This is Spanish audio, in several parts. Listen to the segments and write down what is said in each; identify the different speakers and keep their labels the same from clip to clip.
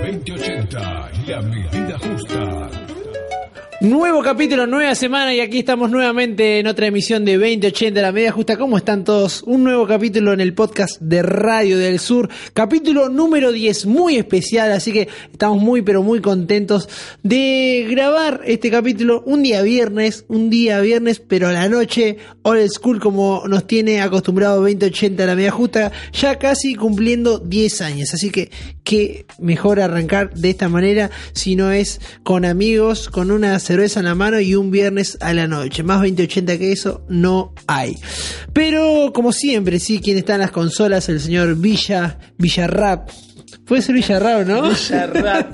Speaker 1: 2080, la medida justa.
Speaker 2: Nuevo capítulo, nueva semana y aquí estamos nuevamente en otra emisión de 2080 La Media Justa. ¿Cómo están todos? Un nuevo capítulo en el podcast de Radio del Sur, capítulo número 10, muy especial, así que estamos muy pero muy contentos de grabar este capítulo un día viernes, un día viernes, pero a la noche, old school como nos tiene acostumbrado 2080 La Media Justa, ya casi cumpliendo 10 años, así que qué mejor arrancar de esta manera si no es con amigos, con una cerveza en la mano y un viernes a la noche. Más 2080 que eso no hay. Pero como siempre, sí, quien está en las consolas, el señor Villa, Villarrap. Puede ser Villarrap, ¿no?
Speaker 3: Bizarra.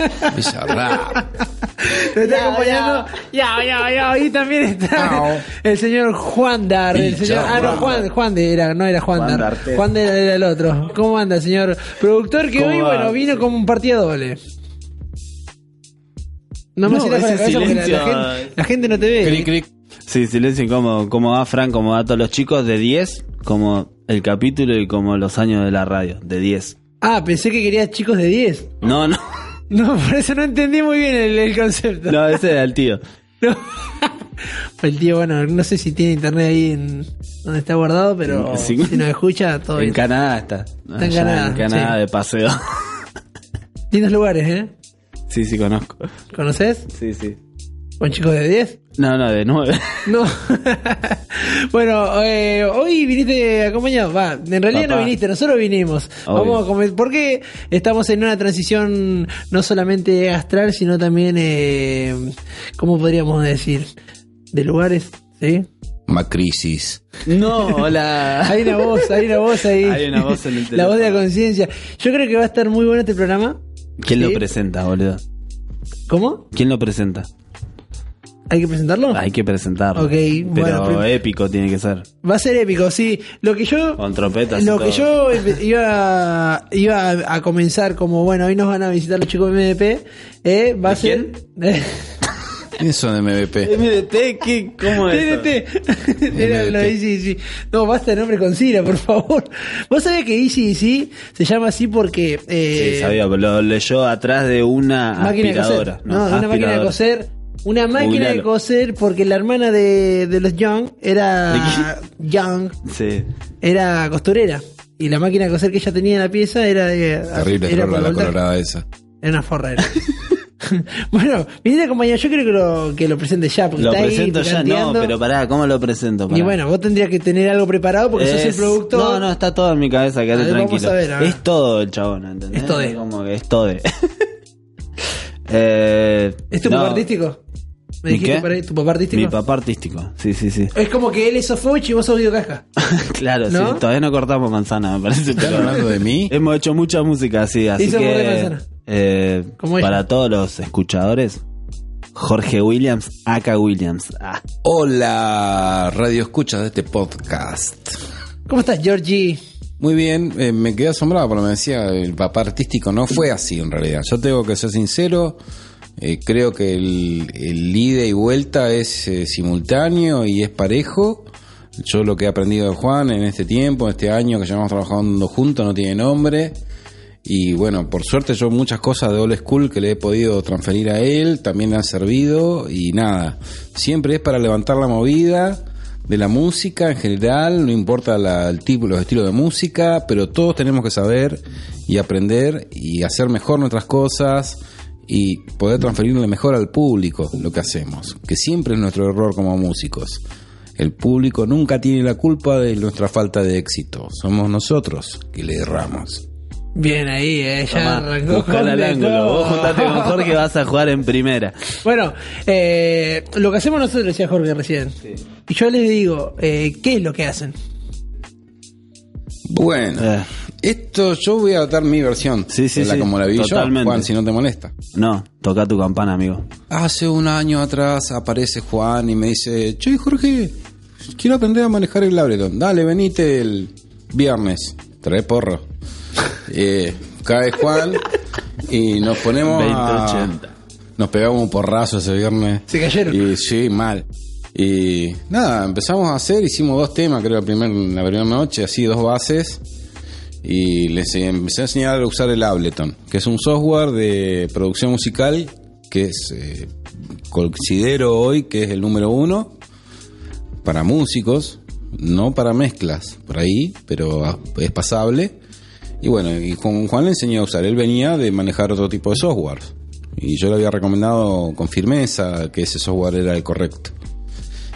Speaker 2: Lo está acompañando. Ya, ya, ya. Ahí también está el señor Juan Dar. El señor, ah, no, Juan, Juan de era, no era Juan,
Speaker 4: Juan
Speaker 2: Dar.
Speaker 4: D'Arte.
Speaker 2: Juan de era, era el otro. ¿Cómo anda, señor productor? Que
Speaker 4: ¿Cómo
Speaker 2: hoy,
Speaker 4: va?
Speaker 2: bueno, vino como un partido doble. No me
Speaker 4: No,
Speaker 2: sientas con la
Speaker 4: ese
Speaker 2: cabeza porque la, la
Speaker 4: silencio.
Speaker 2: gente, la gente no te ve.
Speaker 3: Cric, cric.
Speaker 4: Sí, silencio incómodo. ¿Cómo va Fran? ¿Cómo va a todos los chicos? De 10, como el capítulo y como los años de la radio. De 10.
Speaker 2: Ah, pensé que querías chicos de 10.
Speaker 4: No, no.
Speaker 2: No, por eso no entendí muy bien el, el concepto.
Speaker 4: No, ese era el tío.
Speaker 2: No. El tío, bueno, no sé si tiene internet ahí en donde está guardado, pero
Speaker 4: Sí.
Speaker 2: si nos escucha, todo
Speaker 4: En
Speaker 2: bien.
Speaker 4: Canadá está. Allá en
Speaker 2: Canadá,
Speaker 4: Canadá
Speaker 2: sí.
Speaker 4: de paseo.
Speaker 2: Lindos lugares, ¿eh?
Speaker 4: Sí, sí, conozco.
Speaker 2: ¿Conoces?
Speaker 4: Sí, sí.
Speaker 2: ¿Con chicos de 10?
Speaker 4: No, no, de 9.
Speaker 2: No. bueno, eh, hoy viniste acompañado. Va, en realidad no
Speaker 4: Papá.
Speaker 2: viniste, nosotros vinimos.
Speaker 4: Obvio.
Speaker 2: Vamos a comer- porque estamos en una transición no solamente astral, sino también, eh, ¿cómo podríamos decir? De lugares, ¿sí?
Speaker 3: Macrisis.
Speaker 4: No, hola.
Speaker 2: Hay una voz, hay una voz ahí.
Speaker 4: Hay una voz en el
Speaker 2: La
Speaker 4: teléfono.
Speaker 2: voz de la conciencia. Yo creo que va a estar muy bueno este programa.
Speaker 4: ¿Quién
Speaker 2: Sí.
Speaker 4: lo presenta, boludo?
Speaker 2: ¿Cómo?
Speaker 4: ¿Quién lo presenta?
Speaker 2: ¿Hay que presentarlo?
Speaker 4: Hay que presentarlo.
Speaker 2: Ok, bueno,
Speaker 4: Pero
Speaker 2: prim-
Speaker 4: épico tiene que ser.
Speaker 2: Va a ser épico, sí. Lo que yo.
Speaker 4: Con trompetas y
Speaker 2: Lo que yo
Speaker 4: todo.
Speaker 2: empe- iba, iba a- a comenzar como, bueno, hoy nos van a visitar los chicos de MDP. Eh, va a
Speaker 4: ¿De
Speaker 2: ser.
Speaker 3: ¿Quiénes son de MVP?
Speaker 4: MDT, ¿qué? ¿Cómo
Speaker 2: TNT. Era
Speaker 3: NDT.
Speaker 2: lo de ICDC. No, basta de nombre con Cira, por favor. Vos sabés que ICDC se llama así porque. Eh,
Speaker 4: Sí, sabía, lo leyó atrás de una
Speaker 2: máquina de
Speaker 4: aspiradora.
Speaker 2: coser. No, una máquina de
Speaker 4: aspiradora.
Speaker 2: coser. Una máquina de
Speaker 4: Googlalo.
Speaker 2: coser porque la hermana de, de los Young era. Young
Speaker 4: Sí.
Speaker 2: era costurera. Y la máquina de coser que ella tenía en la pieza era de.
Speaker 3: Terrible
Speaker 2: era
Speaker 3: trola la
Speaker 2: voltaje.
Speaker 3: colorada esa.
Speaker 2: Era una forrera. bueno, viniste compañía, yo creo que lo, que lo presente ya. Porque
Speaker 4: Lo
Speaker 2: está ahí
Speaker 4: presento ya, no,
Speaker 2: picanteando.
Speaker 4: pero pará, ¿cómo lo presento? Pará.
Speaker 2: Y bueno, vos tendrías que tener algo preparado porque sos el
Speaker 4: Es-
Speaker 2: productor.
Speaker 4: No, no, está todo en mi cabeza,
Speaker 2: A
Speaker 4: quédate
Speaker 2: ver, vamos
Speaker 4: tranquilo.
Speaker 2: a ver, a ver.
Speaker 4: Es todo el chabón, ¿entendés?
Speaker 2: Es todo.
Speaker 4: Como que es todo. eh,
Speaker 2: ¿Es tu
Speaker 4: no,
Speaker 2: papá artístico? ¿Me
Speaker 4: ¿Mi
Speaker 2: dijiste
Speaker 4: qué?
Speaker 2: para ahí, tu papá artístico?
Speaker 4: Mi papá artístico, sí, sí, sí.
Speaker 2: Es como que él es Sofovich y vos sos Guido Casca.
Speaker 4: claro,
Speaker 2: ¿No?
Speaker 4: sí, todavía no cortamos manzana, me parece.
Speaker 3: ¿Están hablando de mí?
Speaker 4: Hemos hecho mucha música así, así
Speaker 2: Hizo burro de
Speaker 4: que
Speaker 2: manzana.
Speaker 4: eh,
Speaker 2: Como ella.
Speaker 4: para todos los escuchadores, Jorge Williams, Aka Williams. Ah,
Speaker 3: Hola, radio escuchas de este podcast.
Speaker 2: ¿Cómo estás, Georgie?
Speaker 3: Muy bien, eh, me quedé asombrado cuando me decía el papá artístico. No fue así en realidad. Yo tengo que ser sincero. eh, creo que el, el ida y vuelta es eh, simultáneo y es parejo. Yo lo que he aprendido de Juan en este tiempo, en este año que llevamos trabajando juntos, no tiene nombre. Y bueno, por suerte yo muchas cosas de Old School que le he podido transferir a él también le han servido y nada, siempre es para levantar la movida de la música en general, no importa la- el tipo, los estilos de música, pero todos tenemos que saber y aprender y hacer mejor nuestras cosas y poder transferirle mejor al público lo que hacemos, que siempre es nuestro error como músicos. El público nunca tiene la culpa de nuestra falta de éxito, somos nosotros que le erramos.
Speaker 2: Bien ahí, eh, ya
Speaker 4: tomá,
Speaker 2: arrancó
Speaker 4: buscala
Speaker 2: con
Speaker 4: al
Speaker 2: de
Speaker 4: ángulo.
Speaker 2: todo.
Speaker 4: Vos juntate con Jorge vas a jugar en primera.
Speaker 2: Bueno, eh, lo que hacemos nosotros, decía Jorge recién. Y yo les digo, eh, ¿qué es lo que hacen?
Speaker 3: Bueno,
Speaker 4: Eh.
Speaker 3: esto yo voy a dar mi versión.
Speaker 4: Sí, sí,
Speaker 3: de la,
Speaker 4: sí,
Speaker 3: Como la vi yo,
Speaker 4: totalmente.
Speaker 3: Juan, si no te molesta.
Speaker 4: No, toca tu campana, amigo.
Speaker 3: Hace un año atrás aparece Juan y me dice, che, Jorge, quiero aprender a manejar el Labrador. Dale, venite el viernes. Trae porro. Eh, cae Juan y nos ponemos a-
Speaker 4: 20-80.
Speaker 3: Nos pegamos un porrazo ese viernes.
Speaker 2: Se cayeron.
Speaker 3: Y sí, mal. Y nada, empezamos a hacer, hicimos dos temas, creo, la, primer- la primera noche, así, dos bases. y les empecé a enseñar a usar el Ableton, que es un software de producción musical que es, eh, considero hoy que es el número uno para músicos, no para mezclas, por ahí, pero ah, es pasable. Y bueno, y con Juan le enseñé a usar, él venía de manejar otro tipo de software. Y yo le había recomendado con firmeza que ese software era el correcto.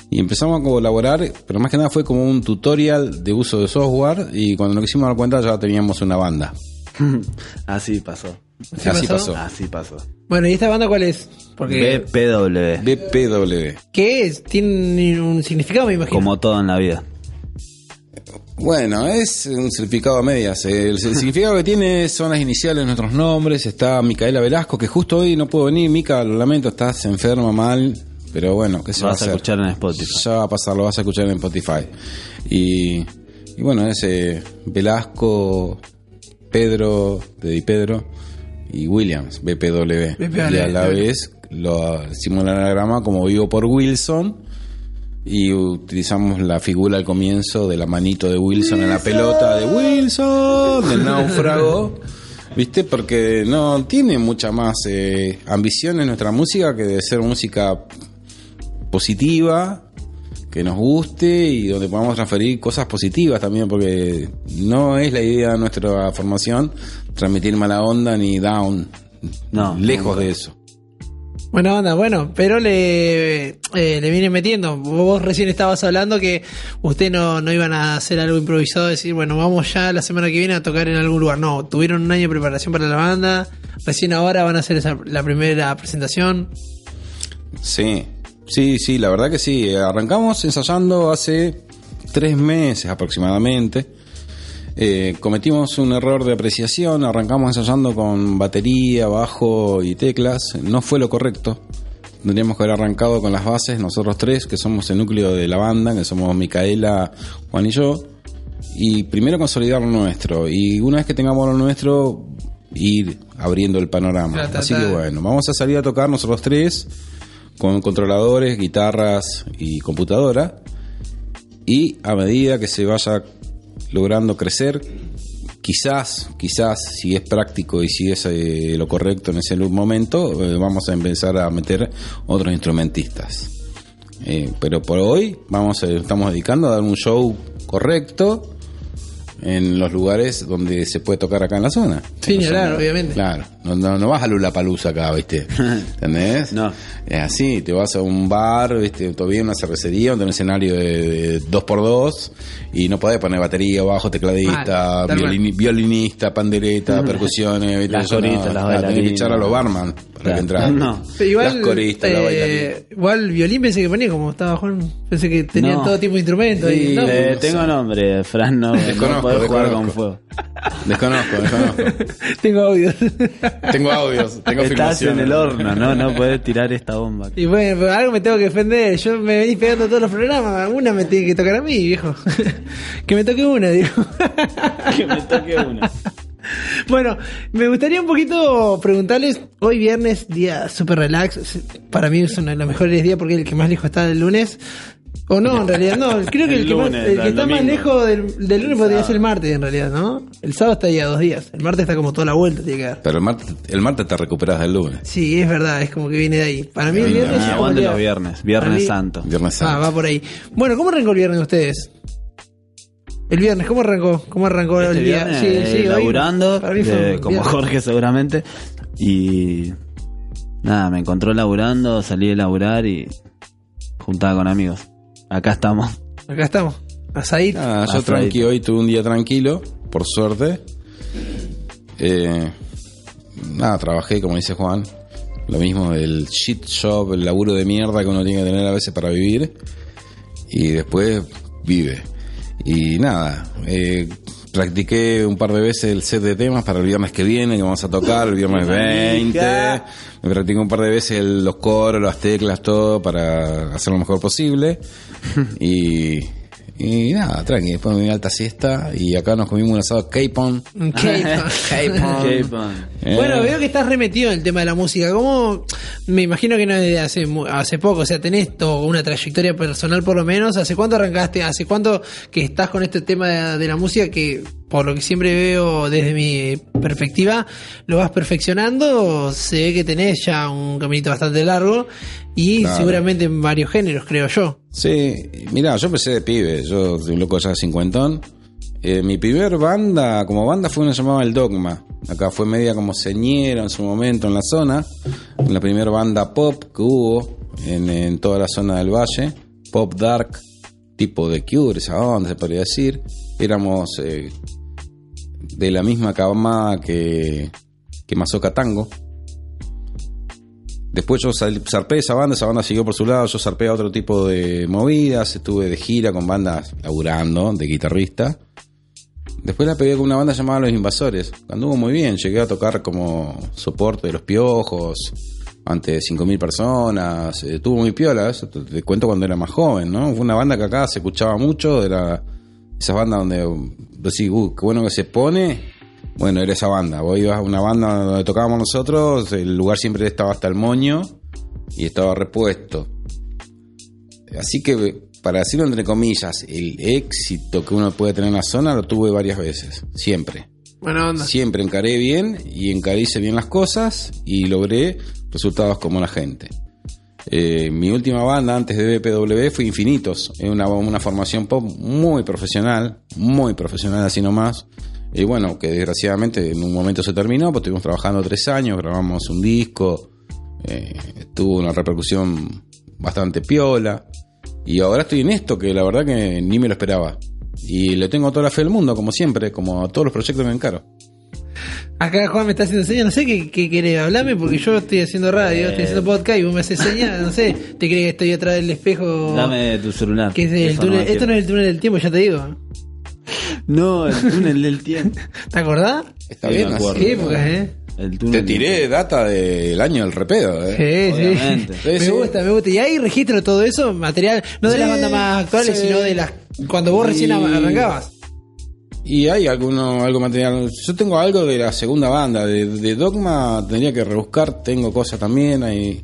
Speaker 3: Y empezamos a colaborar, pero más que nada fue como un tutorial de uso de software y cuando nos quisimos dar cuenta ya teníamos una banda.
Speaker 4: Así pasó.
Speaker 2: ¿Así
Speaker 3: Así
Speaker 2: pasó?
Speaker 3: pasó.
Speaker 4: Así pasó.
Speaker 2: Bueno, ¿y esta banda cuál es? Porque.
Speaker 4: BPW.
Speaker 3: BPW.
Speaker 2: ¿Qué es? Tiene un significado, me imagino.
Speaker 4: Como todo en la vida.
Speaker 3: Bueno, es un certificado a medias. El significado que tiene son las iniciales de nuestros nombres. Está Micaela Velasco, que justo hoy no puedo venir. Mica, lo lamento, estás enferma, mal. Pero bueno, ¿qué se
Speaker 4: Lo
Speaker 3: va a
Speaker 4: vas a
Speaker 3: hacer?
Speaker 4: escuchar en Spotify.
Speaker 3: Ya va a pasar, lo vas a escuchar en Spotify. Y, y bueno, ese Velasco, Pedro, de Di Pedro y Williams, BPW.
Speaker 2: BPW.
Speaker 3: Y a la vez lo hicimos el anagrama como vivo por Wilson y utilizamos la figura al comienzo de la manito de Wilson, en la pelota de Wilson, del náufrago. ¿Viste? Porque no tiene mucha más eh, ambición en nuestra música que de ser música positiva, que nos guste y donde podamos transferir cosas positivas también, porque no es la idea de nuestra formación transmitir mala onda ni down.
Speaker 4: No,
Speaker 3: lejos de eso.
Speaker 2: Buena onda, bueno, pero le, eh, le vienen metiendo. Vos recién estabas hablando que usted no, no iban a hacer algo improvisado, decir, bueno, vamos ya la semana que viene a tocar en algún lugar. No, tuvieron un año de preparación para la banda, recién ahora van a hacer esa- la primera presentación.
Speaker 3: Sí, sí, sí, la verdad que sí. Arrancamos ensayando hace tres meses aproximadamente. Eh, cometimos un error de apreciación, arrancamos ensayando con batería, bajo y teclas. No fue lo correcto. Tendríamos que haber arrancado con las bases, nosotros tres, que somos el núcleo de la banda, que somos Micaela, Juan y yo. Y primero consolidar lo nuestro. Y una vez que tengamos lo nuestro, ir abriendo el panorama.
Speaker 2: Tra, tra,
Speaker 3: Así que
Speaker 2: tra.
Speaker 3: bueno, vamos a salir a tocar nosotros tres, con controladores, guitarras y computadora. Y a medida que se vaya logrando crecer, quizás, quizás, si es práctico y si es eh, lo correcto en ese momento, eh, vamos a empezar a meter otros instrumentistas. Eh, pero por hoy vamos, eh, estamos dedicando a dar un show correcto en los lugares donde se puede tocar acá en la zona.
Speaker 2: Sí, ni
Speaker 3: No son-
Speaker 2: hablar, obviamente.
Speaker 3: Claro, no, no, no vas a Lula Palusa acá, ¿viste? ¿Entendés?
Speaker 4: No.
Speaker 3: Es así, te vas a un bar, ¿viste? Todavía una cervecería, donde un escenario de 2x2 y no podés poner batería, bajo, tecladista,
Speaker 2: Mal, tal
Speaker 3: violini- violinista, pandereta, percusiones, ¿viste?
Speaker 4: Las
Speaker 3: Eso
Speaker 4: coritas, las
Speaker 3: ah, Tenés que
Speaker 4: bailarinas.
Speaker 3: echar a los barman para
Speaker 4: Claro.
Speaker 3: que entrar.
Speaker 4: No.
Speaker 2: Igual,
Speaker 3: las coristas, la
Speaker 2: eh,
Speaker 3: bailarina.
Speaker 2: igual violín pensé que ponía como estaba Juan, pensé que tenían
Speaker 4: No.
Speaker 2: todo tipo de instrumentos.
Speaker 3: Sí,
Speaker 2: y, no,
Speaker 4: Eh, tengo nombre, Fran. No,
Speaker 3: Desconozco,
Speaker 4: no podés jugar
Speaker 3: desconozco.
Speaker 4: con fuego.
Speaker 3: Desconozco, desconozco.
Speaker 2: tengo audio.
Speaker 3: tengo audios, tengo
Speaker 4: Estás en
Speaker 3: filmaciones.
Speaker 4: el horno, no, no podés tirar esta bomba.
Speaker 2: y bueno, pero algo me tengo que defender. Yo me venís pegando todos los programas. Una me tiene que tocar a mí, viejo. que me toque una, digo.
Speaker 4: que me toque una.
Speaker 2: Bueno, me gustaría un poquito preguntarles, hoy viernes, día super relax, para mí es uno de los mejores días porque el que más lejos está del lunes, o no, en realidad no, creo que el,
Speaker 4: El
Speaker 2: que, más-
Speaker 4: lunes,
Speaker 2: el que
Speaker 4: el
Speaker 2: está más
Speaker 4: domingo.
Speaker 2: lejos del, del lunes podría
Speaker 4: El sábado.
Speaker 2: ser el martes en realidad, ¿no? El sábado está ahí a dos días, el martes está como toda la vuelta, tiene que dar.
Speaker 3: Pero el martes, el martes te recuperas del lunes.
Speaker 2: Sí, es verdad, es como que viene de ahí. Para mí el
Speaker 3: Viene de
Speaker 2: viernes...
Speaker 3: ahí.
Speaker 2: es como
Speaker 4: Aguante
Speaker 2: el día-
Speaker 4: los viernes,
Speaker 2: para mí-
Speaker 4: Viernes Santo.
Speaker 3: Viernes
Speaker 2: Ah,
Speaker 3: Santo.
Speaker 2: va por ahí. Bueno, ¿cómo arrancó el viernes de ustedes? El viernes, ¿cómo arrancó? ¿Cómo arrancó
Speaker 4: Este
Speaker 2: el día?
Speaker 4: viernes, eh,
Speaker 2: hoy,
Speaker 4: laburando,
Speaker 2: para mí fue
Speaker 4: eh,
Speaker 2: un
Speaker 4: como
Speaker 2: viernes.
Speaker 4: Jorge seguramente. Y nada, me encontró laburando, salí de laburar y juntaba con amigos. Acá estamos.
Speaker 2: Acá estamos. Asadito.
Speaker 3: Nada, yo
Speaker 4: Asadito.
Speaker 3: tranqui hoy, tuve un día tranquilo, por suerte. Eh, nada, trabajé, como dice Juan. Lo mismo el shit shop, el laburo de mierda que uno tiene que tener a veces para vivir. Y después vive. Y nada, eh, practiqué un par de veces el set de temas para el viernes que viene, que vamos a tocar, el viernes 20. Me practiqué un par de veces el- los coros, las teclas, todo, para hacer lo mejor posible. Y, y nada, tranqui. Después me di alta siesta y acá nos comimos un asado capon.
Speaker 2: Un Cape.
Speaker 4: K-pop.
Speaker 3: Eh,
Speaker 2: Bueno, veo que estás remetido en el tema de la música. ¿Cómo? Me imagino que no es de hace, mu- hace poco. O sea, tenés to- una trayectoria personal por lo menos. ¿Hace cuánto arrancaste? ¿Hace cuánto que estás con este tema de, de la música que por lo que siempre veo desde mi perspectiva, lo vas perfeccionando, se ve que tenés ya un caminito bastante largo y
Speaker 3: Claro.
Speaker 2: seguramente en varios géneros, creo yo.
Speaker 3: Sí, mirá, yo empecé de pibe, yo soy un loco ya de cincuentón. Eh, mi primer banda, como banda, fue una llamada El Dogma. Acá fue media como señera en su momento en la zona. La primera banda pop que hubo en, en toda la zona del valle. Pop dark, tipo de Cure, esa onda se podría decir. Éramos eh, de la misma camada que, que Mazoca Tango. Después yo sal- zarpé de esa banda, esa banda siguió por su lado, yo zarpé a otro tipo de movidas, estuve de gira con bandas laburando de guitarrista. Después la pegué con una banda llamada Los Invasores, anduvo muy bien, llegué a tocar como soporte de los piojos, ante 5.000 personas, eh, estuvo muy piola, eso te, te cuento cuando era más joven, ¿no? Fue una banda que acá se escuchaba mucho, era esas bandas donde decís, uh, qué bueno que se pone, bueno, era esa banda. Vos ibas a una banda donde tocábamos nosotros, el lugar siempre estaba hasta el moño y estaba repuesto. Así que, para decirlo entre comillas, el éxito que uno puede tener en la zona lo tuve varias veces, siempre.
Speaker 2: Bueno, onda.
Speaker 3: Siempre encaré bien y encaré hice bien las cosas y logré resultados como la gente. Eh, mi última banda antes de BPW fue Infinitos, es una, una formación pop muy profesional, muy profesional así nomás. Y bueno, que desgraciadamente en un momento se terminó, pues estuvimos trabajando tres años, grabamos un disco, eh, tuvo una repercusión bastante piola. Y ahora estoy en esto, que la verdad que ni me lo esperaba. Y le tengo toda la fe del mundo, como siempre, como a todos los proyectos que me encaro.
Speaker 2: Acá Juan me está haciendo señas, no sé qué, qué querés, hablame porque yo estoy haciendo radio, estoy haciendo
Speaker 3: Eh.
Speaker 2: podcast y vos me haces señas, no sé, te crees que estoy atrás del espejo.
Speaker 4: Dame tu celular.
Speaker 2: Que es el
Speaker 4: Eso no
Speaker 2: túnel-
Speaker 4: da
Speaker 2: esto no es el túnel del tiempo, ya te digo.
Speaker 4: tiempo. No, el túnel del tiempo.
Speaker 2: ¿Te acordás?
Speaker 3: Está
Speaker 4: Sí,
Speaker 3: bien,
Speaker 4: me
Speaker 3: así.
Speaker 4: acuerdo.
Speaker 2: Qué épocas, eh.
Speaker 4: El túnel
Speaker 3: Te
Speaker 4: del tiempo.
Speaker 3: tiré data del año del repedo. ¿eh?
Speaker 2: Sí, sí.
Speaker 4: Obviamente.
Speaker 3: Sí,
Speaker 2: Me
Speaker 3: sí.
Speaker 2: gusta, me gusta. Y hay registro de todo eso, material, no de las
Speaker 3: Sí,
Speaker 2: bandas más actuales,
Speaker 3: sí.
Speaker 2: sino de las. cuando vos recién
Speaker 3: Y-
Speaker 2: arrancabas.
Speaker 3: Y hay alguno, algo material. Yo tengo algo de la segunda banda, de, de Dogma tendría que rebuscar, tengo cosas también, hay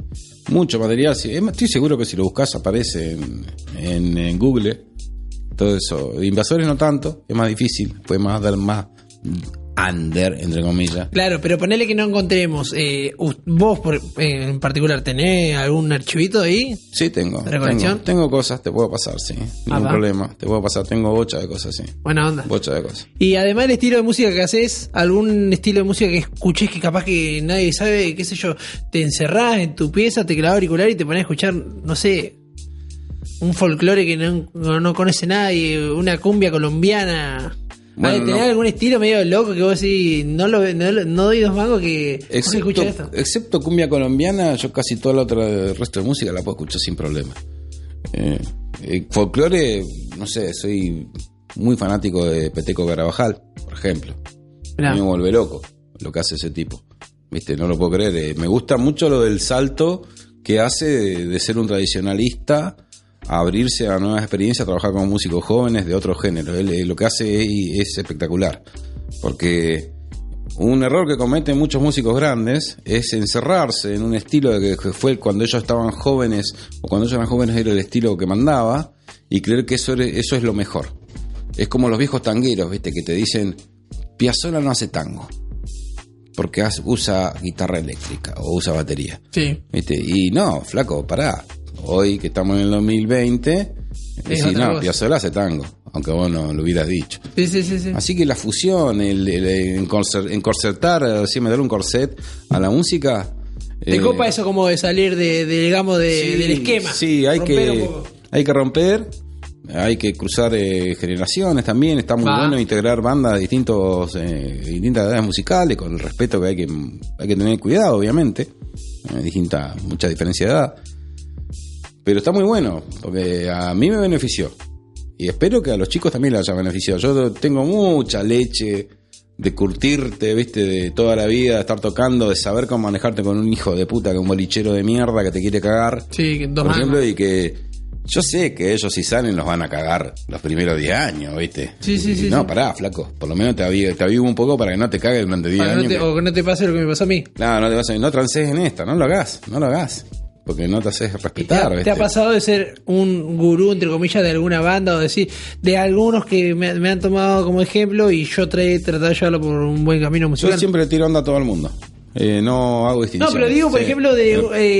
Speaker 3: mucho material. Sí, es más, Estoy seguro que si lo buscas aparece en, en- en Google. ¿eh? Todo eso. De Invasores no tanto, es más difícil, puede más dar más under, entre comillas.
Speaker 2: Claro, pero ponele que no encontremos. eh, us- vos por- eh, en particular, ¿tenés algún archivito ahí?
Speaker 3: Sí, tengo. Tengo,
Speaker 2: ¿Recolección?
Speaker 3: tengo cosas, te puedo pasar, sí. Ningún
Speaker 2: Apa.
Speaker 3: problema, te puedo pasar. Tengo bocha de cosas, sí.
Speaker 2: Buena onda.
Speaker 3: Bocha de cosas.
Speaker 2: Y además el estilo de música que haces, algún estilo de música que escuches que capaz que nadie sabe, qué sé yo, te encerrás en tu pieza, te clavas auricular y te pones a escuchar, no sé, un folclore que no, no- no conoce nadie, una cumbia colombiana.
Speaker 3: Bueno,
Speaker 2: Vale, ¿Tenés
Speaker 3: no.
Speaker 2: algún estilo medio loco que vos decís, no, lo, no, lo- no doy dos mangos que no se
Speaker 3: Excepto,
Speaker 2: escucha esto?
Speaker 3: excepto cumbia colombiana, yo casi toda la otra el resto de música la puedo escuchar sin problema. Eh, eh, folclore, no sé, soy muy fanático de Peteco Carabajal, por ejemplo.
Speaker 2: Mirá.
Speaker 3: Me vuelve loco lo que hace ese tipo. Viste, no lo puedo creer. Eh, me gusta mucho lo del salto que hace de, de ser un tradicionalista a abrirse a nuevas experiencias, a trabajar con músicos jóvenes de otro género. Él, eh, lo que hace es, es espectacular. Porque un error que cometen muchos músicos grandes es encerrarse en un estilo de que fue cuando ellos estaban jóvenes o cuando ellos eran jóvenes era el estilo que mandaba y creer que eso, era- eso es lo mejor. Es como los viejos tangueros, ¿viste? Que te dicen, Piazzolla no hace tango porque hace- usa guitarra eléctrica o usa batería.
Speaker 2: Sí.
Speaker 3: ¿Viste? Y no, flaco, pará. Hoy que estamos en el 2020, decís,
Speaker 2: otra
Speaker 3: no,
Speaker 2: cosa".
Speaker 3: Piazzolla hace tango, aunque vos no lo hubieras dicho.
Speaker 2: Sí, sí, sí, sí.
Speaker 3: Así que la fusión, el, el- el encorser- encorsetar, así meter un corset a la música.
Speaker 2: ¿Te
Speaker 3: eh,
Speaker 2: copa eso como de salir de, de, digamos, de-
Speaker 3: sí,
Speaker 2: Eh, del esquema?
Speaker 3: Sí, hay
Speaker 2: Romper un
Speaker 3: que,
Speaker 2: poco.
Speaker 3: hay que romper, hay que cruzar eh, generaciones también. Está muy
Speaker 2: Va.
Speaker 3: bueno integrar bandas de distintos, eh, distintas edades musicales, con el respeto que hay que, hay que tener cuidado, obviamente. Eh, distinta, mucha diferencia de edad. Pero está muy bueno, porque a mí me benefició. Y espero que a los chicos también les haya beneficiado. Yo tengo mucha leche de curtirte, viste, de toda la vida, de estar tocando, de saber cómo manejarte con un hijo de puta, que es un bolichero de mierda que te quiere cagar.
Speaker 2: Sí, dos
Speaker 3: Por
Speaker 2: mangos.
Speaker 3: ejemplo, y que yo sé que ellos si salen los van a cagar los primeros 10 años, ¿viste?
Speaker 2: Sí, sí,
Speaker 3: Y
Speaker 2: sí,
Speaker 3: No,
Speaker 2: sí.
Speaker 3: pará, flaco. Por lo menos te avivo, te avivo un poco para que no te cague durante 10
Speaker 2: Para que
Speaker 3: años.
Speaker 2: no te-
Speaker 3: que-
Speaker 2: o que no te pase lo que me pasó a mí.
Speaker 3: No, no te vas a... No transes en esta, no lo hagas, no lo hagas. porque no te haces respetar.
Speaker 2: ¿Te, te
Speaker 3: ¿viste?
Speaker 2: ha pasado de ser un gurú, entre comillas, de alguna banda o decir, de algunos que me, me han tomado como ejemplo y yo tra- tratar de llevarlo por un buen camino
Speaker 3: Yo
Speaker 2: musical?
Speaker 3: siempre tiro onda a todo el mundo. Eh, no hago
Speaker 2: No,
Speaker 3: distinción.
Speaker 2: pero digo, por
Speaker 3: Sí.
Speaker 2: ejemplo, de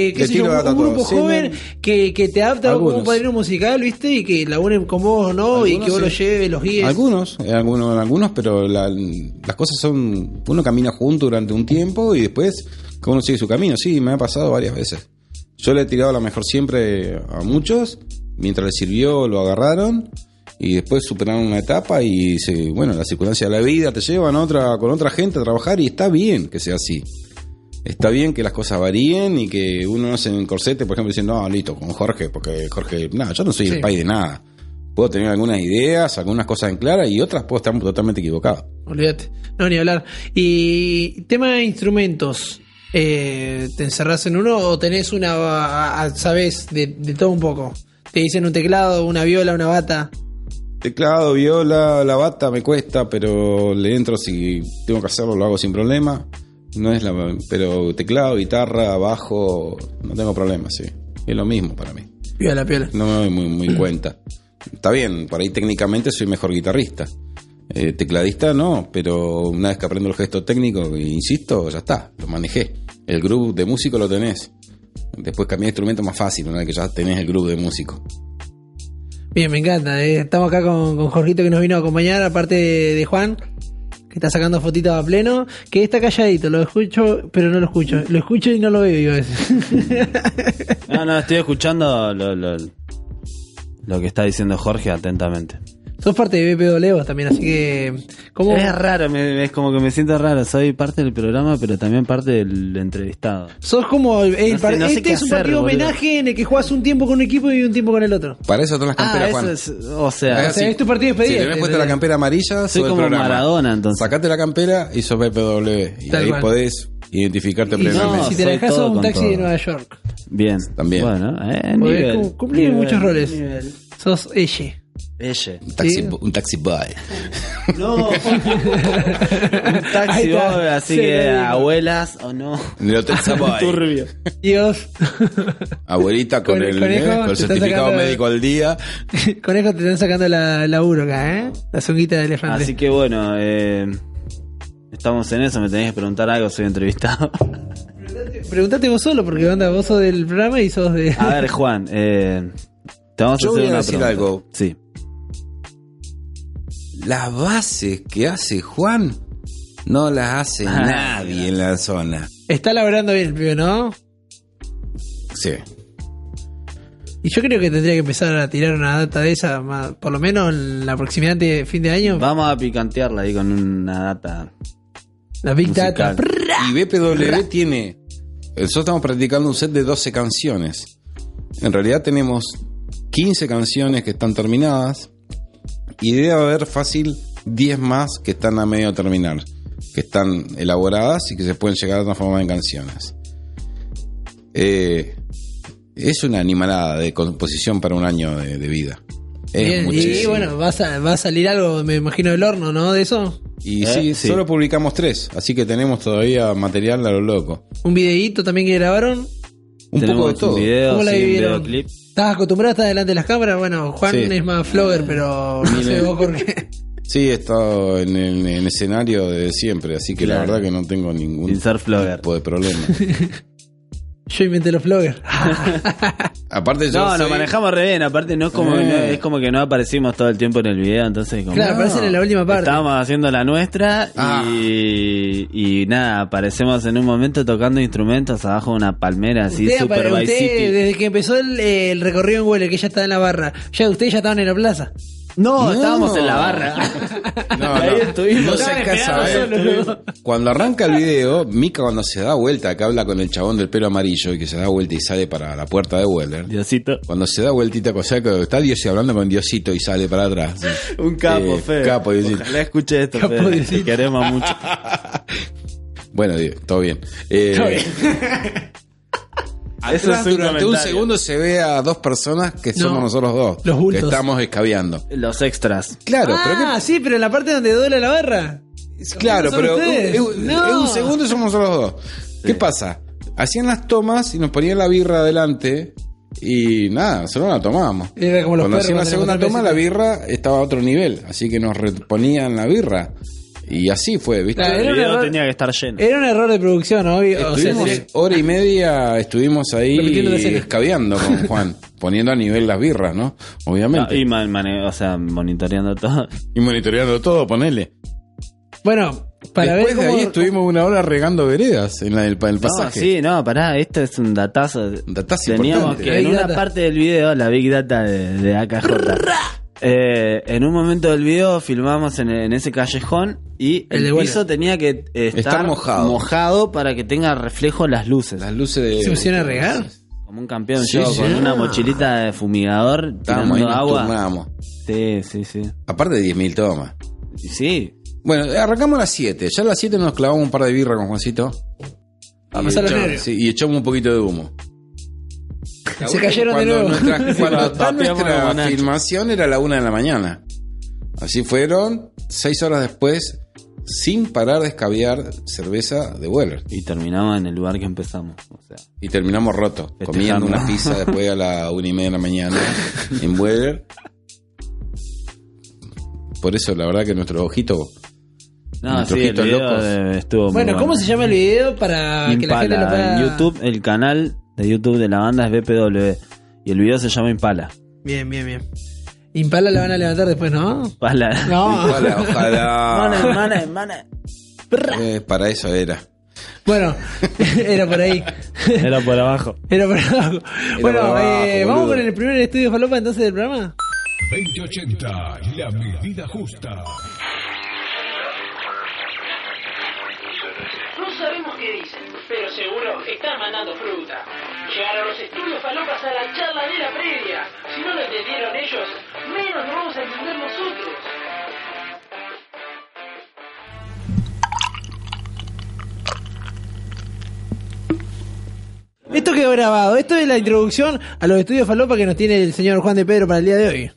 Speaker 2: eh, qué
Speaker 3: Le
Speaker 2: sé
Speaker 3: tiro
Speaker 2: yo,
Speaker 3: data a
Speaker 2: un,
Speaker 3: todo.
Speaker 2: grupo
Speaker 3: Sí,
Speaker 2: joven
Speaker 3: no.
Speaker 2: que, que te adapta como un
Speaker 3: Algunos.
Speaker 2: padrino musical, ¿viste? Y que laburen con vos, ¿no? y
Speaker 3: Algunos
Speaker 2: que vos
Speaker 3: sí.
Speaker 2: los lleves, los guíes.
Speaker 3: Algunos, eh, algunos, algunos, pero la- las cosas son. Uno camina junto durante un tiempo y después cada uno sigue su camino. Sí, me ha pasado varias veces. Yo le he tirado la mejor siempre a muchos. Mientras les sirvió, lo agarraron y después superaron una etapa y se, bueno, la circunstancia de la vida te llevan a otra, con otra gente a trabajar y está bien que sea así. Está bien que las cosas varíen y que uno no se encorsete, por ejemplo, diciendo, no, listo, con Jorge, porque Jorge, nada, yo no soy
Speaker 2: Sí.
Speaker 3: el país de nada. Puedo tener algunas ideas, algunas cosas en clara y otras puedo estar totalmente equivocado.
Speaker 2: Olvídate. No, ni hablar. Y tema de instrumentos. Eh, ¿Te encerrás en uno o tenés una, a- a- sabés, de, de todo un poco? Te dicen un teclado, una viola, una bata.
Speaker 3: Teclado, viola, la bata me cuesta, pero le entro si tengo que hacerlo, lo hago sin problema. No es la, pero teclado, guitarra, bajo, no tengo problema, sí. Es lo mismo para mí.
Speaker 2: Viola, viola.
Speaker 3: No me doy muy, muy cuenta. Está bien, por ahí técnicamente soy mejor guitarrista. Eh, tecladista no, pero una vez que aprendo el gesto técnico, insisto, ya está, lo manejé. El grupo de músico lo tenés. Después cambié de instrumento más fácil, una vez que ya tenés el grupo de músico.
Speaker 2: Bien, me encanta. eh. Estamos acá con, con Jorgito que nos vino a acompañar, aparte de, de Juan, que está sacando fotitos a pleno, que está calladito, lo escucho, pero no lo escucho. Lo escucho y no lo veo. digo,
Speaker 4: No, no, estoy escuchando lo, lo- lo que está diciendo Jorge atentamente.
Speaker 2: Sos parte de BP Leo también, así que... ¿cómo?
Speaker 4: Es raro, me- es como que me siento raro. Soy parte del programa, pero también parte del entrevistado.
Speaker 2: Sos como el, el
Speaker 4: No sé-
Speaker 2: par-
Speaker 4: no sé
Speaker 2: este
Speaker 4: qué
Speaker 2: es un
Speaker 4: hacer,
Speaker 2: partido
Speaker 4: boludo.
Speaker 2: homenaje en el que jugás un tiempo con un equipo y un tiempo con el otro.
Speaker 3: Para eso están las
Speaker 2: Ah,
Speaker 3: camperas, Juan.
Speaker 4: Ah, es, o
Speaker 3: Ah,
Speaker 4: sea,
Speaker 2: o sea,
Speaker 3: sí.
Speaker 2: es tu partido de
Speaker 3: Si
Speaker 2: despedida.
Speaker 3: tenés puesto la campera amarilla,
Speaker 4: soy
Speaker 3: sos del
Speaker 4: como
Speaker 3: programa.
Speaker 4: Maradona entonces.
Speaker 3: Sacate la campera y sos BPW. Y
Speaker 2: Tal
Speaker 3: ahí
Speaker 2: cual.
Speaker 3: podés identificarte
Speaker 2: Y
Speaker 4: No,
Speaker 3: plenamente.
Speaker 2: si te la
Speaker 4: soy
Speaker 2: dejás
Speaker 4: todo
Speaker 2: sos un
Speaker 4: con
Speaker 2: taxi de
Speaker 4: todo.
Speaker 2: Nueva York.
Speaker 4: Bien,
Speaker 3: También.
Speaker 4: Bueno, eh,
Speaker 2: Porque
Speaker 4: nivel,
Speaker 2: cum- cumplís
Speaker 4: nivel,
Speaker 2: muchos roles.
Speaker 4: nivel.
Speaker 2: Sos ella.
Speaker 4: Ella.
Speaker 3: Un taxi,
Speaker 2: Sí.
Speaker 3: bo- un taxi boy.
Speaker 4: No, un
Speaker 2: Ahí
Speaker 4: taxi
Speaker 2: está.
Speaker 4: boy, así
Speaker 2: Sí,
Speaker 4: que ah,
Speaker 2: lo digo.
Speaker 4: abuelas o no.
Speaker 3: Un taxi boy.
Speaker 4: Turbio.
Speaker 2: Dios.
Speaker 3: Abuelita con,
Speaker 2: Con el
Speaker 3: el,
Speaker 2: conejo,
Speaker 3: eh,
Speaker 2: te
Speaker 3: con el
Speaker 2: está
Speaker 3: certificado
Speaker 2: sacando-
Speaker 3: médico al día.
Speaker 2: Conejo te están sacando la, la laburo acá, ¿eh? La zunguita de
Speaker 3: Ah,
Speaker 2: elefante.
Speaker 4: Así que bueno, eh, estamos en eso, me tenés que preguntar algo, soy entrevistado.
Speaker 2: Preguntate vos solo, porque onda, vos sos del programa y sos de.
Speaker 3: Ah.
Speaker 4: A ver, Juan, eh, te vamos
Speaker 3: Yo
Speaker 4: a hacer
Speaker 3: voy a
Speaker 4: una
Speaker 3: decir
Speaker 4: pregunta.
Speaker 3: algo.
Speaker 4: Sí.
Speaker 3: Las bases que hace Juan no las hace
Speaker 4: Ah,
Speaker 3: nadie en la zona.
Speaker 2: Está laburando bien el pibe, ¿no?
Speaker 3: Sí.
Speaker 2: Y yo creo que tendría que empezar a tirar una data de esa, más- por lo menos en la proximidad de fin de año.
Speaker 4: Vamos a picantearla ahí con una data.
Speaker 2: la Big
Speaker 4: musical.
Speaker 2: Data. Prr.
Speaker 3: Y BPW tiene. eh, Nosotros estamos practicando un set de 12 canciones. En realidad tenemos 15 canciones que están terminadas. Y debe haber fácil 10 más que están a medio terminar. Que están elaboradas y que se pueden llegar a transformar en canciones. Eh, es una animalada de composición para un año de, de vida. Es
Speaker 2: Bien, y
Speaker 3: muchísimo.
Speaker 2: bueno, va a, sa- va a salir algo, me imagino, del horno, ¿no? De eso.
Speaker 3: Y
Speaker 4: Eh,
Speaker 3: sí,
Speaker 4: sí.
Speaker 3: solo publicamos tres, así que tenemos todavía material a lo loco.
Speaker 2: Un videíto también que grabaron.
Speaker 3: Un
Speaker 4: Tenemos
Speaker 3: poco de todo.
Speaker 4: Un video,
Speaker 2: ¿Cómo la
Speaker 4: sí, un
Speaker 2: vivieron?
Speaker 4: videoclip.
Speaker 2: ¿Estás acostumbrado a estar delante de las cámaras? Bueno, Juan
Speaker 3: Sí.
Speaker 2: es más flogger, pero no sé
Speaker 3: Miren.
Speaker 2: vos por qué.
Speaker 3: Sí, he estado en el, en el escenario de siempre, así que la
Speaker 4: Claro.
Speaker 3: verdad que no tengo ningún
Speaker 4: Sin ser flogger.
Speaker 3: tipo de problema.
Speaker 2: Yo inventé los floggers.
Speaker 3: Aparte yo
Speaker 4: No, nos
Speaker 3: soy-
Speaker 4: manejamos re bien, aparte no es como,
Speaker 3: Eh.
Speaker 4: no- es como que no aparecimos todo el tiempo en el video, entonces como...
Speaker 2: claro, aparecen en la última parte.
Speaker 4: Estábamos haciendo la nuestra
Speaker 3: Ah.
Speaker 4: y, y nada, aparecemos en un momento tocando instrumentos abajo de una palmera así,
Speaker 2: Usted,
Speaker 4: super
Speaker 2: apare-
Speaker 4: Vice
Speaker 2: usted,
Speaker 4: City.
Speaker 2: desde que empezó el, eh, el recorrido en Huele, que ya está en la barra, ya ustedes ya estaban en la plaza.
Speaker 4: No,
Speaker 3: No.
Speaker 4: estábamos en la barra.
Speaker 3: No,
Speaker 4: Ahí
Speaker 3: no.
Speaker 4: estuvimos.
Speaker 3: No
Speaker 4: Estaban
Speaker 3: sé qué
Speaker 4: esperando
Speaker 3: saber.
Speaker 4: solo.
Speaker 3: Cuando arranca el video, Mika cuando se da vuelta, que habla con el chabón del pelo amarillo y que se da vuelta y sale para la puerta de Weller.
Speaker 4: Diosito.
Speaker 3: Cuando se da vueltita, o sea, que está Dios y hablando con Diosito y sale para atrás. sí.
Speaker 4: Un capo,
Speaker 3: Eh,
Speaker 4: Fede.
Speaker 3: capo, Diosito.
Speaker 4: Ojalá escuche esto,
Speaker 2: Capo,
Speaker 4: Fede.
Speaker 2: Diosito.
Speaker 4: Te queremos mucho.
Speaker 3: Bueno, Dios, todo bien. Eh, Atrás,
Speaker 4: Eso es un
Speaker 3: durante un
Speaker 4: comentario.
Speaker 3: segundo se ve a dos personas que
Speaker 2: No,
Speaker 3: somos nosotros dos.
Speaker 2: los bultos.
Speaker 3: Que estamos escabeando.
Speaker 4: Los extras.
Speaker 3: Claro,
Speaker 2: ah,
Speaker 3: pero que-
Speaker 2: sí, pero en la parte donde duele la barra.
Speaker 3: claro,
Speaker 2: ¿Son
Speaker 3: pero un-
Speaker 2: ustedes?
Speaker 3: es un,
Speaker 2: No.
Speaker 3: es un segundo y somos nosotros dos. ¿Qué pasa? hacían las tomas y nos ponían la birra adelante y nada, solo la tomábamos.
Speaker 2: Era como los
Speaker 3: cuando
Speaker 2: perros
Speaker 3: hacían la
Speaker 2: cuando le
Speaker 3: segunda
Speaker 2: encontraban
Speaker 3: toma, la birra estaba a otro nivel, así que nos reponían la birra. Y así fue, ¿viste?
Speaker 2: Claro, era
Speaker 4: El
Speaker 2: un
Speaker 4: video
Speaker 2: error.
Speaker 4: tenía que estar lleno.
Speaker 2: Era un error de producción, ¿no? Y- o sea,
Speaker 3: Estuvimos
Speaker 2: sí.
Speaker 3: hora y media, estuvimos ahí
Speaker 2: Repitiendo la escena.
Speaker 3: escabeando con Juan, poniendo a nivel las birras, ¿no?
Speaker 4: No,
Speaker 3: Obviamente.
Speaker 4: y man- mane- o sea, monitoreando todo.
Speaker 3: Ah, y, monitoreando todo, ponele.
Speaker 2: Bueno, para
Speaker 3: Después
Speaker 2: ver
Speaker 3: de
Speaker 2: cómo...
Speaker 3: ahí estuvimos una hora regando veredas en la del pa- el
Speaker 4: No,
Speaker 3: pasaje.
Speaker 4: sí, no, pará, esto es un datazo.
Speaker 3: Un datazo
Speaker 4: Teníamos
Speaker 3: importante.
Speaker 4: que en
Speaker 2: Big
Speaker 4: una
Speaker 2: data.
Speaker 4: parte del video, la Big Data de, de AKJ. eh, en un momento del video filmamos en, en ese callejón y
Speaker 2: El
Speaker 4: el,
Speaker 2: de vuelta.
Speaker 4: piso tenía que eh, estar
Speaker 3: Estar mojado.
Speaker 4: mojado para que tenga reflejo las luces.
Speaker 3: Las luces de...
Speaker 2: ¿Se pusieron a regar?
Speaker 4: Como un campeón
Speaker 3: Sí,
Speaker 4: yo,
Speaker 3: sí. Ah.
Speaker 4: con una mochilita de fumigador
Speaker 3: Estábamos ahí,
Speaker 4: tirando
Speaker 3: nos
Speaker 4: agua.
Speaker 3: turnábamos.
Speaker 4: Sí, sí, sí.
Speaker 3: Aparte de 10.000 tomas.
Speaker 4: Y Sí.
Speaker 3: Bueno, arrancamos a las 7. Ya a las 7 nos clavamos un par de birra con Juancito.
Speaker 2: A
Speaker 3: Y
Speaker 2: pasar los
Speaker 3: echamos-
Speaker 2: nervios.
Speaker 3: sí, y echamos un poquito de humo.
Speaker 2: Se cayeron de
Speaker 3: Cuando
Speaker 2: nuevo.
Speaker 3: nuestra- cuando
Speaker 4: Pateamos la
Speaker 3: nuestra
Speaker 4: guanacha.
Speaker 3: filmación era la una de la mañana. Así fueron, seis horas después, sin parar de escabear cerveza de Weller.
Speaker 4: Y terminaba en el lugar que empezamos. O sea,
Speaker 3: Y terminamos roto, comiendo una pizza después a la una y media de la mañana en Weller. Por eso, la verdad que nuestro ojito...
Speaker 4: no,
Speaker 3: Nuestros
Speaker 4: sí, el
Speaker 3: ojitos
Speaker 4: video
Speaker 3: locos.
Speaker 4: eh, estuvo muy
Speaker 2: Bueno, ¿cómo
Speaker 4: bueno.
Speaker 2: se llama el video para que la
Speaker 4: Impala.
Speaker 2: gente lo pueda...
Speaker 4: En YouTube, el canal de YouTube de la banda es BPW. Y el video se llama Impala.
Speaker 2: Bien, bien, bien. Impala la van a levantar después, ¿no?
Speaker 4: Impala.
Speaker 2: No.
Speaker 3: Ojalá, ojalá.
Speaker 4: hermana, hermana.
Speaker 3: Eh, para eso era.
Speaker 2: bueno, era por ahí.
Speaker 4: Era por abajo.
Speaker 2: Era por abajo. bueno,
Speaker 3: por abajo,
Speaker 2: eh, vamos
Speaker 3: boludo.
Speaker 2: con el primer estudio falopa entonces del programa.
Speaker 1: 2080, la medida justa.
Speaker 5: No sabemos qué dicen, pero seguro están mandando fruta. Llegaron los estudios falopas a la charla de la previa. Si no lo entendieron ellos, menos lo vamos a entender nosotros.
Speaker 2: Esto quedó grabado. Esto es la introducción a los estudios falopa que nos tiene el señor Juan de Pedro para el día de hoy.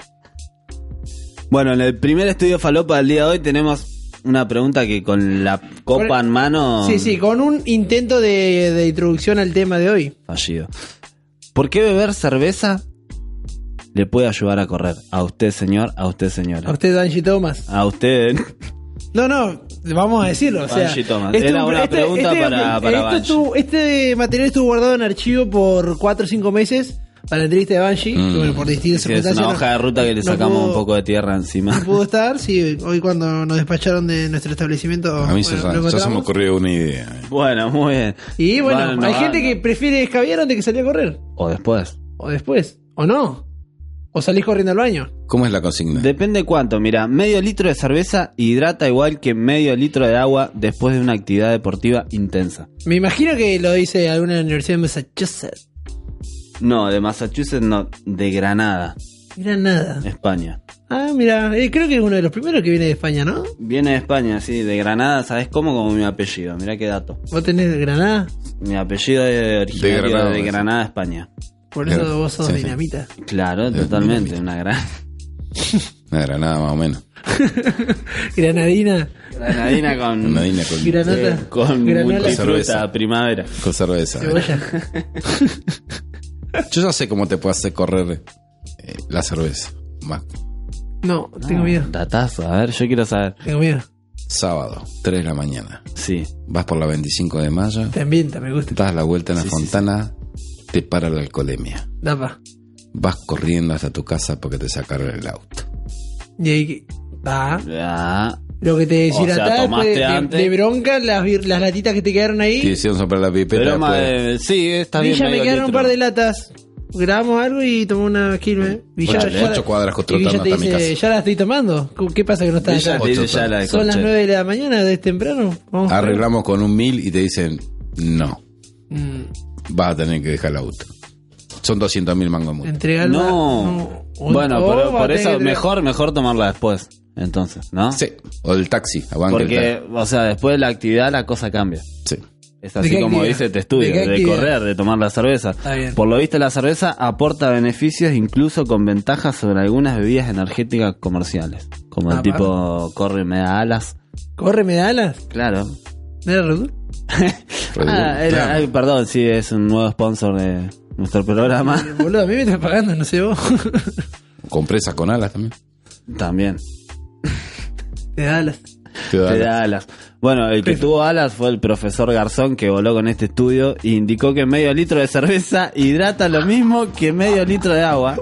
Speaker 4: Bueno, en el primer estudio falopa del día de hoy tenemos una pregunta que con la copa
Speaker 2: Con-
Speaker 4: en mano.
Speaker 2: Sí, sí, con un intento de, de introducción al tema de hoy.
Speaker 4: Fallido. ¿Por qué beber cerveza le puede ayudar a correr? A usted, señor, a usted,
Speaker 2: A
Speaker 4: señora.
Speaker 2: usted, Angie Thomas.
Speaker 4: A usted.
Speaker 2: No, no, vamos a decirlo. O sea,
Speaker 4: Angie Thomas.
Speaker 2: es
Speaker 4: Era
Speaker 2: un-
Speaker 4: una pregunta para- para
Speaker 2: esto
Speaker 4: Banshee.
Speaker 2: estuvo- este material estuvo guardado en archivo por 4 o 5 meses para la entrevista de Banshee.
Speaker 3: Mm.
Speaker 2: que, bueno, por distintas
Speaker 4: Que es
Speaker 2: circunstancias
Speaker 4: una
Speaker 2: no-
Speaker 4: hoja de ruta que le
Speaker 2: no
Speaker 4: sacamos
Speaker 2: pudo-
Speaker 4: un poco de tierra encima.
Speaker 2: No pudo estar, sí, hoy cuando nos despacharon de nuestro establecimiento.
Speaker 3: A mí
Speaker 2: bueno,
Speaker 3: se-
Speaker 2: lo
Speaker 3: ya se me
Speaker 2: encontramos.
Speaker 3: ocurrió una idea.
Speaker 4: Bueno, muy bien.
Speaker 2: Y bueno,
Speaker 4: Bueno,
Speaker 2: hay
Speaker 4: no,
Speaker 2: gente
Speaker 4: no.
Speaker 2: que prefiere escabiar antes que salir a correr.
Speaker 4: O después.
Speaker 2: O después. O no. O salís corriendo al baño.
Speaker 3: ¿Cómo es la consigna?
Speaker 4: Depende cuánto, mira, medio litro de cerveza hidrata igual que medio litro de agua después de una actividad deportiva intensa.
Speaker 2: Me imagino que lo dice alguna universidad de Massachusetts.
Speaker 4: No, de Massachusetts no, de Granada,
Speaker 2: Mira nada.
Speaker 4: España.
Speaker 2: Ah, mira, eh, creo que es uno de los primeros que viene de España, ¿no?
Speaker 4: Viene de España, sí, de Granada, ¿sabes cómo? Como mi apellido, mira qué dato.
Speaker 2: Vos tenés Granada,
Speaker 4: Mi apellido es originario de
Speaker 3: Granada,
Speaker 4: Granada,
Speaker 3: sí.
Speaker 4: España.
Speaker 2: por
Speaker 3: Claro.
Speaker 2: eso vos sos
Speaker 3: Sí, sí.
Speaker 2: dinamita.
Speaker 4: Claro,
Speaker 3: Eh,
Speaker 4: totalmente, una gran...
Speaker 3: Una granada más o menos.
Speaker 2: Granadina,
Speaker 4: Granadina con...
Speaker 3: Una dina con,
Speaker 2: granata,
Speaker 4: Con
Speaker 2: granola,
Speaker 3: multi-
Speaker 4: multifruta, primavera.
Speaker 3: con cerveza.
Speaker 2: cebolla.
Speaker 3: Yo ya sé cómo te puede hacer correr eh, la cerveza. Más
Speaker 2: No,
Speaker 3: Ah.
Speaker 2: tengo miedo,
Speaker 4: Datazo, a ver, yo quiero saber.
Speaker 2: tengo miedo.
Speaker 3: sábado, 3 de la mañana.
Speaker 4: Sí.
Speaker 3: Vas por la 25 de mayo,
Speaker 2: Te ambienta, me gusta.
Speaker 3: das la vuelta en la
Speaker 4: Sí, sí,
Speaker 3: fontana, te para la alcoholemia.
Speaker 2: Dapa.
Speaker 3: Vas corriendo hasta tu casa porque te sacaron el auto.
Speaker 2: Y ahí que- Ah,
Speaker 4: Ah,
Speaker 2: lo que te deshidratás
Speaker 4: sea,
Speaker 2: después
Speaker 4: tomaste
Speaker 2: de, de-
Speaker 4: antes.
Speaker 2: de bronca, las, bir- las latitas que te quedaron ahí.
Speaker 3: Te hicieron soplar la pipeta
Speaker 4: pero
Speaker 3: después.
Speaker 4: madre, sí, está bien.
Speaker 2: Villa me
Speaker 4: medio
Speaker 2: quedaron un
Speaker 4: litro.
Speaker 2: par de latas. Grabamos algo y tomé una quilme. Villa,
Speaker 3: Ocho-
Speaker 2: ya-
Speaker 3: ocho cuadras
Speaker 2: y Villa
Speaker 3: trotando
Speaker 2: te
Speaker 3: hasta mi
Speaker 2: dice,
Speaker 3: casa.
Speaker 2: ya la estoy tomando. ¿Qué pasa que no está
Speaker 4: Ella
Speaker 2: acá?
Speaker 4: te dice ya la de
Speaker 2: Son las
Speaker 4: corchete.
Speaker 2: 9 de la mañana, de temprano. Vamos a-
Speaker 3: Arreglamos con un mil y te dicen, no,
Speaker 2: Mm,
Speaker 3: vas a tener que dejar el auto. Son 200 mil mangos mucho.
Speaker 2: entregarla.
Speaker 4: No.
Speaker 2: O-
Speaker 4: Bueno,
Speaker 2: o
Speaker 4: pero
Speaker 2: vamos a
Speaker 4: por
Speaker 2: tener
Speaker 4: eso
Speaker 2: que-
Speaker 4: mejor, mejor tomarla después. Entonces, ¿no?
Speaker 3: Sí, o el taxi, aguante el
Speaker 4: Porque, o sea, después de la actividad la cosa cambia.
Speaker 3: taxi. Sí.
Speaker 4: Es así
Speaker 2: qué
Speaker 4: como
Speaker 2: actividad?
Speaker 4: dice este
Speaker 2: ¿De
Speaker 4: estudio,
Speaker 2: qué
Speaker 4: de,
Speaker 2: actividad?
Speaker 4: correr, de tomar la cerveza.
Speaker 2: Está bien.
Speaker 4: Por lo visto la cerveza aporta beneficios incluso con ventajas sobre algunas bebidas energéticas comerciales. Como
Speaker 2: Ah,
Speaker 4: el tipo corre y me da alas.
Speaker 2: ¿Corre, me da alas?
Speaker 4: Claro.
Speaker 2: ¿No era Red Bull?
Speaker 3: Red
Speaker 4: Ah,
Speaker 3: Bull.
Speaker 4: era- ay, perdón, sí, es un nuevo sponsor de nuestro programa.
Speaker 2: Boludo, a mí me estás pagando, no sé vos.
Speaker 4: eh.
Speaker 3: Compresa con alas también.
Speaker 4: También.
Speaker 2: Te da las.
Speaker 3: Te da
Speaker 4: Te
Speaker 3: alas.
Speaker 4: da alas. Bueno, el que tuvo alas fue el profesor Garzón que voló con este estudio e indicó que medio litro de cerveza hidrata lo mismo que medio litro de agua.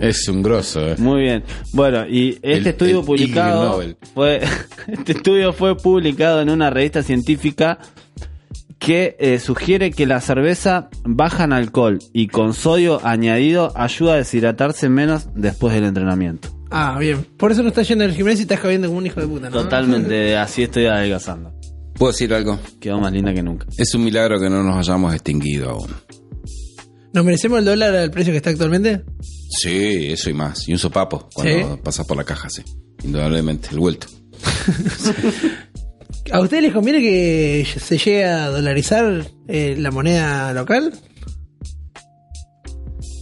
Speaker 3: Es un grosso, eh.
Speaker 4: Muy bien. Bueno, y este
Speaker 3: El-
Speaker 4: estudio
Speaker 3: el Ig
Speaker 4: publicado
Speaker 3: Nobel.
Speaker 4: fue este estudio fue publicado en una revista científica que eh, sugiere que la cerveza baja en alcohol y con sodio añadido ayuda a deshidratarse menos después del entrenamiento.
Speaker 2: Ah, bien. Por eso no estás yendo al gimnasio y estás cabiendo como un hijo de puta, ¿no?
Speaker 4: Totalmente así estoy adelgazando.
Speaker 3: ¿Puedo decir algo?
Speaker 4: Quedó más linda que nunca.
Speaker 3: Es un milagro que no nos hayamos extinguido aún.
Speaker 2: ¿Nos merecemos el dólar al precio que está actualmente?
Speaker 3: Sí, eso y más. Y un sopapo cuando
Speaker 2: Sí.
Speaker 3: pasas por la caja, sí. Indudablemente, el vuelto.
Speaker 2: ¿A ustedes les conviene que se llegue a dolarizar eh, la moneda local?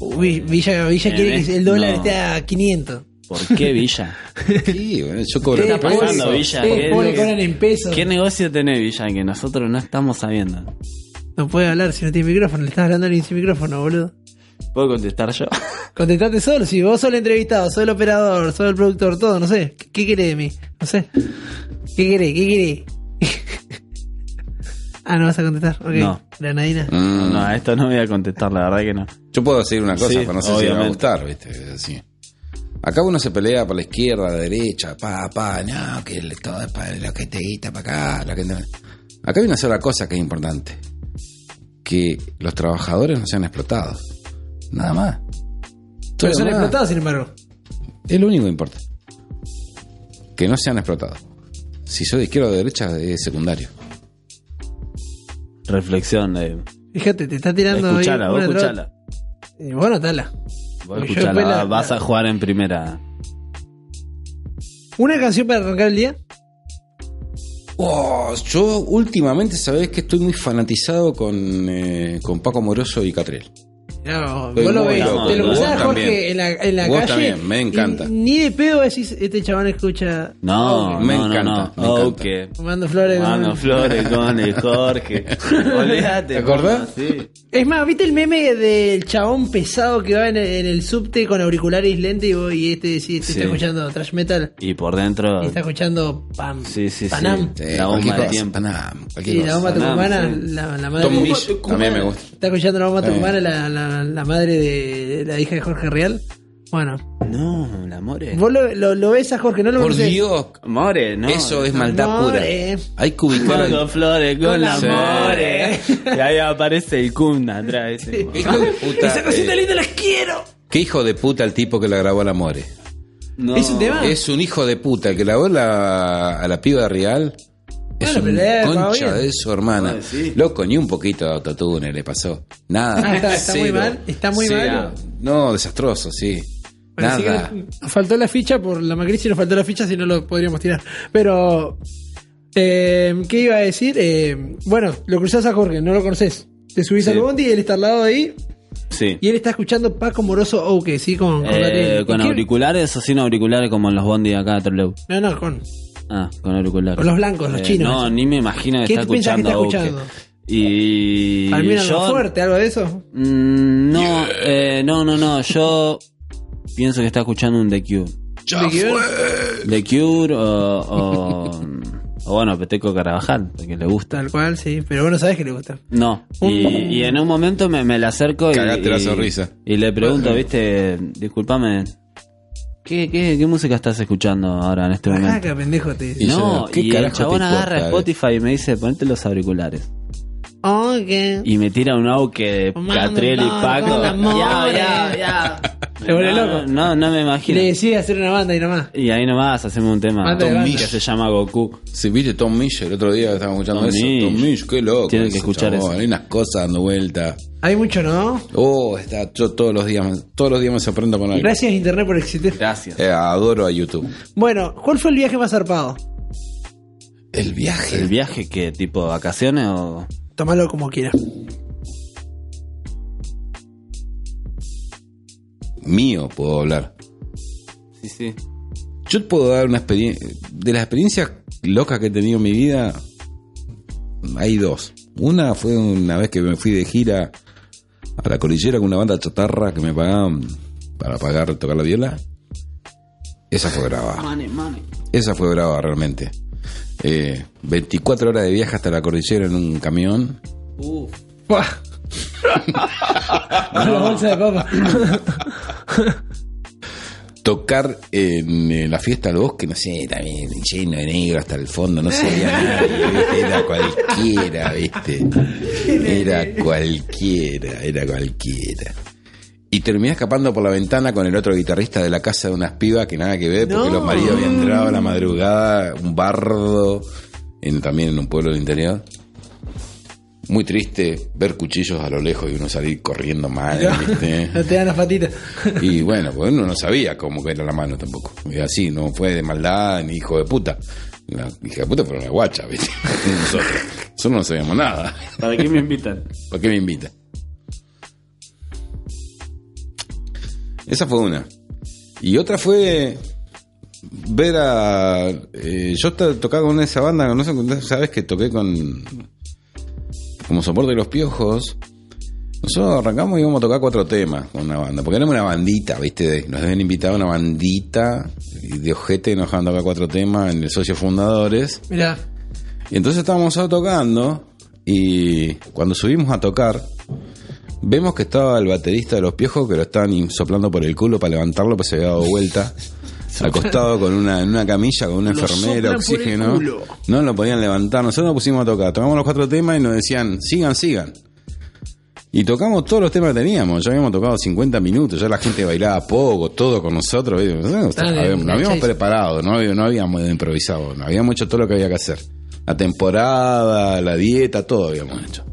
Speaker 2: Uy, Villa, Villa quiere que el dólar
Speaker 4: Eh, No.
Speaker 2: esté a 500.
Speaker 4: ¿Por qué Villa?
Speaker 3: Sí, bueno, yo cobro.
Speaker 4: ¿Qué está
Speaker 2: pobre-
Speaker 4: pasando, Villa?
Speaker 2: pobre,
Speaker 4: ¿Qué-
Speaker 2: pobre, cobran en pesos.
Speaker 4: ¿Qué negocio tenés Villa que nosotros no estamos sabiendo?
Speaker 2: No puede hablar si no tiene micrófono. Le estás hablando a alguien sin micrófono, boludo.
Speaker 4: ¿Puedo contestar yo?
Speaker 2: Contestate solo, si vos sos el entrevistado, sos el operador, sos el productor, todo, no sé. ¿Qué, qué querés de mí? No sé. ¿Qué querés? ¿Qué querés? ah, no vas a contestar. Ok.
Speaker 4: No.
Speaker 2: Granadina.
Speaker 3: Mm,
Speaker 4: No, a esto no voy a contestar, la verdad que no.
Speaker 3: Yo puedo decir una cosa,
Speaker 4: Sí,
Speaker 3: pero no sé si le va a
Speaker 4: obviamente.
Speaker 3: gustar, ¿viste? Es así. Acá uno se pelea para la izquierda, la derecha, pa, pa, no, que el- todo es para la que te guita, para acá, la que no. Acá hay una sola cosa que es importante: que los trabajadores no sean explotados. Nada más. Todo
Speaker 2: Pero
Speaker 3: lo
Speaker 2: son
Speaker 3: demás
Speaker 2: explotados, sin embargo.
Speaker 3: Es lo único que importa. Que no sean explotados. Si soy de izquierda o de derecha, es secundario.
Speaker 4: Reflexión de...
Speaker 2: Fíjate, te está tirando. ahí
Speaker 4: Escuchala, vos
Speaker 2: una droga.
Speaker 4: escuchala.
Speaker 2: Y vos notala.
Speaker 4: Vos
Speaker 2: Porque yo
Speaker 4: escuchala,
Speaker 2: después la-
Speaker 4: vas a jugar en primera.
Speaker 2: Una canción para arrancar el día.
Speaker 3: Oh, yo últimamente sabés que estoy muy fanatizado con, eh, con Paco Moroso y Catriel.
Speaker 2: No,
Speaker 3: Estoy
Speaker 2: vos lo
Speaker 3: muy
Speaker 2: ves,
Speaker 3: loco,
Speaker 2: te lo
Speaker 4: vos
Speaker 2: cruzás, Jorge,
Speaker 3: también.
Speaker 2: en la, en la
Speaker 3: Vos
Speaker 2: calle.
Speaker 3: también, me
Speaker 2: y
Speaker 3: encanta.
Speaker 2: Ni de pedo decís, este chabón escucha. Oh,
Speaker 4: No,
Speaker 3: Me
Speaker 4: no, no,
Speaker 3: encanta,
Speaker 4: no.
Speaker 3: me encanta.
Speaker 4: Ok.
Speaker 2: Fumando flores.
Speaker 4: Mano Flores con el Jorge. Olvídate.
Speaker 3: ¿Te acordás?
Speaker 4: Sí.
Speaker 2: Es más, ¿viste el meme del chabón pesado que va en el, en el subte con auriculares lente y, vos- y este sí, este
Speaker 4: Sí.
Speaker 2: está escuchando trash metal?
Speaker 4: Y por dentro.
Speaker 2: Y está escuchando Pam.
Speaker 4: Sí, sí, sí.
Speaker 2: Panam.
Speaker 4: Sí, La bomba
Speaker 3: cualquier
Speaker 4: de
Speaker 3: cosa,
Speaker 4: tiempo.
Speaker 3: Panam, cualquier
Speaker 2: Y la bomba
Speaker 3: cosa.
Speaker 4: Panam,
Speaker 2: tucumana,
Speaker 4: sí.
Speaker 2: la, la madre
Speaker 3: Tom
Speaker 2: de...
Speaker 3: Misch, también me gusta.
Speaker 2: Está escuchando la bomba
Speaker 3: Sí.
Speaker 2: tucumana, la, la, la madre de la hija de Jorge Real. Bueno,
Speaker 4: No, la More.
Speaker 2: vos lo, lo, lo ves a Jorge, no lo
Speaker 3: Por
Speaker 2: conoces.
Speaker 3: Dios,
Speaker 4: More, no.
Speaker 3: eso es maldad
Speaker 2: Amor,
Speaker 3: pura.
Speaker 2: eh.
Speaker 3: Hay que ubicar al-
Speaker 4: Mano Flores con la
Speaker 2: Sí.
Speaker 4: More. Y ahí aparece el Kun atrás. ese.
Speaker 3: Qué hijo de puta,
Speaker 2: Esa cosita
Speaker 3: eh,
Speaker 2: linda las quiero.
Speaker 3: qué hijo de puta el tipo que la grabó a la More.
Speaker 4: No.
Speaker 2: Es un tema.
Speaker 3: Es un hijo de puta. El que grabó la, a la piba de Real es
Speaker 2: Bueno,
Speaker 3: un
Speaker 2: pero le va
Speaker 3: concha
Speaker 2: bien.
Speaker 3: de su hermana.
Speaker 4: Bueno, sí.
Speaker 3: Loco, ni un poquito de autotune le pasó. Nada.
Speaker 2: Ah, está- está muy
Speaker 3: Cero.
Speaker 2: mal, está muy
Speaker 3: Cero.
Speaker 2: mal.
Speaker 3: No, desastroso, sí.
Speaker 2: Bueno,
Speaker 3: Nada.
Speaker 2: sí, nos faltó la ficha por la Macri, si nos faltó la ficha, si no lo podríamos tirar. Pero, eh, ¿qué iba a decir? Eh, bueno, lo cruzás a Jorge, no lo conoces. Te subís
Speaker 4: Sí.
Speaker 2: al bondi y él está al lado ahí.
Speaker 4: Sí.
Speaker 2: Y él está escuchando Paco Moroso Oke, sí, con, con la
Speaker 4: Eh,
Speaker 2: tele.
Speaker 4: con
Speaker 2: ¿Y qué?
Speaker 4: auriculares o sin auriculares como en los bondi de acá de Trelew.
Speaker 2: No, no, con.
Speaker 4: Ah, con auriculares.
Speaker 2: Con los blancos,
Speaker 3: Eh,
Speaker 2: los chinos.
Speaker 4: Eh, No, ni me imagino que
Speaker 2: ¿Qué
Speaker 4: está
Speaker 2: pensás que
Speaker 4: escuchando.
Speaker 2: está
Speaker 4: Auke.
Speaker 2: escuchando?
Speaker 4: Y.
Speaker 2: Al menos
Speaker 4: yo-
Speaker 2: fuerte, algo de eso.
Speaker 4: Mm, No, eh, no, no, no. Yo pienso que está escuchando un The Cure.
Speaker 2: ¿De qué ver?
Speaker 4: The Cure o. o, o bueno, Peteco Carabajal, porque le gusta.
Speaker 2: Tal cual, sí. Pero bueno, sabes que le gusta.
Speaker 4: No. Y, y en un momento me, me le acerco y.
Speaker 3: Cagaste la
Speaker 4: y-
Speaker 3: sonrisa.
Speaker 4: Y le pregunto, viste, discúlpame. ¿Qué, qué, qué música estás escuchando ahora en este
Speaker 2: Ajá,
Speaker 4: momento?
Speaker 2: que Ah, pendejo te dice.
Speaker 3: Y
Speaker 4: No,
Speaker 3: yo, ¿qué
Speaker 4: y el
Speaker 3: carajo te
Speaker 4: chabón
Speaker 3: importa,
Speaker 4: agarra
Speaker 3: eh?
Speaker 4: Spotify y me dice, ponete los auriculares.
Speaker 2: Oke.
Speaker 4: Y me tira un au que
Speaker 2: Fumando
Speaker 4: Catriel y
Speaker 2: un
Speaker 4: Paco.
Speaker 2: con amores. Te vuelve
Speaker 4: No,
Speaker 2: loco.
Speaker 4: No, no me imagino.
Speaker 2: Le decide hacer una banda y nomás.
Speaker 4: Y ahí nomás hacemos un tema
Speaker 2: Manda de
Speaker 4: Tom
Speaker 2: banda.
Speaker 4: Misch, que se llama Goku.
Speaker 3: Sí, viste Tom Misch el otro día estábamos escuchando
Speaker 4: Tom
Speaker 3: eso.
Speaker 4: Misch.
Speaker 3: Tom Misch, qué loco.
Speaker 4: Tienen que
Speaker 3: ese
Speaker 4: escuchar
Speaker 3: chabón.
Speaker 4: eso.
Speaker 3: Hay unas cosas dando vuelta.
Speaker 2: Hay mucho, ¿no?
Speaker 3: Oh, está, yo todos los días, me- todos los días me sorprendo con algo.
Speaker 2: Gracias Internet por existir.
Speaker 4: Gracias.
Speaker 3: Eh, adoro a YouTube.
Speaker 2: Bueno, ¿cuál fue el viaje más zarpado?
Speaker 3: El viaje.
Speaker 4: ¿El viaje qué? ¿Tipo vacaciones o...?
Speaker 2: Tómalo como quieras.
Speaker 3: mío puedo hablar.
Speaker 4: Sí, sí.
Speaker 3: Yo te puedo dar una experiencia. De las experiencias locas que he tenido en mi vida, hay dos. Una fue una vez que me fui de gira a la cordillera con una banda chatarra que me pagaban para pagar tocar la viola. Esa fue brava. Esa fue brava realmente. Eh, 24 horas de viaje hasta la cordillera en un camión.
Speaker 2: Una bolsa de papa.
Speaker 3: Tocar en eh, la fiesta del bosque, no sé, también lleno de negro hasta el fondo, no se veía nadie, ¿viste? era cualquiera, ¿viste? Era cualquiera, era cualquiera. Y terminé escapando por la ventana con el otro guitarrista de la casa de unas pibas que nada que ver, porque
Speaker 2: No.
Speaker 3: los maridos habían entrado a la madrugada, un bardo, en, también en un pueblo del interior. Muy triste ver cuchillos a lo lejos y uno salir corriendo mal, ¿viste?
Speaker 2: No te dan las patitas.
Speaker 3: Y bueno, pues uno no sabía cómo era la mano tampoco. Y así, no fue de maldad ni hijo de puta. La hija de puta fueron la guacha, ¿viste? Nosotros. Nosotros no sabíamos nada.
Speaker 4: ¿Para qué me invitan?
Speaker 3: ¿Por qué me invita? Esa fue una. Y otra fue ver a... eh, yo to- tocaba con esa banda, no sé, sabes que toqué con... Como soporte de los piojos. Nosotros arrancamos y íbamos a tocar cuatro temas con una banda. Porque éramos una bandita, ¿viste? De- Nos habían invitado a una bandita y de ojete y nos dejaban tocar cuatro temas en el socio fundadores.
Speaker 2: Mirá.
Speaker 3: Y entonces estábamos todos tocando y cuando subimos a tocar, vemos que estaba el baterista de los piojos que lo estaban in- soplando por el culo para levantarlo, pues se había dado vuelta. Al costado con una, en una camilla, con una
Speaker 2: Lo
Speaker 3: enfermera,
Speaker 2: soplan por el
Speaker 3: oxígeno.
Speaker 2: culo.
Speaker 3: No lo podían levantar. Nosotros nos pusimos a tocar. Tocamos los cuatro temas y nos decían, sigan, sigan. Y tocamos todos los temas que teníamos. Ya habíamos tocado 50 minutos. Ya la gente bailaba poco, todo con nosotros. ¿viste? Nosotros
Speaker 2: Ah, de-
Speaker 3: habíamos-
Speaker 2: de
Speaker 3: nos habíamos
Speaker 2: chase.
Speaker 3: preparado, no, había- no habíamos improvisado. No habíamos hecho todo lo que había que hacer. La temporada, la dieta, todo habíamos hecho.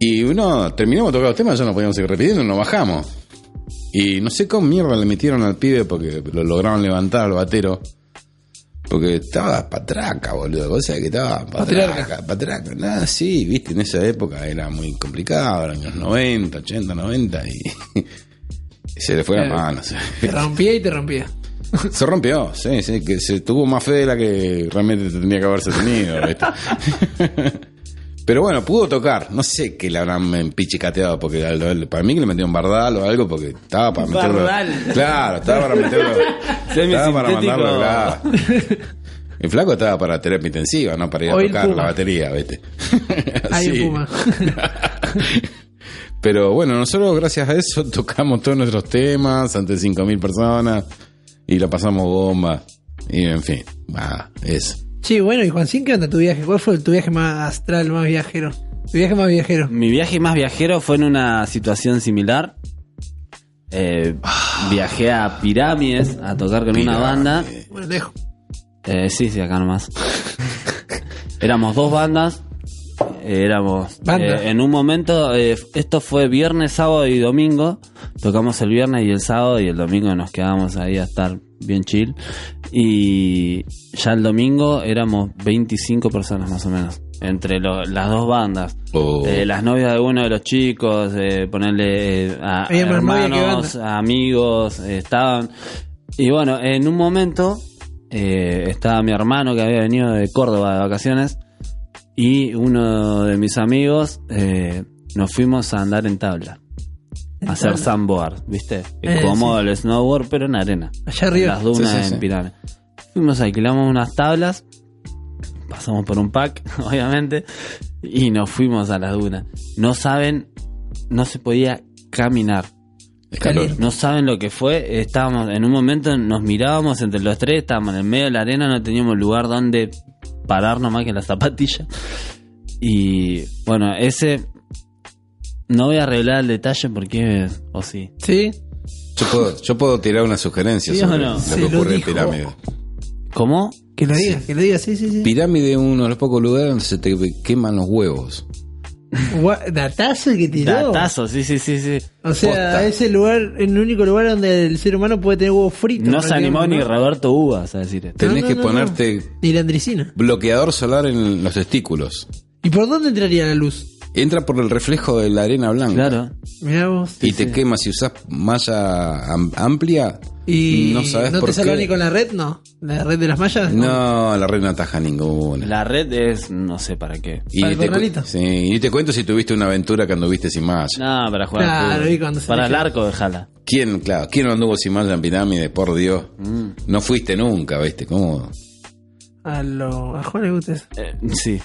Speaker 3: Y uno, terminamos de tocar los temas, ya no podíamos seguir repitiendo, nos bajamos. Y no sé cómo mierda le metieron al pibe porque lo lograron levantar al batero. Porque estaba patraca, boludo. O sea que estaba patraca, patraca. Nada, sí, viste, en esa época era muy complicado, eran los 90, 80, 90 y se le fue la
Speaker 2: Eh.
Speaker 3: mano. se-
Speaker 2: Te rompía y te rompía.
Speaker 3: Se rompió, sí, sí, que se tuvo más fe de la que realmente tendría que haberse tenido. ¿viste? Pero bueno, pudo tocar. No sé qué le habrán pichicateado, porque al- al- para mí que le metió un bardal o algo, porque estaba para meterlo.
Speaker 4: Bardal.
Speaker 3: Claro, estaba para meterlo. estaba para
Speaker 4: Semisintético.
Speaker 3: mandarlo. claro. El flaco estaba para terapia intensiva, no para ir a
Speaker 2: Hoy el
Speaker 3: tocar
Speaker 2: Puma.
Speaker 3: la batería, ¿viste?
Speaker 2: Ahí
Speaker 3: Así.
Speaker 2: en Puma.
Speaker 3: Pero bueno, nosotros gracias a eso tocamos todos nuestros temas ante 5.000 personas y la pasamos bomba. Y en fin, va, eso.
Speaker 2: Che, bueno, y Juancín, ¿qué onda tu viaje? ¿Cuál fue tu viaje más astral, más viajero? Tu viaje más viajero.
Speaker 4: Mi viaje más viajero fue en una situación similar. Eh, viajé a Pirámides a tocar con una banda.
Speaker 2: Bueno, te dejo.
Speaker 4: Eh, sí, sí, acá nomás. éramos dos bandas. eh, Éramos.
Speaker 2: Banda.
Speaker 4: eh, en un momento, eh, esto fue viernes, sábado y domingo. Tocamos el viernes y el sábado y el domingo nos quedábamos ahí a estar bien chill. Y ya el domingo éramos 25 personas más o menos. Entre lo- las dos bandas.
Speaker 3: Oh.
Speaker 4: Eh, las novias de uno de los chicos, eh, ponerle eh, a
Speaker 2: Había más novia que
Speaker 4: hermanos, amigos, eh, estaban. Y bueno, en un momento eh, estaba mi hermano que había venido de Córdoba de vacaciones y uno de mis amigos eh, nos fuimos a andar en tabla. A hacer sandboard, ¿viste?
Speaker 2: Eh,
Speaker 4: Como el snowboard, pero en arena.
Speaker 2: Allá arriba.
Speaker 4: Las dunas
Speaker 3: Sí, sí, sí.
Speaker 4: en Pirámide. Fuimos, alquilamos unas tablas, pasamos por un pack, obviamente, y nos fuimos a las dunas. No saben, no se podía caminar.
Speaker 3: Es calor.
Speaker 4: No saben lo que fue. Estábamos, en un momento nos mirábamos entre los tres, estábamos en el medio de la arena, no teníamos lugar donde pararnos más que la zapatilla. Y bueno, ese. No voy a arreglar el detalle porque. O sí.
Speaker 2: ¿Sí?
Speaker 3: Yo puedo, yo puedo tirar una sugerencia
Speaker 4: ¿Sí o
Speaker 3: sobre
Speaker 4: no?
Speaker 3: lo
Speaker 4: Se
Speaker 3: que
Speaker 2: lo
Speaker 3: ocurre en
Speaker 2: dijo.
Speaker 3: Pirámide.
Speaker 4: ¿Cómo?
Speaker 2: Que lo digas, que lo digas, sí, sí, sí.
Speaker 3: Pirámide es uno de los pocos lugares donde se te queman los huevos.
Speaker 2: Gua- Datazo que tiró.
Speaker 4: Datazo, sí, sí, sí, sí.
Speaker 2: O sea,
Speaker 3: Posta.
Speaker 2: es el lugar, el único lugar donde el ser humano puede tener huevos fritos.
Speaker 4: No se animó ni Roberto Uvas a decir esto.
Speaker 3: Tenés
Speaker 2: no,
Speaker 3: que
Speaker 2: no, no.
Speaker 3: ponerte
Speaker 2: Ni la andricina.
Speaker 3: bloqueador solar en los testículos.
Speaker 2: ¿Y por dónde entraría la luz?
Speaker 3: Entra por el reflejo de la arena blanca.
Speaker 4: Claro.
Speaker 2: Mirá vos.
Speaker 3: y te quema si usás malla am- amplia
Speaker 2: Y
Speaker 3: No sabes por
Speaker 2: te salva
Speaker 3: qué.
Speaker 2: ni con la red, no. La red de las mallas.
Speaker 3: No, la red no ataja ninguna.
Speaker 4: La red es no sé para qué.
Speaker 3: Y
Speaker 2: ¿Para el
Speaker 3: te, cu-
Speaker 2: corralito?
Speaker 3: sí, y te cuento si tuviste una aventura que anduviste sin malla.
Speaker 4: No, para jugar. al
Speaker 2: Claro,
Speaker 4: fútbol.
Speaker 2: y cuando se
Speaker 4: para
Speaker 2: te
Speaker 4: el
Speaker 2: cae.
Speaker 4: arco, déjala.
Speaker 3: ¿Quién, claro, quién no anduvo sin malla en pirámide? Por Dios.
Speaker 2: Mm.
Speaker 3: No fuiste nunca, ¿viste? ¿Cómo?
Speaker 2: A, lo, a Juan le gusta eso.
Speaker 4: Eh, sí.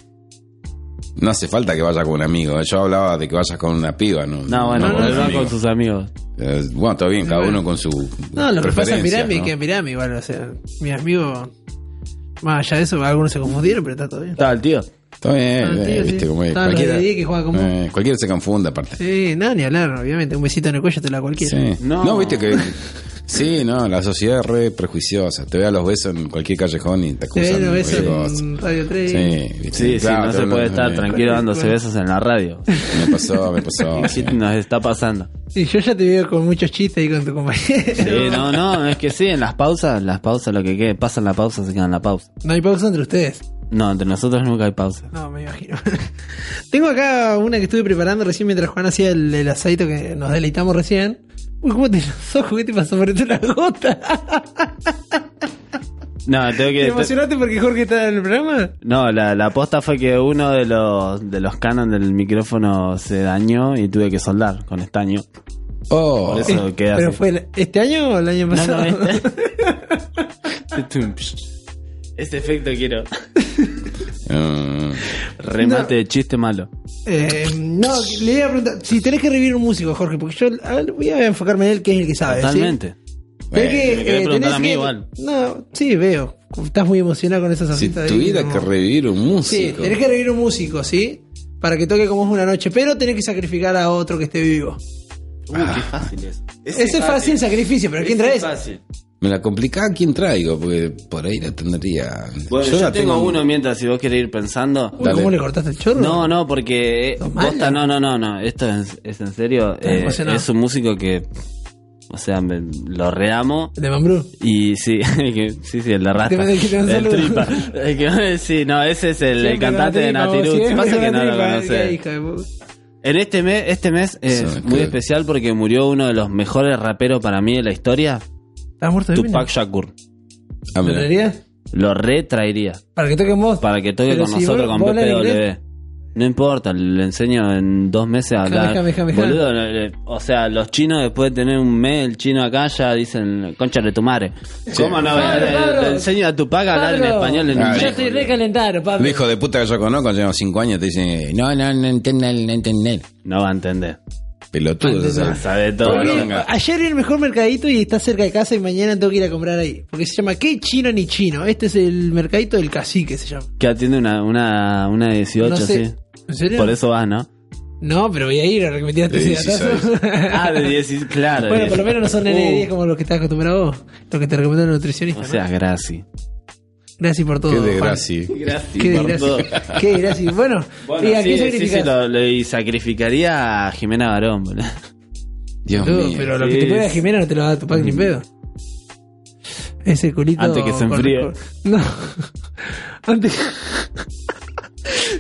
Speaker 3: No hace falta que vayas con un amigo. ¿eh? Yo hablaba de que vayas con una piba, ¿no?
Speaker 4: No, bueno,
Speaker 2: no,
Speaker 4: él
Speaker 2: no,
Speaker 4: va
Speaker 3: amigo.
Speaker 4: con sus amigos.
Speaker 3: Eh, bueno, está bien, cada uno con su.
Speaker 2: No, lo que pasa en
Speaker 3: preferencia,
Speaker 2: Pirámide
Speaker 3: ¿no?
Speaker 2: que en Pirámide igual. O sea, mi amigo. Más allá de eso, algunos se confundieron, pero está todo bien.
Speaker 4: Estaba el tío.
Speaker 3: Está bien,
Speaker 2: Ah,
Speaker 3: eh,
Speaker 2: tío,
Speaker 3: viste
Speaker 2: sí.
Speaker 3: cómo es.
Speaker 2: Estaban los
Speaker 3: Cualquiera,
Speaker 2: de 10 que juega como-
Speaker 3: eh, cualquiera se confunda, aparte.
Speaker 2: Sí, nada, ni hablar, obviamente. Un besito en el cuello te la cualquiera.
Speaker 3: Sí.
Speaker 4: No.
Speaker 3: No. viste que. Sí, no, la sociedad es re prejuiciosa. Te vean los besos en cualquier callejón y te
Speaker 2: Te
Speaker 3: acusan.
Speaker 2: ven
Speaker 3: de
Speaker 2: los besos
Speaker 3: cualquier cosa.
Speaker 2: en Radio 3.
Speaker 3: Sí, viste,
Speaker 4: Sí, sí,
Speaker 3: claro,
Speaker 4: no
Speaker 3: te
Speaker 4: se
Speaker 3: hablan-
Speaker 4: puede estar
Speaker 3: eh,
Speaker 4: tranquilo dándose besos en la radio.
Speaker 3: Me pasó, me pasó. sí.
Speaker 4: ¿Qué nos está pasando?
Speaker 2: Y yo ya te veo con muchos chistes ahí con tu compañero.
Speaker 4: Sí, no, no, es que sí, en las pausas, las pausas, lo que quede, pasan la pausa, se quedan la pausa.
Speaker 2: No hay pausa entre ustedes.
Speaker 4: No, entre nosotros nunca hay pausa.
Speaker 2: No, me imagino. Tengo acá una que estuve preparando recién mientras Juan hacía el, el asadito que nos deleitamos recién. Uy, ¿cómo te los ojos? ¿Qué te pasó por la gota?
Speaker 4: No, tengo
Speaker 2: ¿Te
Speaker 4: que...
Speaker 2: emocionaste porque Jorge está en el programa?
Speaker 4: No, la, la posta fue que uno de los, de los canos del micrófono se dañó y tuve que soldar con estaño.
Speaker 3: Oh,
Speaker 4: Por eso queda
Speaker 2: ¿Pero
Speaker 4: así.
Speaker 2: fue el- este año o el año
Speaker 4: No, este.
Speaker 2: pasado?
Speaker 4: no, este- Ese Este efecto quiero.
Speaker 3: mm,
Speaker 4: Remate de chiste malo.
Speaker 2: Eh, no, le iba a preguntar si tenés que revivir un músico, Jorge, porque yo a ver, voy a enfocarme en él, que es el que sabe. Ah, ¿sí?
Speaker 4: Totalmente.
Speaker 2: Tenés
Speaker 3: eh,
Speaker 2: que,
Speaker 4: me querés
Speaker 2: eh,
Speaker 4: preguntar
Speaker 2: tenés
Speaker 4: a mí
Speaker 2: que-
Speaker 4: igual.
Speaker 2: No, sí, veo. Estás muy emocionado con esas
Speaker 3: si
Speaker 2: cositas ahí,
Speaker 3: tuviera
Speaker 2: como-
Speaker 3: que revivir un
Speaker 2: Sí,
Speaker 3: músico.
Speaker 2: tenés que revivir un músico, ¿sí? Para que toque como es una noche, pero tenés que sacrificar a otro que esté vivo.
Speaker 4: Uy, qué fácil es.
Speaker 2: Ese, es fácil el sacrificio, pero ¿quién traes?
Speaker 4: fácil.
Speaker 3: Me la complicaba quién traigo, porque por ahí la tendría.
Speaker 4: Bueno, yo,
Speaker 3: la
Speaker 4: tengo uno mientras, si vos querés ir pensando.
Speaker 2: Uy,
Speaker 3: Dale.
Speaker 2: ¿Cómo le cortaste el chorro?
Speaker 4: No, no, porque. eh,
Speaker 2: ¿Sos malo?
Speaker 4: posta, no, no, no, no. Esto es, es en serio.
Speaker 2: Estás
Speaker 4: eh,
Speaker 2: emocionado.
Speaker 4: es un músico que. O sea, me- lo reamo.
Speaker 2: De Mambrú.
Speaker 4: Y sí, que- sí, sí, el de Raspa.
Speaker 2: Te mandé que te un
Speaker 4: el
Speaker 2: saludo.
Speaker 4: tripa. El que- sí, no, ese es el, el
Speaker 2: Siempre
Speaker 4: cantante de
Speaker 2: con la tripa,
Speaker 4: Natirut.
Speaker 2: vos, siempre
Speaker 4: Pasa
Speaker 2: con
Speaker 4: que
Speaker 2: la
Speaker 4: no lo
Speaker 2: tripa,
Speaker 4: conoces.
Speaker 2: qué hija de puta.
Speaker 4: En este mes, este mes es
Speaker 3: Sí,
Speaker 4: muy
Speaker 3: que-
Speaker 4: especial porque murió uno de los mejores raperos para mí de la historia,
Speaker 2: ¿Estás muerto de
Speaker 4: Tupac Shakur.
Speaker 3: Ah,
Speaker 2: ¿Te
Speaker 3: mira.
Speaker 2: traerías?
Speaker 4: Lo retraería
Speaker 2: Para que toquen vos.
Speaker 4: para que toque
Speaker 2: Pero
Speaker 4: con
Speaker 2: si
Speaker 4: nosotros
Speaker 2: vos-
Speaker 4: con
Speaker 2: vos hablas
Speaker 4: PPW. No importa, le enseño en dos meses a
Speaker 2: Jame,
Speaker 4: hablar.
Speaker 2: jame, jame, jame.
Speaker 4: Boludo, le- le- o sea, los chinos después de tener un mes, el chino acá ya dicen, concha de tu madre. ¿Cómo no?
Speaker 2: Pablo,
Speaker 4: Le-
Speaker 2: Pablo.
Speaker 4: le enseño a Tupac a hablar en
Speaker 2: Pablo,
Speaker 4: español en
Speaker 3: Ah,
Speaker 4: inglés,
Speaker 3: yo
Speaker 2: estoy
Speaker 4: boludo.
Speaker 2: recalentado,
Speaker 3: Un hijo de puta que yo conozco, llevo 5 años, te dice, no, no, no entender, no entender.
Speaker 4: No va a entender.
Speaker 3: Pelotudo, o sea,
Speaker 4: Sabe todo.
Speaker 3: Pablo.
Speaker 4: boludo.
Speaker 3: Poronga.
Speaker 2: Ayer vi el mejor mercadito y está cerca de casa y mañana tengo que ir a comprar ahí. Porque se llama ¿Qué chino ni chino? Este es el mercadito del cacique, se llama.
Speaker 4: Que atiende una, una, una 18,
Speaker 2: No sé.
Speaker 4: sí.
Speaker 2: ¿En serio?
Speaker 4: Por eso vas, ¿no?
Speaker 2: No, pero voy a ir ahora que me tiraste
Speaker 3: De
Speaker 2: ese datazo.
Speaker 3: 16.
Speaker 4: Ah, de 10, claro.
Speaker 2: bueno,
Speaker 4: de
Speaker 2: por lo menos no son
Speaker 3: Oh.
Speaker 4: 10.
Speaker 2: nene de 10 como los que estás acostumbrado vos. Lo que te recomendó el nutricionista.
Speaker 4: O
Speaker 2: ¿no?
Speaker 4: sea, Graci.
Speaker 2: Gracias por todo.
Speaker 3: qué
Speaker 2: Juan.
Speaker 3: desgracia.
Speaker 4: Graci,
Speaker 2: Qué desgracia. Qué desgracia. Bueno,
Speaker 4: Bueno,
Speaker 2: ¿y a
Speaker 4: sí,
Speaker 2: qué
Speaker 4: sí,
Speaker 2: sacrificás?
Speaker 4: sí, lo, lo- y sacrificaría a Jimena Barón, boludo.
Speaker 3: Dios
Speaker 2: Tú,
Speaker 3: mío.
Speaker 2: pero lo que te
Speaker 4: Sí,
Speaker 2: puede a
Speaker 4: sí.
Speaker 2: Jimena no te lo da tu pack ni pedo. Ese culito.
Speaker 4: Antes que se
Speaker 2: con-
Speaker 4: enfríe.
Speaker 2: con- No. Antes.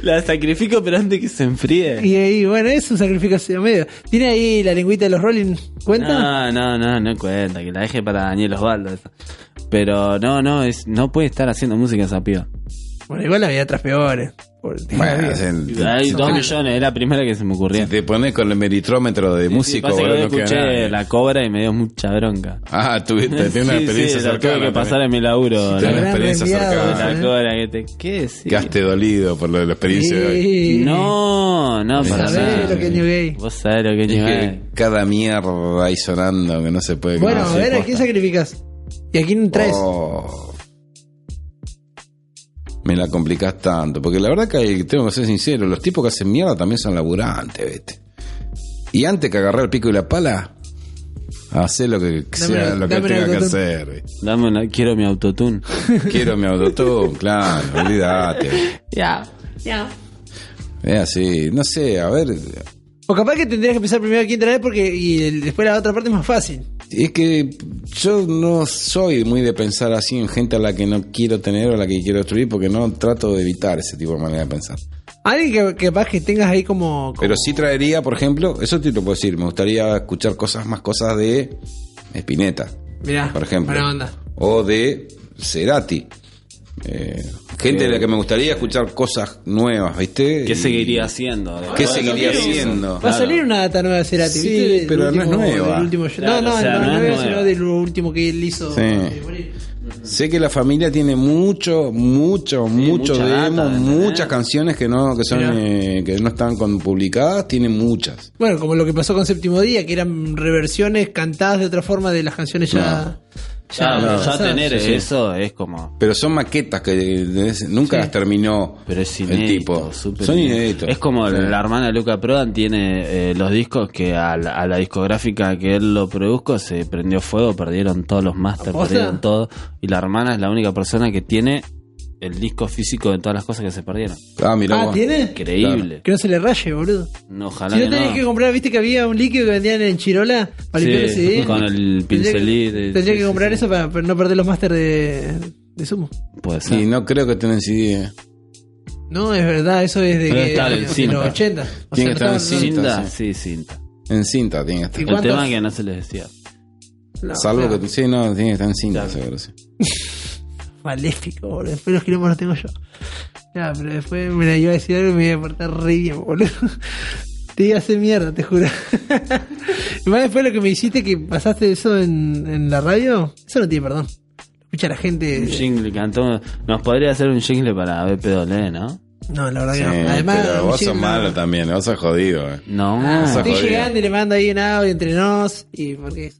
Speaker 4: La sacrifico, pero antes que se enfríe.
Speaker 2: Y ahí, bueno, es un sacrificio medio. ¿Tiene ahí la lengüita de los Rolling? ¿Cuenta?
Speaker 4: No, no, no, no cuenta, que la dejé para Daniel Osvaldo. esa. Pero no, no, es, no puede estar haciendo música esa piba.
Speaker 2: Bueno, igual había otras peores. Por-
Speaker 3: Bueno, hacen-
Speaker 4: Hay dos
Speaker 2: no.
Speaker 4: millones, es la primera que se me ocurrió.
Speaker 3: si te pones con el meritrómetro de músico,
Speaker 4: Pasa que
Speaker 3: boludo,
Speaker 4: yo
Speaker 3: no queda
Speaker 4: escuché
Speaker 3: nada.
Speaker 4: la cobra y me dio mucha bronca.
Speaker 3: Ah, tuviste, tenés una
Speaker 4: Sí, sí,
Speaker 3: experiencia
Speaker 4: la
Speaker 3: cercana.
Speaker 4: tuve que
Speaker 3: también.
Speaker 4: pasar en mi laburo.
Speaker 3: Tenés
Speaker 4: la-
Speaker 3: una
Speaker 2: Habrán
Speaker 3: experiencia
Speaker 2: reenviado,
Speaker 3: cercana.
Speaker 4: La
Speaker 2: ¿eh?
Speaker 4: cobra que te... ¿Qué decís?
Speaker 3: Quedaste dolido por lo de la experiencia de hoy.
Speaker 2: Sí.
Speaker 4: No, no, para
Speaker 3: sabés
Speaker 4: nada.
Speaker 2: lo que es New Gay.
Speaker 4: Vos sabés lo que es
Speaker 3: Es
Speaker 4: New
Speaker 3: que
Speaker 4: Gay.
Speaker 3: cada mierda ahí sonando que no se puede
Speaker 2: Bueno,
Speaker 3: no
Speaker 2: a
Speaker 3: se
Speaker 2: ver, ¿a
Speaker 3: puede.
Speaker 2: quién sacrificas? ¿Y a quién traes?
Speaker 3: Oh. Me la complicás tanto. Porque la verdad que hay- tengo que ser sincero, los tipos que hacen mierda también son laburantes, ¿viste? Y antes que agarrar el pico y la pala, hacer lo que sea,
Speaker 2: un-
Speaker 3: lo que
Speaker 2: dame un
Speaker 3: tenga que
Speaker 2: autotune.
Speaker 3: hacer. ¿viste?
Speaker 4: Dame una- quiero mi autotune.
Speaker 3: Quiero mi autotune, claro, olvídate.
Speaker 4: Ya.
Speaker 3: Es así, no sé, a ver.
Speaker 2: O capaz que tendrías que pensar primero a quién traes porque y el- después la otra parte es más fácil.
Speaker 3: Es que yo no soy muy de pensar así en gente a la que no quiero tener o a la que quiero destruir, porque no trato de evitar ese tipo de manera de pensar.
Speaker 2: Alguien que que capaz que tengas ahí como... como-
Speaker 3: Pero sí traería, por ejemplo, eso te lo puedo decir, me gustaría escuchar cosas más cosas de Espineta.
Speaker 2: Mirá,
Speaker 3: por ejemplo.
Speaker 2: buena onda.
Speaker 3: O de Cerati. Eh, gente de la que me gustaría escuchar cosas nuevas, ¿viste?
Speaker 4: ¿Qué
Speaker 3: Y-
Speaker 4: seguiría haciendo?
Speaker 3: ¿Qué
Speaker 4: Bueno,
Speaker 3: seguiría
Speaker 4: lo mismo.
Speaker 3: haciendo?
Speaker 2: Va a salir una data nueva de Cerati,
Speaker 3: Sí,
Speaker 2: ¿viste? Del
Speaker 3: pero no es nueva.
Speaker 2: del último-
Speaker 4: Claro,
Speaker 2: no, no,
Speaker 4: o sea,
Speaker 2: no,
Speaker 4: no
Speaker 2: no
Speaker 4: es
Speaker 2: es nueva,
Speaker 4: nueva.
Speaker 2: sino del último que él hizo.
Speaker 3: Sí.
Speaker 2: antes de morir.
Speaker 3: Sé que la familia tiene mucho, mucho, mucho
Speaker 4: mucha
Speaker 3: demo,
Speaker 4: data, ¿entendés?
Speaker 3: muchas canciones que no, que son,
Speaker 2: Mirá.
Speaker 3: eh, que no están con- publicadas, tiene muchas.
Speaker 2: Bueno, como lo que pasó con Séptimo Día, que eran reversiones cantadas de otra forma de las canciones ya.
Speaker 4: Claro,
Speaker 3: Claro,
Speaker 4: ya
Speaker 2: lanzadas.
Speaker 4: tener
Speaker 3: sí.
Speaker 4: eso es como.
Speaker 3: Pero son maquetas que eh,
Speaker 2: Sí.
Speaker 3: nunca las terminó
Speaker 4: Pero es
Speaker 3: el
Speaker 4: inédito.
Speaker 3: tipo.
Speaker 4: súper
Speaker 3: son
Speaker 4: inédito.
Speaker 3: inéditos.
Speaker 4: Es como
Speaker 3: Sí.
Speaker 4: la hermana de Luca Prodan tiene eh, los discos que a la, a la discográfica que él lo produjo se prendió fuego, perdieron todos los masters,
Speaker 2: ¿Aposta?
Speaker 4: perdieron todo. Y la hermana es la única persona que tiene el disco físico de todas las cosas que se perdieron.
Speaker 3: Ah, mirá
Speaker 2: Ah,
Speaker 3: vos.
Speaker 2: ¿tiene?
Speaker 4: Increíble.
Speaker 2: Que no se le raye, boludo.
Speaker 4: No, ojalá
Speaker 2: Si no
Speaker 4: que
Speaker 2: tenés
Speaker 4: no.
Speaker 2: que comprar, viste que había un líquido que vendían en Chirola para
Speaker 4: Sí,
Speaker 2: limpiar el CD.
Speaker 4: con el
Speaker 2: Tendría que-
Speaker 4: pincelí de-
Speaker 2: Tendría
Speaker 4: sí,
Speaker 2: que
Speaker 4: sí,
Speaker 2: comprar
Speaker 4: sí.
Speaker 2: eso para para no perder los máster de, de Sumo.
Speaker 4: Puede ser.
Speaker 3: Y no creo que estén en CD. eh.
Speaker 2: No, es verdad, eso es de,
Speaker 4: Pero
Speaker 2: que-
Speaker 4: está en
Speaker 2: de
Speaker 4: cinta.
Speaker 2: los 80. O
Speaker 3: Tiene
Speaker 2: sea,
Speaker 3: que estar en
Speaker 2: no
Speaker 3: cinta.
Speaker 4: cinta,
Speaker 3: sí.
Speaker 4: sí, cinta.
Speaker 3: En cinta tiene que estar.
Speaker 2: ¿Y
Speaker 4: El
Speaker 2: cuántos?
Speaker 4: tema que no se les decía.
Speaker 2: no,
Speaker 3: Salvo
Speaker 2: o sea,
Speaker 3: que. Sí, no, tiene que estar en cinta, seguro.
Speaker 4: Claro.
Speaker 3: sí.
Speaker 2: Maléfico, boludo. Después los quilombos los tengo yo. Ya, pero después me la iba a decir algo y me iba a portar re bien, boludo. Te iba a hacer mierda, te juro. Y más después lo que me hiciste que pasaste eso en, en la radio, eso no tiene perdón. Escucha la gente.
Speaker 4: Un jingle, cantó. Nos podría hacer un jingle para BPW, ¿no?
Speaker 2: No, la verdad
Speaker 3: Sí,
Speaker 2: que no. Además,
Speaker 3: pero
Speaker 2: un
Speaker 3: vos sos
Speaker 2: chico-
Speaker 3: malo también, vos sos jodido. eh.
Speaker 4: No,
Speaker 3: sos
Speaker 2: Estoy
Speaker 3: jodido.
Speaker 2: llegando y le mando ahí un audio entre nos y porque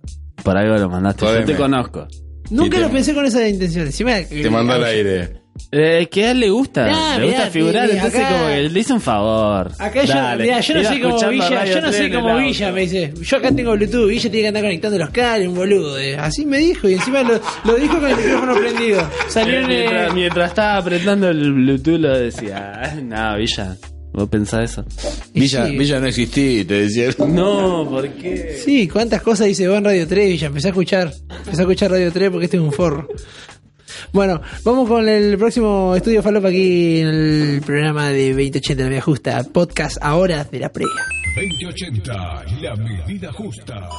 Speaker 4: por algo lo mandaste.
Speaker 3: Jodeme.
Speaker 4: Yo te conozco.
Speaker 2: nunca
Speaker 3: te-
Speaker 2: lo pensé con esa intención. Encima,
Speaker 3: Te mandó al aire.
Speaker 4: Eh, es que a él le gusta,
Speaker 2: Nah,
Speaker 4: le
Speaker 2: Ah,
Speaker 4: gusta
Speaker 2: mirá,
Speaker 4: figurar,
Speaker 2: mirá,
Speaker 4: entonces
Speaker 2: acá-
Speaker 4: como que le hizo un favor.
Speaker 2: Acá yo,
Speaker 4: Dale,
Speaker 2: mirá, yo no
Speaker 4: iba
Speaker 2: sé cómo
Speaker 4: escuchando
Speaker 2: Villa,
Speaker 4: Radio
Speaker 2: yo no sé
Speaker 4: Tren en
Speaker 2: cómo
Speaker 4: el
Speaker 2: Villa,
Speaker 4: auto.
Speaker 2: me dice, yo acá tengo Bluetooth, Villa tiene que andar conectando los cables, un boludo. eh. Así me dijo, y encima lo, lo dijo con el micrófono prendido. Salió en
Speaker 4: Mientras,
Speaker 2: el...
Speaker 4: mientras estaba apretando el Bluetooth lo decía, "Ah, no, Villa, vos pensás eso.
Speaker 3: Villa,
Speaker 2: sí.
Speaker 3: Villa no existí, te decía.
Speaker 4: No, ¿por qué?
Speaker 2: Sí, cuántas cosas dice vos en Radio 3, Villa, empecé a escuchar, empecé a escuchar Radio 3 porque este es un forro. Bueno, vamos con el próximo estudio Falopa aquí en el programa de 2080 La Vía Justa, podcast ahora de la previa.
Speaker 1: 2080, la medida justa.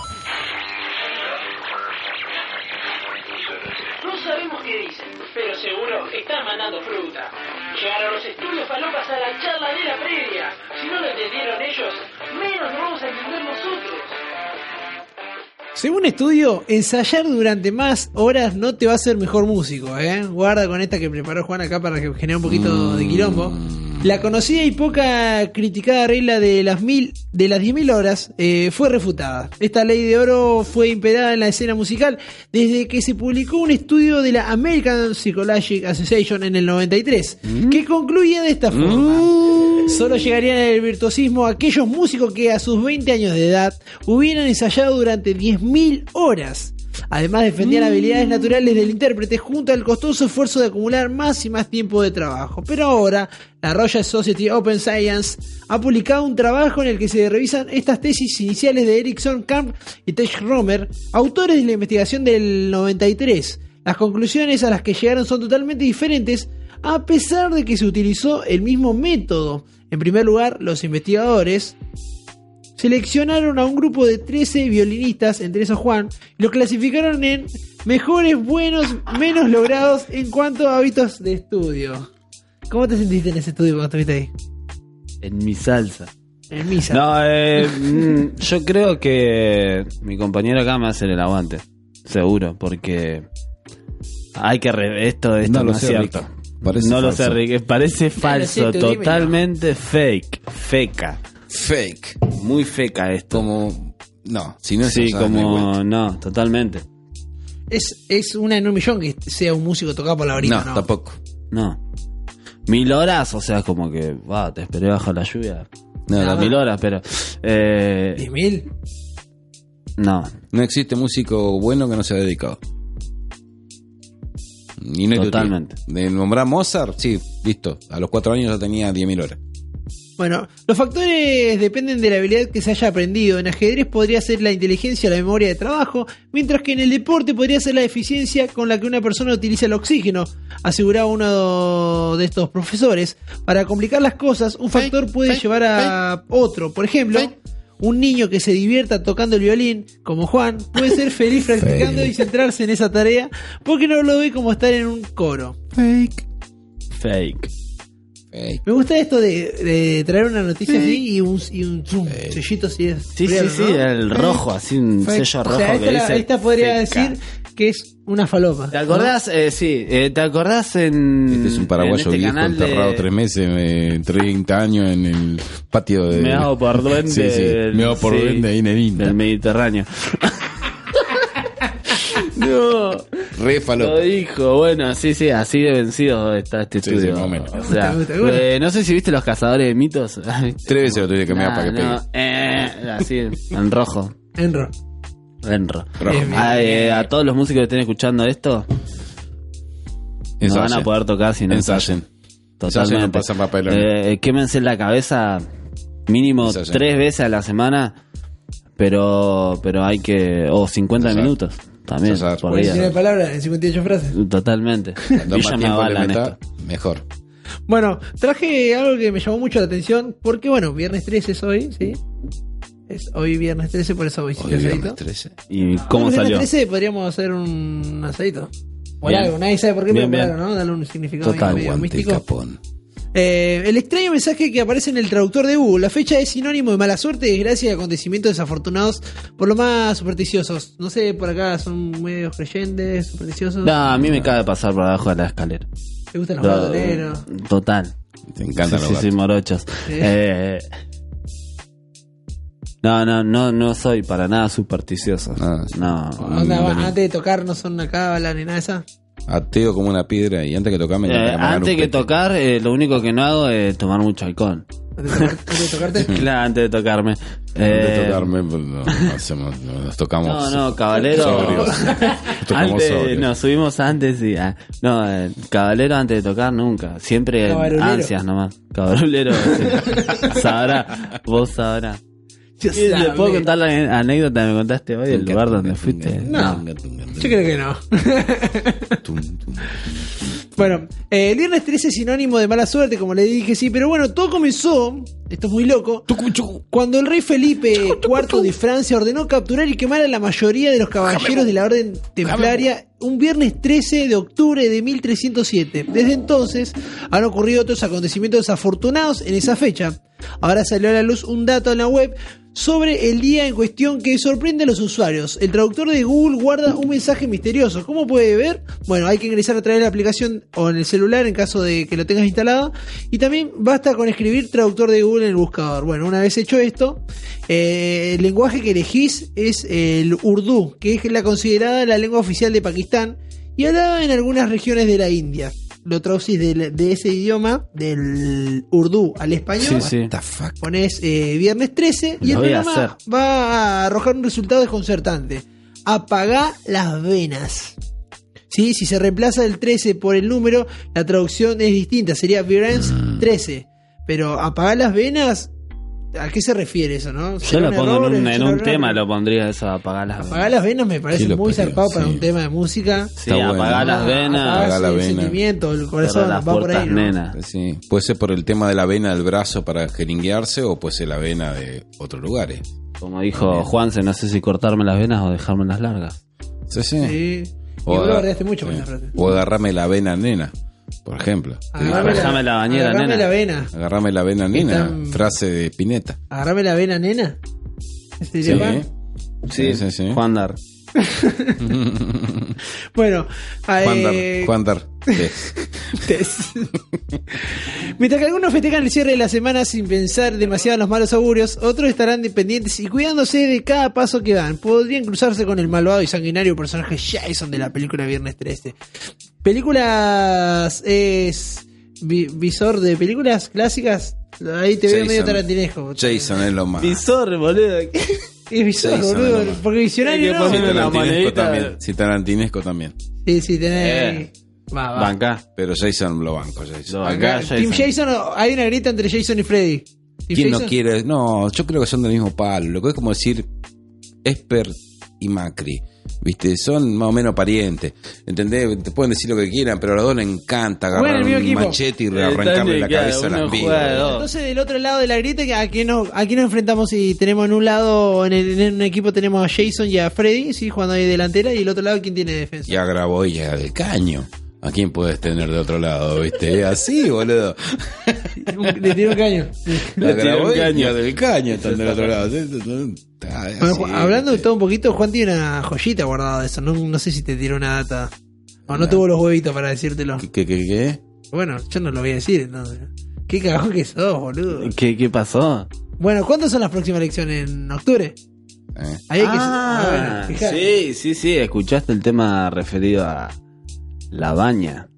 Speaker 5: No sabemos qué dicen, pero seguro están mandando fruta. Llegaron los estudios falopas a la charla de la previa. Si no lo entendieron ellos, menos lo vamos a entender nosotros.
Speaker 2: Según estudio, ensayar durante más horas no te va a hacer mejor músico, ¿eh? Guarda con esta que preparó Juan acá para que genere un poquito de quilombo. La conocida y poca criticada regla de las mil, de las 10.000 horas eh, fue refutada. Esta ley de oro fue impedada en la escena musical desde que se publicó un estudio de la American Psychological Association en el 93, que concluía de esta forma. Solo llegarían al virtuosismo aquellos músicos que a sus 20 años de edad hubieran ensayado durante 10.000 horas. Además defendían habilidades naturales del intérprete junto al costoso esfuerzo de acumular más y más tiempo de trabajo. Pero ahora, la Royal Society Open Science ha publicado un trabajo en el que se revisan estas tesis iniciales de Erickson Camp y Tej Romer, autores de la investigación del 93. Las conclusiones a las que llegaron son totalmente diferentes a pesar de que se utilizó el mismo método. En primer lugar, los investigadores seleccionaron a un grupo de 13 violinistas, entre esos Juan, y los clasificaron en mejores, buenos, menos logrados en cuanto a hábitos de estudio. ¿Cómo te sentiste en ese estudio cuando estuviste ahí?
Speaker 4: En mi salsa.
Speaker 2: En misa.
Speaker 4: No, eh, mm, yo creo que mi compañero acá me va a hacer el aguante. Seguro, porque hay que... re- esto esto no,
Speaker 3: No lo
Speaker 4: es
Speaker 3: sé,
Speaker 4: cierto.
Speaker 3: Rick. Parece
Speaker 4: no lo
Speaker 3: falso.
Speaker 4: sé, Rick. Parece falso,
Speaker 2: tú dime,
Speaker 4: totalmente fake, feca.
Speaker 3: Fake.
Speaker 4: Muy feca esto.
Speaker 3: Como. No, si no es
Speaker 4: sí,
Speaker 3: allá, no hay vuelta.
Speaker 4: como... No, totalmente.
Speaker 2: Es, es una en un millón que sea un músico tocado por la orilla.
Speaker 3: No,
Speaker 2: No,
Speaker 3: tampoco.
Speaker 4: No. Mil horas, o sea, es como que... va, te esperé bajo la lluvia.
Speaker 3: No,
Speaker 4: No,
Speaker 2: Ah.
Speaker 4: mil horas, pero... Eh,
Speaker 2: ¿Diez mil?
Speaker 4: no,
Speaker 3: no existe músico bueno que no sea dedicado. Y no es que
Speaker 4: Totalmente.
Speaker 3: usted- De nombrar Mozart, sí, listo. A los cuatro años ya tenía 10.000 horas.
Speaker 2: Bueno, los factores dependen de la habilidad que se haya aprendido. En ajedrez podría ser la inteligencia o la memoria de trabajo, mientras que en el deporte podría ser la eficiencia con la que una persona utiliza el oxígeno, aseguraba uno de estos profesores. Para complicar las cosas, un factor puede llevar a otro. Por ejemplo, Un niño que se divierta tocando el violín, como Juan, puede ser feliz practicando y centrarse en esa tarea porque no lo ve como estar en un coro.
Speaker 3: Fake.
Speaker 4: Fake.
Speaker 3: Fake.
Speaker 2: Me gusta esto de, de traer una noticia así y un, y un zoom,
Speaker 3: Sí.
Speaker 2: sellito si es.
Speaker 4: Eh, Sí,
Speaker 2: real,
Speaker 4: sí, sí,
Speaker 2: ¿no?
Speaker 4: el rojo, así un
Speaker 3: Fake.
Speaker 4: sello
Speaker 2: O
Speaker 4: rojo
Speaker 2: sea,
Speaker 4: que
Speaker 2: esta, la-
Speaker 4: dice.
Speaker 2: esta podría
Speaker 4: feca.
Speaker 2: decir que es una falopa.
Speaker 4: ¿Te acordás? Eh, sí, eh, ¿te acordás en.
Speaker 3: Este es un
Speaker 4: en
Speaker 3: paraguayo
Speaker 4: este
Speaker 3: viejo
Speaker 4: canal de-
Speaker 3: enterrado tres meses, eh, 30 años en el patio de.
Speaker 4: Meado por duende.
Speaker 3: eh. Sí, sí,
Speaker 4: del-
Speaker 3: meado por duende ahí en el Inter.
Speaker 4: Del Mediterráneo. no.
Speaker 3: Re
Speaker 4: Lo
Speaker 3: falopa.
Speaker 4: dijo, bueno, sí, sí, así de vencido está este
Speaker 3: Sí,
Speaker 4: estudio.
Speaker 3: sí, más o menos.
Speaker 4: O sea,
Speaker 2: Me gusta, me gusta.
Speaker 4: eh, no sé si viste Los Cazadores de Mitos. Tres
Speaker 3: Tres veces lo tuve que mear para que pegue.
Speaker 4: así, en rojo.
Speaker 2: Enro.
Speaker 4: En rojo.
Speaker 3: Rojo.
Speaker 2: Bien, bien.
Speaker 4: Ah, eh, a todos los músicos que estén escuchando esto, no van a
Speaker 3: Ensayen.
Speaker 4: poder tocar si no
Speaker 3: Ensayen. Ensayen, no
Speaker 4: Totalmente.
Speaker 3: pasan papelón.
Speaker 4: Eh, quémense la cabeza mínimo
Speaker 3: Ensayen.
Speaker 4: tres veces a la semana, pero pero hay que... o 50
Speaker 3: Ensayar.
Speaker 4: minutos también,
Speaker 3: Ensayar.
Speaker 4: por
Speaker 3: Puede
Speaker 4: día.
Speaker 2: Tiene palabra en 58 frases.
Speaker 4: Totalmente.
Speaker 3: Cuanto
Speaker 4: Villa
Speaker 3: más
Speaker 4: me
Speaker 3: tiempo
Speaker 4: avala
Speaker 3: le
Speaker 4: en
Speaker 3: meta,
Speaker 4: esto.
Speaker 3: mejor.
Speaker 2: Bueno, traje algo que me llamó mucho la atención, porque bueno, viernes 13 es hoy, ¿sí? Es hoy viernes 13, por eso hoy sí
Speaker 3: Hoy
Speaker 2: que
Speaker 3: viernes
Speaker 2: asadito.
Speaker 3: 13.
Speaker 4: ¿Y cómo
Speaker 2: Hoy
Speaker 4: salió?
Speaker 2: Viernes 13 podríamos hacer un asadito. O
Speaker 4: Bien.
Speaker 2: algo, nadie sabe por qué,
Speaker 4: Bien,
Speaker 2: pero
Speaker 4: bien.
Speaker 2: claro, ¿no? Darle un significado
Speaker 4: Total,
Speaker 2: medio
Speaker 3: Aguante el
Speaker 2: místico.
Speaker 3: capón.
Speaker 2: Eh, el extraño mensaje que aparece en el traductor de Google. La fecha es sinónimo de mala suerte, desgracia y acontecimientos desafortunados por lo más supersticiosos. No sé, por acá son medios creyentes, supersticiosos.
Speaker 4: No, a mí me cabe pasar por abajo de la escalera.
Speaker 2: ¿Te gustan los
Speaker 4: Lo-
Speaker 2: bandoleros?
Speaker 4: Total.
Speaker 3: Te
Speaker 4: Sí,
Speaker 3: encantan
Speaker 4: sí,
Speaker 3: los
Speaker 4: sí,
Speaker 3: gatos.
Speaker 4: morochos. Eh, no, no, no, no soy para nada supersticioso.
Speaker 3: Ah,
Speaker 4: No,
Speaker 3: sí.
Speaker 2: Onda, va, antes de tocar no son una cábala ni nada de esa.
Speaker 3: Ateo como una piedra y antes que tocarme
Speaker 4: Eh,
Speaker 3: me tengo agarrar
Speaker 4: antes
Speaker 3: un
Speaker 4: que
Speaker 3: pete.
Speaker 4: tocar, eh, lo único que no hago es tomar mucho alcohol.
Speaker 2: Antes de tocar- antes de tocarte.
Speaker 4: Claro, antes de tocarme.
Speaker 3: Mm. Antes de
Speaker 4: Eh,
Speaker 3: tocarme, pues, no, no hacemos, no, nos
Speaker 4: No,
Speaker 3: tocamos.
Speaker 4: no, caballero.
Speaker 3: Sobrios. Tocamos
Speaker 4: Antes,
Speaker 3: sobrios.
Speaker 4: nos subimos antes y. ah, no, eh, caballero antes de tocar nunca. Siempre en
Speaker 2: Cabarulero.
Speaker 4: ansias nomás. Caballero. sabrá. Vos sabrás.
Speaker 2: Yo
Speaker 4: ¿Qué- ¿Le
Speaker 2: sabré.
Speaker 4: puedo contar la ane- anécdota que me contaste hoy? El
Speaker 3: Tunga,
Speaker 4: lugar
Speaker 3: tunga,
Speaker 4: donde
Speaker 3: tunga,
Speaker 4: fuiste.
Speaker 3: tunga,
Speaker 2: No.
Speaker 3: tunga, tunga, tunga,
Speaker 2: Yo creo que no.
Speaker 3: tum, tum.
Speaker 2: Bueno, eh, el viernes 13 es sinónimo de mala suerte, como le dije, sí, pero bueno, todo comenzó, esto es muy loco, cuando el rey Felipe IV de Francia ordenó capturar y quemar a la mayoría de los caballeros de la Orden Templaria un viernes 13 de octubre de 1307. Desde entonces han ocurrido otros acontecimientos desafortunados en esa fecha. Ahora salió a la luz un dato en la web sobre el día en cuestión que sorprende a los usuarios. El traductor de Google guarda un mensaje misterioso. ¿Cómo puede ver? Bueno, hay que ingresar a través de la aplicación o en el celular en caso de que lo tengas instalado. Y también basta con escribir traductor de Google en el buscador. Bueno, una vez hecho esto, eh, el lenguaje que elegís es el urdu, que es la considerada la lengua oficial de Pakistán y hablada en algunas regiones de la India. Lo traducís del- de, ese idioma, del urdu al español.
Speaker 4: Sí, sí.
Speaker 3: What the fuck?
Speaker 2: Pones eh, viernes 13 y
Speaker 4: Lo
Speaker 2: el
Speaker 4: voy a
Speaker 2: programa va a arrojar un resultado desconcertante. Apagá las venas. ¿Sí? Si se reemplaza el 13 por el número, la traducción es distinta. Sería Violence
Speaker 4: Ah.
Speaker 2: 13. Pero apagá las venas, ¿a qué se refiere eso, no?
Speaker 4: Yo
Speaker 2: ¿Será
Speaker 4: lo pongo
Speaker 2: error?
Speaker 4: en un, en
Speaker 2: ¿Será
Speaker 4: un
Speaker 2: error?
Speaker 4: tema, lo pondría eso, apagar las
Speaker 2: Apagar las venas me parece
Speaker 3: Sí, lo
Speaker 2: muy
Speaker 3: perdió,
Speaker 2: zarpado para
Speaker 3: sí.
Speaker 2: un tema de música.
Speaker 4: Sí,
Speaker 3: Está bueno.
Speaker 4: apagar las
Speaker 2: Ah,
Speaker 4: venas.
Speaker 3: Apagar
Speaker 2: apagarse
Speaker 3: la
Speaker 2: el
Speaker 3: vena.
Speaker 2: sentimiento, el
Speaker 4: Cerrar
Speaker 2: corazón,
Speaker 4: las
Speaker 2: va por
Speaker 4: puertas,
Speaker 2: ahí. ¿no?
Speaker 4: nena.
Speaker 3: Pues Sí. Puede ser por el tema de la vena del brazo para jeringuearse o puede ser la vena de otros lugares.
Speaker 4: Como dijo Juanse, no sé si cortarme las venas o dejármelas largas.
Speaker 3: Sí, sí.
Speaker 2: Sí. Y vos
Speaker 3: agar-
Speaker 2: lo bardeaste mucho con
Speaker 3: sí.
Speaker 2: esa frase.
Speaker 3: O agarrame la vena nena, por ejemplo. Te dijo,
Speaker 2: Agarrame
Speaker 4: Dejame la bañera,
Speaker 2: agarrame
Speaker 4: nena.
Speaker 2: la vena.
Speaker 3: Agarrame la vena nena,
Speaker 2: Están-
Speaker 3: frase de Pineta.
Speaker 2: Agarrame la vena, nena. Este
Speaker 3: Sí. ¿eh?
Speaker 2: tema.
Speaker 3: Sí, sí, sí.
Speaker 4: Juan Dar.
Speaker 2: Bueno,
Speaker 3: Juan Dar,
Speaker 2: eh,
Speaker 3: Juan Dar. Sí.
Speaker 2: Tess. Mientras que algunos festejan el cierre de la semana sin pensar demasiado en los malos augurios, otros estarán dependientes y cuidándose de cada paso que dan. Podrían cruzarse con el malvado y sanguinario personaje Jason de la película Viernes 13. Películas es vi- visor de películas clásicas. Ahí te veo
Speaker 3: Jason.
Speaker 2: medio tarantinesco.
Speaker 3: Jason es lo más.
Speaker 4: Visor, boludo.
Speaker 2: Es visor,
Speaker 3: Jason,
Speaker 2: boludo.
Speaker 3: no, no.
Speaker 2: Porque visionario
Speaker 4: Hay que
Speaker 2: no.
Speaker 3: Sí,
Speaker 4: poner- Una
Speaker 3: tarantinesco
Speaker 4: monedita.
Speaker 3: también. Sí, tarantinesco también.
Speaker 2: Sí, sí, tenés.
Speaker 4: Eh.
Speaker 2: Va, va.
Speaker 4: Banca.
Speaker 3: Pero Jason lo banco, Jason.
Speaker 4: Lo
Speaker 3: Acá,
Speaker 4: banco.
Speaker 2: Ah. Team Jason, hay una grita entre Jason y Freddy. Team
Speaker 3: ¿quién no
Speaker 2: Jason.
Speaker 3: quiere? No, yo creo que son del mismo palo. Lo que es como decir Esper y Macri. ¿Viste? Son más o menos parientes. ¿Entendés? Te pueden decir lo que quieran, pero a los dos les encanta agarrar
Speaker 2: Bueno, el mismo
Speaker 3: un
Speaker 2: equipo.
Speaker 3: machete y
Speaker 4: Eh,
Speaker 3: arrancarle la
Speaker 4: claro,
Speaker 3: cabeza a
Speaker 4: uno
Speaker 3: las
Speaker 4: juega de
Speaker 3: vidas.
Speaker 4: dos.
Speaker 2: Entonces, del otro lado de la grieta, ¿a quién nos, a quién nos enfrentamos si tenemos en un lado, en, el- en un equipo tenemos a Jason y a Freddy, sí, jugando ahí delantera, y el otro lado, ¿quién tiene defensa?
Speaker 3: Y a Graboya del caño. ¿A quién puedes tener de otro lado? ¿Viste? Es así, boludo.
Speaker 2: Un- Le tiro un caño. Sí.
Speaker 3: La
Speaker 4: Tiene un
Speaker 3: Graboya
Speaker 4: caño.
Speaker 3: del caño están del otro lado. Ah, es
Speaker 2: Bueno,
Speaker 3: así,
Speaker 2: Ju- hablando de
Speaker 3: ¿viste?
Speaker 2: todo un poquito, Juan tiene una joyita guardada de eso. No, no sé si te tiró una data. O no tuvo los huevitos para decírtelo.
Speaker 3: ¿Qué, qué, qué, qué?
Speaker 2: Bueno, yo no lo voy a decir entonces. Qué cagón que sos,
Speaker 3: Eh.
Speaker 2: boludo.
Speaker 4: ¿Qué, qué pasó?
Speaker 2: Bueno, ¿cuándo son las próximas elecciones? ¿En octubre?
Speaker 3: Eh.
Speaker 2: Ahí hay que-
Speaker 4: Ah,
Speaker 2: ah, bueno, fijate.
Speaker 4: sí, sí, sí, escuchaste el tema referido a la baña.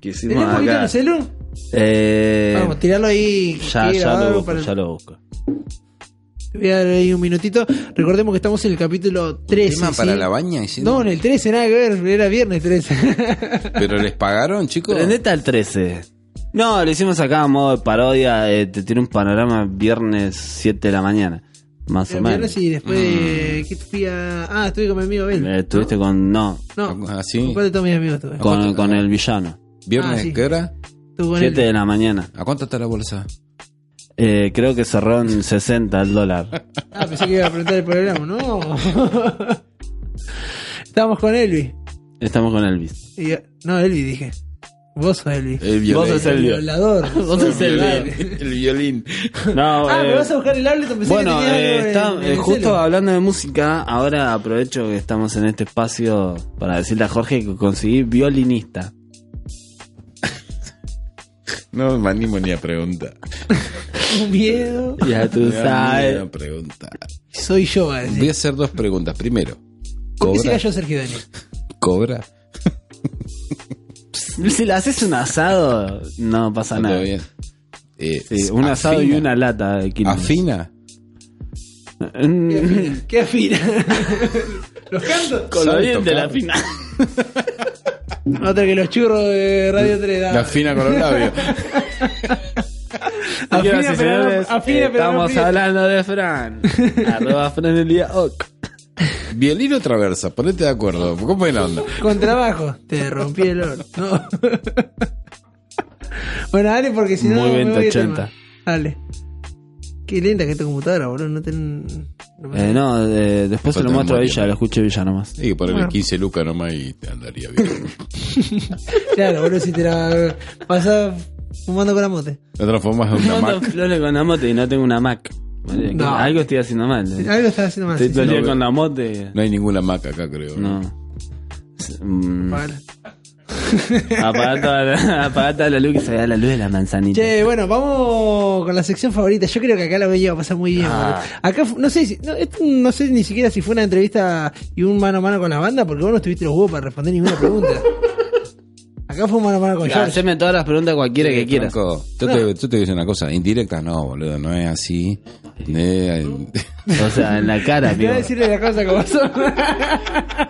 Speaker 4: Que
Speaker 2: ¿Tenés
Speaker 4: hicimos
Speaker 2: un poquito en
Speaker 4: acá.
Speaker 2: el celu?
Speaker 4: Eh,
Speaker 2: Vamos, tirarlo ahí.
Speaker 4: ya,
Speaker 2: que
Speaker 4: ya,
Speaker 2: grabado
Speaker 4: lo busco,
Speaker 2: para-
Speaker 4: ya lo busco.
Speaker 2: Te Voy a dar ahí un minutito. Recordemos que estamos en el capítulo 13.
Speaker 3: ¿Tema para
Speaker 2: ¿sí?
Speaker 3: la baña? ¿sí?
Speaker 2: No, en el 13, nada que ver. Era viernes 13.
Speaker 3: ¿Pero les pagaron, chicos?
Speaker 4: Prendete al 13. No, lo hicimos acá a modo de parodia. eh, te tiene un panorama viernes 7 de la mañana. Más o
Speaker 2: el viernes y
Speaker 4: menos.
Speaker 2: después. eh, ¿Qué fui a.? Ah, estuve con mi amigo Bel.
Speaker 4: Eh, Estuviste con. No,
Speaker 2: No,
Speaker 3: Ah, sí.
Speaker 2: ¿Cuál de todos mis amigos tuve?
Speaker 4: con, con el villano.
Speaker 3: ¿Viernes
Speaker 2: Ah, sí.
Speaker 3: qué hora?
Speaker 2: Estuve con
Speaker 4: 7
Speaker 2: él.
Speaker 4: de la mañana.
Speaker 3: ¿A cuánto está la bolsa?
Speaker 4: Eh, creo que cerró en 60 el dólar.
Speaker 2: Ah, pensé que iba a preguntar el programa, ¿no? Estábamos con Elvi.
Speaker 4: Estamos con Elvis.
Speaker 2: Y yo- no, Elvi dije. Vos sos Elvi.
Speaker 3: El
Speaker 4: Vos sos
Speaker 2: El
Speaker 4: Elvis.
Speaker 2: violador.
Speaker 4: Eh, Vos sos
Speaker 2: el
Speaker 4: Elvi.
Speaker 3: El violín.
Speaker 4: No,
Speaker 2: Ah,
Speaker 4: eh,
Speaker 2: me vas a buscar el Ableton. Pensé
Speaker 4: Bueno,
Speaker 2: que tenía
Speaker 4: eh,
Speaker 2: algo en-
Speaker 4: está-
Speaker 2: en
Speaker 4: eh,
Speaker 2: el
Speaker 4: justo
Speaker 2: celu.
Speaker 4: hablando de música, ahora aprovecho que estamos en este espacio para decirle a Jorge que conseguí violinista.
Speaker 3: No me animo ni a preguntar.
Speaker 2: Un miedo.
Speaker 4: Ya tú
Speaker 3: Me da miedo
Speaker 4: sabes.
Speaker 3: preguntar.
Speaker 2: Soy yo, va a decir.
Speaker 3: Voy a hacer dos preguntas. Primero,
Speaker 2: ¿Por qué se
Speaker 3: ¿cobra?
Speaker 2: cayó Sergio Dani?
Speaker 3: ¿Cobra?
Speaker 4: Si le haces un asado, no pasa
Speaker 3: Está
Speaker 4: nada.
Speaker 3: bien. Eh,
Speaker 4: Sí, un asado y
Speaker 3: afina.
Speaker 4: una lata de quinoa.
Speaker 3: ¿Afina?
Speaker 4: Mm,
Speaker 2: Qué afina. Qué afina. ¿Los cantos?
Speaker 4: Con lo
Speaker 3: ¿Sabe
Speaker 4: bien de
Speaker 3: tocar?
Speaker 4: la fina.
Speaker 2: Otra que los churros de Radio 3 da.
Speaker 3: La afina con los labios.
Speaker 2: Afina, pero no-
Speaker 4: Señoras y señores,
Speaker 2: afina, pero no
Speaker 4: Estamos
Speaker 2: aprieta.
Speaker 4: hablando de Fran. Arroba Fran el día. ok.
Speaker 3: ¿Violín o traversa? Ponete de acuerdo. ¿Cómo es la onda?
Speaker 2: Con trabajo. Te rompí el oro. No. bueno, dale, porque si no.
Speaker 4: Muy
Speaker 2: me voy de
Speaker 4: 2080.
Speaker 2: tema. Dale. Qué lenta que es tu computadora, boludo. No ten. no me-
Speaker 4: Eh, no, eh, después se lo
Speaker 3: Falta
Speaker 4: muestro a
Speaker 3: memoria.
Speaker 4: Villa, lo escuché Villa nomás.
Speaker 3: Hay que ponerle
Speaker 2: Bueno.
Speaker 3: 15 lucas nomás y te andaría bien.
Speaker 2: Claro, boludo, si te la pasás fumando con la mote.
Speaker 3: La transformas en una
Speaker 4: Mando
Speaker 3: Mac.
Speaker 4: flores con la mote y no tengo una Mac. Madre,
Speaker 2: No.
Speaker 4: Algo estoy haciendo mal.
Speaker 2: Algo estás haciendo mal.
Speaker 4: Estoy
Speaker 2: sí,
Speaker 4: todo el
Speaker 2: sí.
Speaker 4: día con la mote.
Speaker 3: No hay ninguna Mac acá, creo.
Speaker 4: No. Mm,
Speaker 2: Vale.
Speaker 4: Apagá toda la- apagá toda la luz que se vea la luz de la manzanita.
Speaker 2: Che, bueno, vamos con la sección favorita. Yo creo que acá la voy a pasar muy bien.
Speaker 4: Ah.
Speaker 2: boludo. Acá, fu- no sé, si- no, esto no sé ni siquiera si fue una entrevista y un mano a mano con la banda, porque vos no estuviste los huevos para responder ninguna pregunta. acá fue un mano a mano con
Speaker 4: Ya,
Speaker 2: George.
Speaker 4: Haceme todas las preguntas cualquiera que quieras.
Speaker 3: Franco, yo, te, yo te voy a decir una cosa, indirecta no, boludo, no es así. Eh,
Speaker 4: O sea, en la cara,
Speaker 2: Te
Speaker 4: pibe.
Speaker 2: voy a decirle la cosa como son.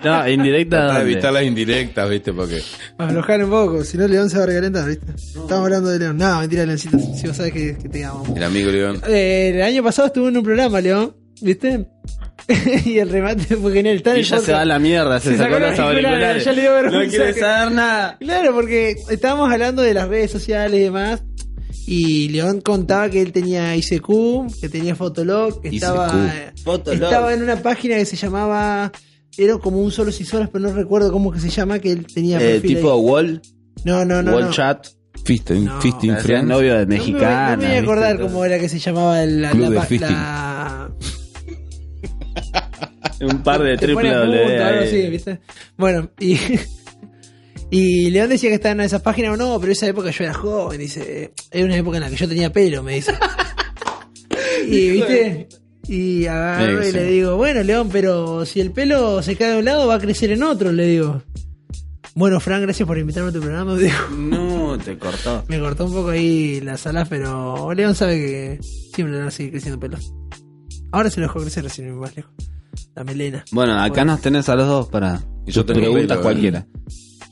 Speaker 4: No, indirecta.
Speaker 3: Para
Speaker 4: ¿dónde?
Speaker 3: evitar las indirectas, viste, porque...
Speaker 2: Aflojar un poco, si no León se va a recalentar, ¿viste? Estamos hablando de León. No, mentira, Leoncito, si vos sabés que, que te amo.
Speaker 3: El amigo León.
Speaker 2: Eh, el año pasado estuvo en un programa, León, ¿viste? y el remate fue genial. Está en
Speaker 4: Y
Speaker 2: el
Speaker 4: ya se
Speaker 2: podcast.
Speaker 4: va a la mierda, se,
Speaker 2: Se
Speaker 4: sacó
Speaker 2: sacó los
Speaker 4: los auriculares.
Speaker 2: auriculares, ya le dio vergüenza
Speaker 4: no quiere
Speaker 2: que-
Speaker 4: saber nada.
Speaker 2: Claro, porque estábamos hablando de las redes sociales y demás. Y León contaba que él tenía ICQ, que tenía Fotolog, que
Speaker 3: ICQ.
Speaker 2: estaba, eh,
Speaker 4: Fotolog.
Speaker 2: estaba en una página que se llamaba. Era como un solo y solas, pero no recuerdo cómo que se llama, que él tenía.
Speaker 4: Eh,
Speaker 2: perfil
Speaker 4: tipo
Speaker 2: ahí.
Speaker 4: wall,
Speaker 2: No, no, no.
Speaker 4: wall
Speaker 2: no.
Speaker 4: chat.
Speaker 3: Fisting,
Speaker 2: No,
Speaker 3: fisting
Speaker 4: Hacía
Speaker 3: friends.
Speaker 4: novio de
Speaker 2: No me voy- No me
Speaker 4: mexicana.
Speaker 2: voy a
Speaker 4: ¿viste?
Speaker 2: acordar cómo era que se llamaba la.
Speaker 3: Club de
Speaker 2: la,
Speaker 3: fisting.
Speaker 2: la-
Speaker 4: Un par de
Speaker 2: te pone
Speaker 4: triple E
Speaker 2: a punto,
Speaker 4: W.
Speaker 2: algo
Speaker 4: ahí.
Speaker 2: así, ¿viste? Bueno, y. Y León decía que estaba en esas páginas o no, pero esa época yo era joven, dice. Era una época en la que yo tenía pelo, me dice. y, ¿viste? Y agarro
Speaker 3: Sí,
Speaker 2: y
Speaker 3: sí.
Speaker 2: le digo, bueno, León, pero si el pelo se cae de un lado, va a crecer en otro, le digo. Bueno, Fran, gracias por invitarme a tu programa. me dijo.
Speaker 4: No, te cortó.
Speaker 2: Me cortó un poco ahí las alas, pero León sabe que siempre le van a seguir creciendo pelos. Ahora se lo dejó crecer recién más lejos. La melena.
Speaker 4: Bueno, acá nos tenés a los dos para
Speaker 3: Y yo
Speaker 4: tus
Speaker 3: tengo
Speaker 4: preguntas
Speaker 3: pelo, ¿eh?
Speaker 4: cualquiera.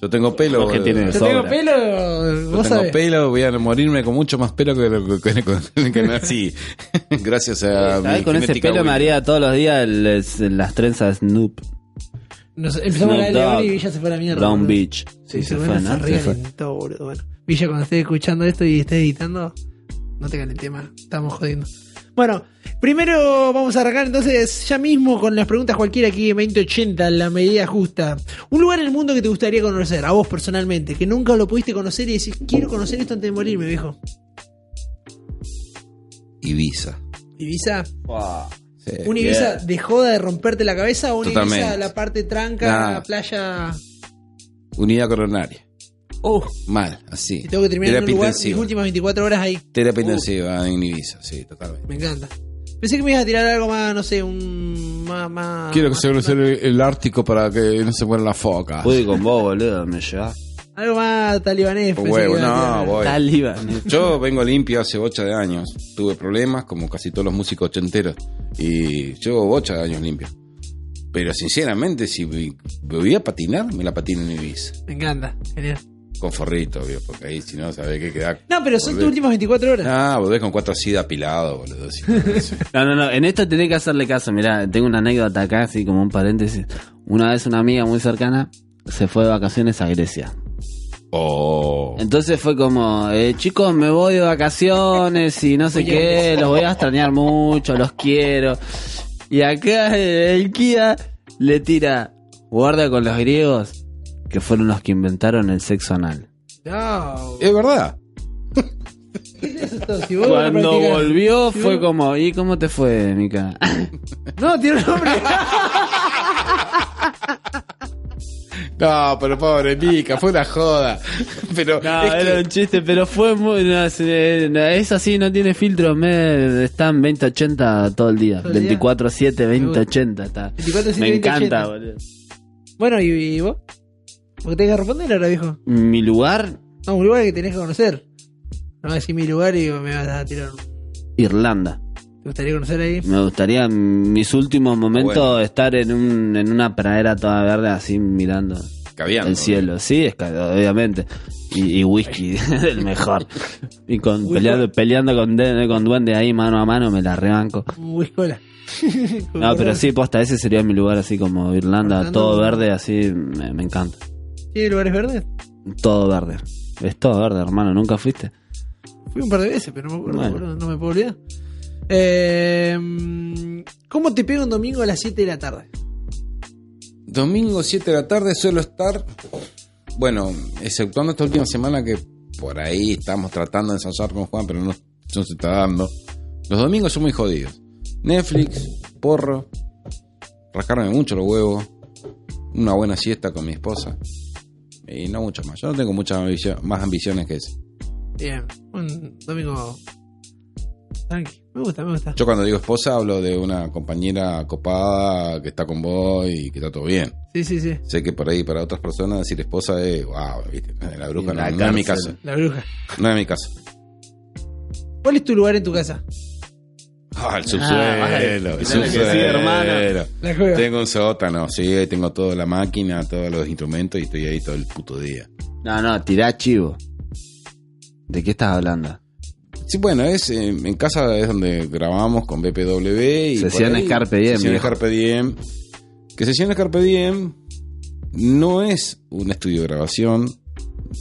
Speaker 3: Yo tengo pelo,
Speaker 4: Vos que
Speaker 3: boludo.
Speaker 4: tienes.
Speaker 2: Yo
Speaker 4: Sobra.
Speaker 2: tengo pelo,
Speaker 3: Yo
Speaker 2: vos
Speaker 3: tengo
Speaker 2: sabés.
Speaker 3: pelo, voy a morirme con mucho más pelo que, que, que- que- que- que nací. Gracias a
Speaker 4: ¿Sabés?
Speaker 3: Ah, mi
Speaker 4: Con ese
Speaker 3: genética
Speaker 4: pelo me
Speaker 3: abuela.
Speaker 4: haría todos los días el- el- las trenzas Snoop.
Speaker 2: Nos- empezamos a hablar
Speaker 4: Snoop
Speaker 2: de León y
Speaker 4: Dogg.
Speaker 2: Villa se fue a la Ah, mierda.
Speaker 4: Brown
Speaker 2: boludo.
Speaker 4: Beach.
Speaker 2: Sí, se,
Speaker 4: fue,
Speaker 2: van a
Speaker 4: ¿no?
Speaker 2: hacer
Speaker 4: Se fue.
Speaker 2: todo, boludo. Bueno, Villa, cuando estés escuchando esto y estés editando, no te calenté más. Estamos jodiendo. Bueno, primero vamos a arrancar entonces ya mismo con las preguntas cualquiera aquí en 2080, la medida justa. Un lugar en el mundo que te gustaría conocer, a vos personalmente, que nunca lo pudiste conocer y decís, quiero conocer esto antes de morirme, viejo.
Speaker 3: Ibiza.
Speaker 2: Ibiza,
Speaker 4: Eh,
Speaker 3: Sí.
Speaker 2: una Ibiza de joda de romperte la cabeza o una Ibiza
Speaker 3: Totalmente.
Speaker 2: la parte tranca,
Speaker 3: Nah.
Speaker 2: la playa.
Speaker 3: Unidad coronaria.
Speaker 2: Oh,
Speaker 3: Mal, así.
Speaker 2: y tengo que terminar en un
Speaker 3: Terapia
Speaker 2: lugar Oh. mis
Speaker 3: intensiva.
Speaker 2: últimas 24 horas ahí.
Speaker 3: Terapia intensiva en Ibiza, sí, totalmente.
Speaker 2: Me encanta. Pensé que me ibas a tirar algo más, no sé, un. más. más
Speaker 3: Quiero que
Speaker 2: más-
Speaker 3: se conocer el, el Ártico para que no se mueran las focas.
Speaker 4: Pude con vos, boludo, me llevás.
Speaker 2: Algo más talibanés. pensé
Speaker 3: Huevo,
Speaker 2: que ibas a
Speaker 3: no,
Speaker 2: tirar.
Speaker 3: voy.
Speaker 4: Talibán.
Speaker 3: Yo vengo limpio hace bocha de años. Tuve problemas, como casi todos los músicos ochenteros. Y llevo bocha de años limpio. Pero sinceramente, si me me voy a patinar, me la patino en Ibiza.
Speaker 2: Me encanta, genial.
Speaker 3: Con forrito, obvio, porque ahí si no, sabés qué queda.
Speaker 2: No, pero son
Speaker 3: Volvé.
Speaker 2: tus últimas 24 horas.
Speaker 3: Ah, volvés con cuatro así de apilado, boludo. si no, eso.
Speaker 4: No, no, no, en esto tenés que hacerle caso. Mirá, tengo una anécdota acá, así como un paréntesis. Una vez una amiga muy cercana se fue de vacaciones a Grecia.
Speaker 3: Oh.
Speaker 4: Entonces fue como, eh, chicos, me voy de vacaciones y no sé qué, los voy a extrañar mucho, los quiero. Y acá eh, el Kia le tira, guarda con los griegos, que fueron los que inventaron el sexo anal.
Speaker 2: No.
Speaker 3: Es verdad.
Speaker 2: Eso es todo, si vos
Speaker 4: Cuando
Speaker 2: practicás-
Speaker 4: volvió
Speaker 2: si
Speaker 4: fue
Speaker 2: vos-
Speaker 4: como, ¿y cómo te fue, Mica?
Speaker 2: No, tiene un nombre.
Speaker 3: No, pero pobre pica, fue una joda. Pero
Speaker 4: No,
Speaker 3: es que-
Speaker 4: era un chiste, pero fue muy... no, es, eh, no, es así, no tiene filtro, me, están 2080 todo el día.
Speaker 2: Todo el día.
Speaker 4: 24-7, 2080 está.
Speaker 2: 24/7,
Speaker 4: Me encanta,
Speaker 2: 2080.
Speaker 4: boludo.
Speaker 2: bueno, ¿y, y vos? Porque tenés que responder ahora, viejo.
Speaker 4: Mi lugar,
Speaker 2: No, un lugar que tenés que conocer. No vas a decir mi lugar y me vas a tirar. un-
Speaker 4: Irlanda.
Speaker 2: ¿Te gustaría conocer ahí?
Speaker 4: Me gustaría en mis últimos momentos
Speaker 3: Bueno.
Speaker 4: estar en, un, en una pradera toda verde así mirando
Speaker 3: Caviando.
Speaker 4: el cielo. Sí, es que, obviamente. Y, y whisky, el mejor. Y con,
Speaker 2: Whisky.
Speaker 4: peleando, peleando con, de- con duende ahí mano a mano me la rebanco.
Speaker 2: Un whiskola.
Speaker 4: No, pero sí, posta, ese sería mi lugar así como Irlanda,
Speaker 2: Irlanda,
Speaker 4: todo
Speaker 2: ¿no?
Speaker 4: verde, así me, me encanta.
Speaker 2: ¿Tiene lugares verdes?
Speaker 4: Todo verde. Es todo verde, hermano, nunca fuiste.
Speaker 2: Fui un par de veces, pero no me acuerdo,
Speaker 4: Bueno.
Speaker 2: boludo, no me puedo olvidar. Eh, ¿Cómo te pega un domingo a las 7 de la tarde?
Speaker 3: Domingo 7 de la tarde suelo estar, bueno, exceptuando esta última semana que por ahí estamos tratando de ensayar con Juan, pero no, no se está dando. Los domingos son muy jodidos. Netflix, porro, rascarme mucho los huevos, una buena siesta con mi esposa y no mucho más. Yo no tengo muchas ambicio- más ambiciones que eso.
Speaker 2: Bien, un domingo tranqui. Me gusta, me gusta.
Speaker 3: Yo cuando digo esposa hablo de una compañera copada que está con vos y que está todo bien.
Speaker 2: Sí, sí, sí.
Speaker 3: Sé que por ahí para otras personas decir esposa es, wow, viste, la bruja
Speaker 4: La
Speaker 3: no, no es mi
Speaker 4: cárcel.
Speaker 3: caso.
Speaker 2: La bruja.
Speaker 3: No es mi caso.
Speaker 2: ¿Cuál es tu lugar en tu casa?
Speaker 3: Ah, el subsuelo,
Speaker 4: vale.
Speaker 3: el
Speaker 4: Claro que sí,
Speaker 3: subsuelo.
Speaker 4: hermano.
Speaker 2: La juega.
Speaker 3: Tengo un sótano, sí, ahí tengo toda la máquina, todos los instrumentos y estoy ahí todo el puto día.
Speaker 4: No, no, tirá chivo. ¿De qué estás hablando?
Speaker 3: Sí, bueno, es eh, en casa es donde grabamos con BPW y
Speaker 4: Sesiones
Speaker 3: por ahí-
Speaker 4: Carpe Diem,
Speaker 3: Sesiones
Speaker 4: viejo.
Speaker 3: Carpe Diem. Que sesiones Carpe Diem no es un estudio de grabación,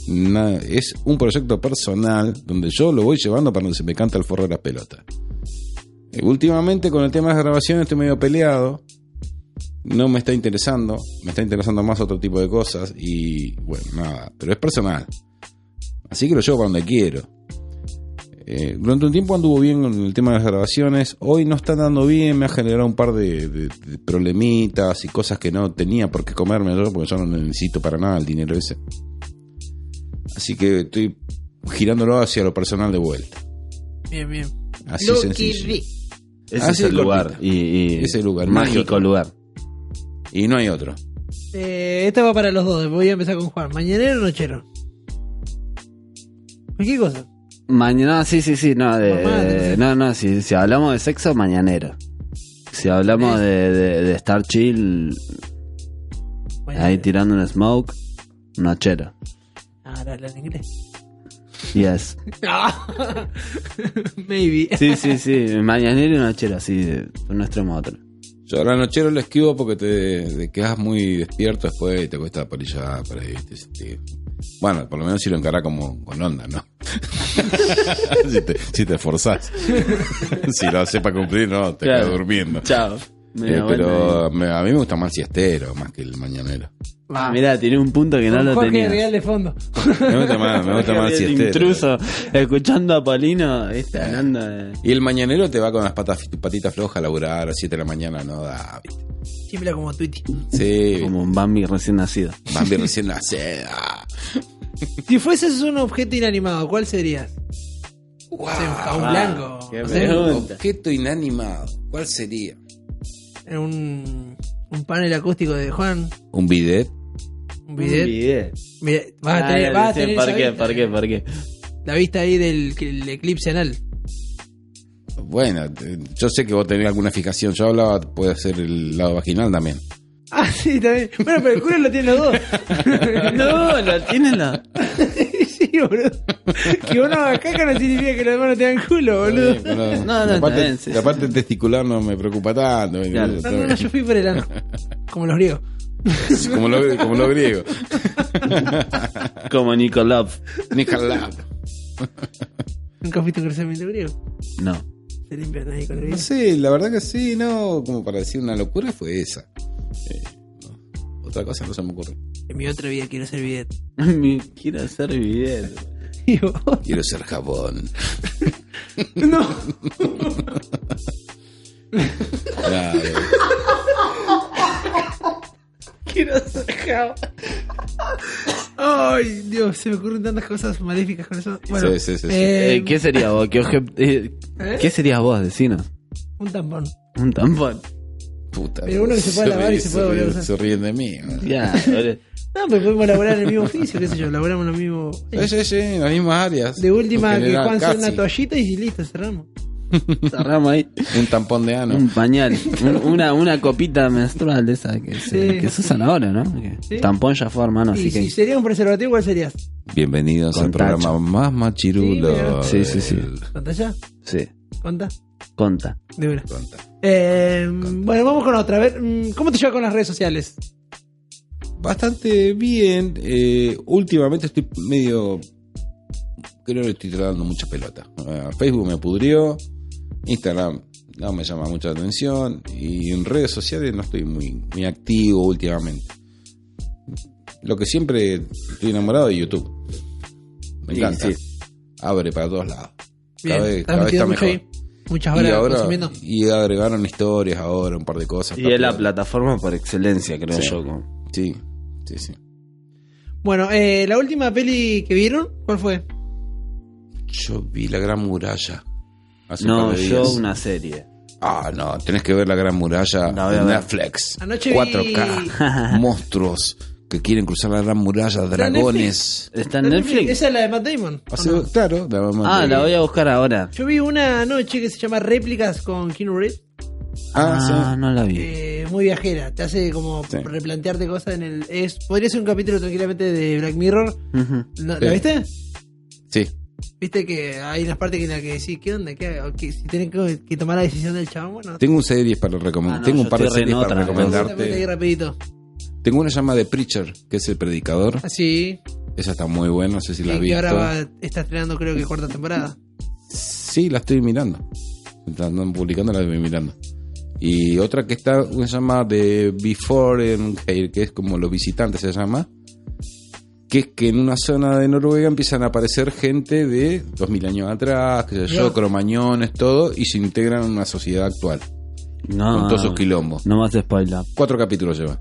Speaker 3: na- es un proyecto personal donde yo lo voy llevando para donde se me canta el forro de la pelota. Eh, Últimamente con el tema de las grabaciones estoy medio peleado. No me está interesando, me está interesando más otro tipo de cosas y bueno, nada, pero es personal. Así que lo llevo para donde quiero. Eh, durante un tiempo anduvo bien con el tema de las grabaciones, hoy no está dando bien, me ha generado un par de, de- de problemitas y cosas que no tenía por qué comerme yo, porque yo no necesito para nada el dinero ese. Así que estoy girándolo hacia lo personal de vuelta.
Speaker 2: Bien, bien.
Speaker 3: Así
Speaker 2: Lo
Speaker 3: sencillo.
Speaker 2: que vi.
Speaker 4: Ese
Speaker 3: Así
Speaker 4: es
Speaker 3: de
Speaker 4: Ah, el lugar.
Speaker 3: cortita.
Speaker 4: Y, y-
Speaker 3: Ese lugar, no hay
Speaker 4: Mágico
Speaker 3: otro.
Speaker 4: lugar.
Speaker 3: Y no hay otro.
Speaker 2: Eh, esta va para los dos. Voy a empezar con Juan. ¿Mañanero o nochero? ¿Qué cosa?
Speaker 4: Mañana, sí, sí, sí, no, de-
Speaker 2: Mamá,
Speaker 4: de-
Speaker 2: entonces.
Speaker 4: no, no, si, si hablamos de sexo, mañanero. Si hablamos de, de- de estar chill, ahí
Speaker 2: Mañanero.
Speaker 4: tirando un smoke, nochero.
Speaker 2: Ah, la, la en inglés. Ah.
Speaker 4: Yes.
Speaker 2: Maybe.
Speaker 4: Sí, sí, sí. Mañanero y nochero, así, de un extremo a otro.
Speaker 3: Yo a la nochero lo esquivo porque te, te quedas muy despierto después y te cuesta por allá, por ahí. te- te- Bueno, por lo menos si lo encarás como con onda, ¿no? si, te, si te esforzás. si lo haces para cumplir, no, te
Speaker 4: Claro.
Speaker 3: quedas durmiendo.
Speaker 4: Chao.
Speaker 3: Eh,
Speaker 4: Mira, bueno,
Speaker 3: pero me- a mí me gusta más siestero, más que el mañanero.
Speaker 4: ah, mirá, tiene un punto que no
Speaker 2: Con
Speaker 4: lo
Speaker 2: Jorge
Speaker 4: tenía.
Speaker 2: Real de fondo.
Speaker 3: Me gusta más, Ah, me gusta más el
Speaker 4: El
Speaker 3: siestero.
Speaker 4: intruso, escuchando a Paulino, ¿viste? hablando de...
Speaker 3: Y el mañanero te va con las patas, patitas flojas a laburar a las 7 de la mañana, no da. ¿viste?
Speaker 2: Siempre como Twitty.
Speaker 3: Sí,
Speaker 4: Como un Bambi recién nacido.
Speaker 3: Bambi recién nacida.
Speaker 2: Si fueses un objeto inanimado, ¿cuál serías? No sé, un jabón
Speaker 4: Ah,
Speaker 2: blanco.
Speaker 4: qué
Speaker 2: no sé,
Speaker 4: bien.
Speaker 3: Un
Speaker 4: Pregunta.
Speaker 3: objeto inanimado, ¿cuál sería?
Speaker 2: un, un panel acústico de Juan.
Speaker 3: ¿Un bidet?
Speaker 2: Un bidet.
Speaker 4: Bidet.
Speaker 2: Mira, vas a
Speaker 4: Ah,
Speaker 2: tener,
Speaker 4: lo
Speaker 2: vas a
Speaker 4: decía,
Speaker 2: tener
Speaker 4: ¿Por
Speaker 2: esa
Speaker 4: qué?
Speaker 2: vista,
Speaker 4: ¿Por qué? ¿Por qué?
Speaker 2: La vista ahí del el eclipse anal.
Speaker 3: Bueno, te- yo sé que vos tenés alguna fijación. Yo hablaba, puede ser el lado vaginal también.
Speaker 2: Ah, sí, también. Bueno, pero el culo lo tienen los dos.
Speaker 4: No, lo tienen la.
Speaker 2: sí, boludo. Que uno haga caca no significa que los demás no tengan culo, boludo.
Speaker 3: Está bien, pero
Speaker 4: No, no,
Speaker 3: la
Speaker 4: está
Speaker 3: parte,
Speaker 4: bien, sí,
Speaker 3: la
Speaker 4: sí.
Speaker 3: parte testicular no me preocupa tanto. ¿viste?
Speaker 4: Claro.
Speaker 3: Está
Speaker 2: No, no, no, yo
Speaker 3: bien.
Speaker 2: fui por el ano. Como los griegos.
Speaker 3: como, lo, como lo griego.
Speaker 4: Como Nikolov.
Speaker 3: Nicolás.
Speaker 2: Nunca fuiste a un crecimiento griego.
Speaker 4: No.
Speaker 2: Se limpian ahí con el
Speaker 3: No
Speaker 2: griego.
Speaker 3: sé, la verdad que sí, no. Como para decir una locura fue esa. Eh, no. Otra cosa no se me ocurre.
Speaker 2: En mi otra vida quiero ser bidet.
Speaker 4: Me quiero hacer bidet.
Speaker 2: Y vos,
Speaker 3: Quiero ser jabón.
Speaker 2: no.
Speaker 3: Claro.
Speaker 2: Quiero ser jabón. Ay, Dios, se me ocurren tantas cosas maléficas con eso. Bueno,
Speaker 3: Sí, sí, sí, sí.
Speaker 2: eh,
Speaker 4: Eh, ¿Qué serías vos? ¿Qué, obje- eh,
Speaker 2: ¿Eh?
Speaker 4: ¿Qué serías vos, decinos?
Speaker 2: Un tampón.
Speaker 4: Un tampón.
Speaker 3: Puta.
Speaker 2: Pero uno que se pueda
Speaker 3: ríe-
Speaker 2: lavar y se pueda volver a
Speaker 3: ríe-
Speaker 2: usar.
Speaker 3: Se ríen de mí. ¿no?
Speaker 4: Ya, boludo.
Speaker 2: No, pero podemos laburar en el mismo oficio, qué sé yo. Laburamos en los mismos.
Speaker 3: Sí, sí, sí, en las mismas áreas.
Speaker 2: De última,
Speaker 3: En
Speaker 2: que
Speaker 3: general,
Speaker 2: Juan se dé una
Speaker 3: casi.
Speaker 2: toallita y listo, cerramos.
Speaker 4: cerramos ahí.
Speaker 3: Un tampón de ano.
Speaker 4: Un pañal. Un- una, una copita menstrual de esas que se,
Speaker 2: Sí.
Speaker 4: que se usan ahora, ¿no? Que
Speaker 2: Sí.
Speaker 4: Tampón ya fue, hermano,
Speaker 2: y
Speaker 4: así
Speaker 2: si
Speaker 4: que.
Speaker 2: sería un preservativo, ¿cuál serías?
Speaker 3: Bienvenidos
Speaker 4: Con
Speaker 3: al programa
Speaker 4: tacho.
Speaker 3: más machirulo.
Speaker 4: Sí, sí, sí.
Speaker 3: del-
Speaker 2: ¿Conta ya?
Speaker 4: Sí,
Speaker 2: ¿Conta?
Speaker 4: conta.
Speaker 2: De una.
Speaker 3: Conta.
Speaker 2: Eh, bueno, vamos con otra. A ver, mm, ¿cómo te llevas con las redes sociales?
Speaker 3: Bastante bien. eh, últimamente estoy medio. Creo que estoy tratando mucha pelota. Eh, Facebook me pudrió. Instagram no me llama mucha atención. Y en redes sociales no estoy muy, muy activo últimamente. Lo que siempre estoy enamorado de YouTube. Me
Speaker 4: Sí,
Speaker 3: encanta.
Speaker 4: sí.
Speaker 3: Abre para todos lados.
Speaker 2: Bien,
Speaker 3: Cada vez-
Speaker 2: ¿estás
Speaker 3: cada vez
Speaker 2: metido
Speaker 3: está
Speaker 2: mucho
Speaker 3: mejor.
Speaker 2: ahí? Muchas
Speaker 3: Y
Speaker 2: horas
Speaker 3: ahora
Speaker 2: consumiendo.
Speaker 3: y agregaron historias ahora, un par de cosas.
Speaker 4: Y
Speaker 3: Está
Speaker 4: es la
Speaker 3: todo-
Speaker 4: plataforma por excelencia, creo
Speaker 3: Sí.
Speaker 4: yo. como-
Speaker 3: Sí, sí, sí.
Speaker 2: Bueno, eh, la última peli que vieron, ¿cuál fue?
Speaker 3: Yo vi la gran muralla. hace un
Speaker 4: No,
Speaker 3: par de
Speaker 4: yo
Speaker 3: días.
Speaker 4: una serie.
Speaker 3: Ah, no, tenés que ver la gran muralla
Speaker 4: La voy a
Speaker 3: en
Speaker 4: ver.
Speaker 3: Netflix.
Speaker 2: Anoche vi-
Speaker 3: 4K, monstruos que quieren cruzar la gran muralla, dragones.
Speaker 4: ¿Está en Netflix?
Speaker 2: Esa es la de Matt Damon. ¿o
Speaker 3: Hace-
Speaker 2: no?
Speaker 3: Claro, la vamos
Speaker 4: Ah, la
Speaker 3: ver.
Speaker 4: voy a buscar ahora.
Speaker 2: Yo vi una anoche que se llama Réplicas con Keanu Reeves.
Speaker 3: Ah,
Speaker 4: Ah, no la vi.
Speaker 2: eh, muy viajera. Te hace como
Speaker 3: Sí.
Speaker 2: replantearte cosas en el. Es, podría ser un capítulo tranquilamente de Black Mirror.
Speaker 4: Ujú.
Speaker 2: ¿La,
Speaker 3: Sí.
Speaker 2: la viste?
Speaker 3: sí. Sí.
Speaker 2: Viste que hay unas partes en las que decís, ¿qué onda? ¿Qué hago? ¿Qué- si tienen que, que tomar la decisión del chabón, bueno.
Speaker 3: Tengo un series para recomendar.
Speaker 4: Ah, no,
Speaker 3: Tengo
Speaker 4: yo
Speaker 3: un par de
Speaker 4: estoy re
Speaker 3: series
Speaker 4: en
Speaker 3: para
Speaker 4: otra,
Speaker 2: Exactamente, ahí
Speaker 3: recomendarte.
Speaker 2: rapidito.
Speaker 3: Tengo una llamada de Preacher, que es el predicador.
Speaker 2: Así.
Speaker 3: Esa está muy buena, no sé si la has
Speaker 2: que
Speaker 3: visto.
Speaker 2: ahora va, está estrenando, creo que cuarta temporada.
Speaker 3: Sí, la estoy mirando. Están publicando, la estoy mirando. Y otra que está, se llama de Before and Hale, que es como los visitantes se llama. Que es que en una zona de Noruega empiezan a aparecer gente de 2000 años atrás, qué sé yo,
Speaker 2: Dios.
Speaker 3: cromañones, todo, y se integran en una sociedad actual, con
Speaker 4: No,
Speaker 3: todos sus quilombos.
Speaker 4: no más spoiler.
Speaker 3: Cuatro capítulos lleva.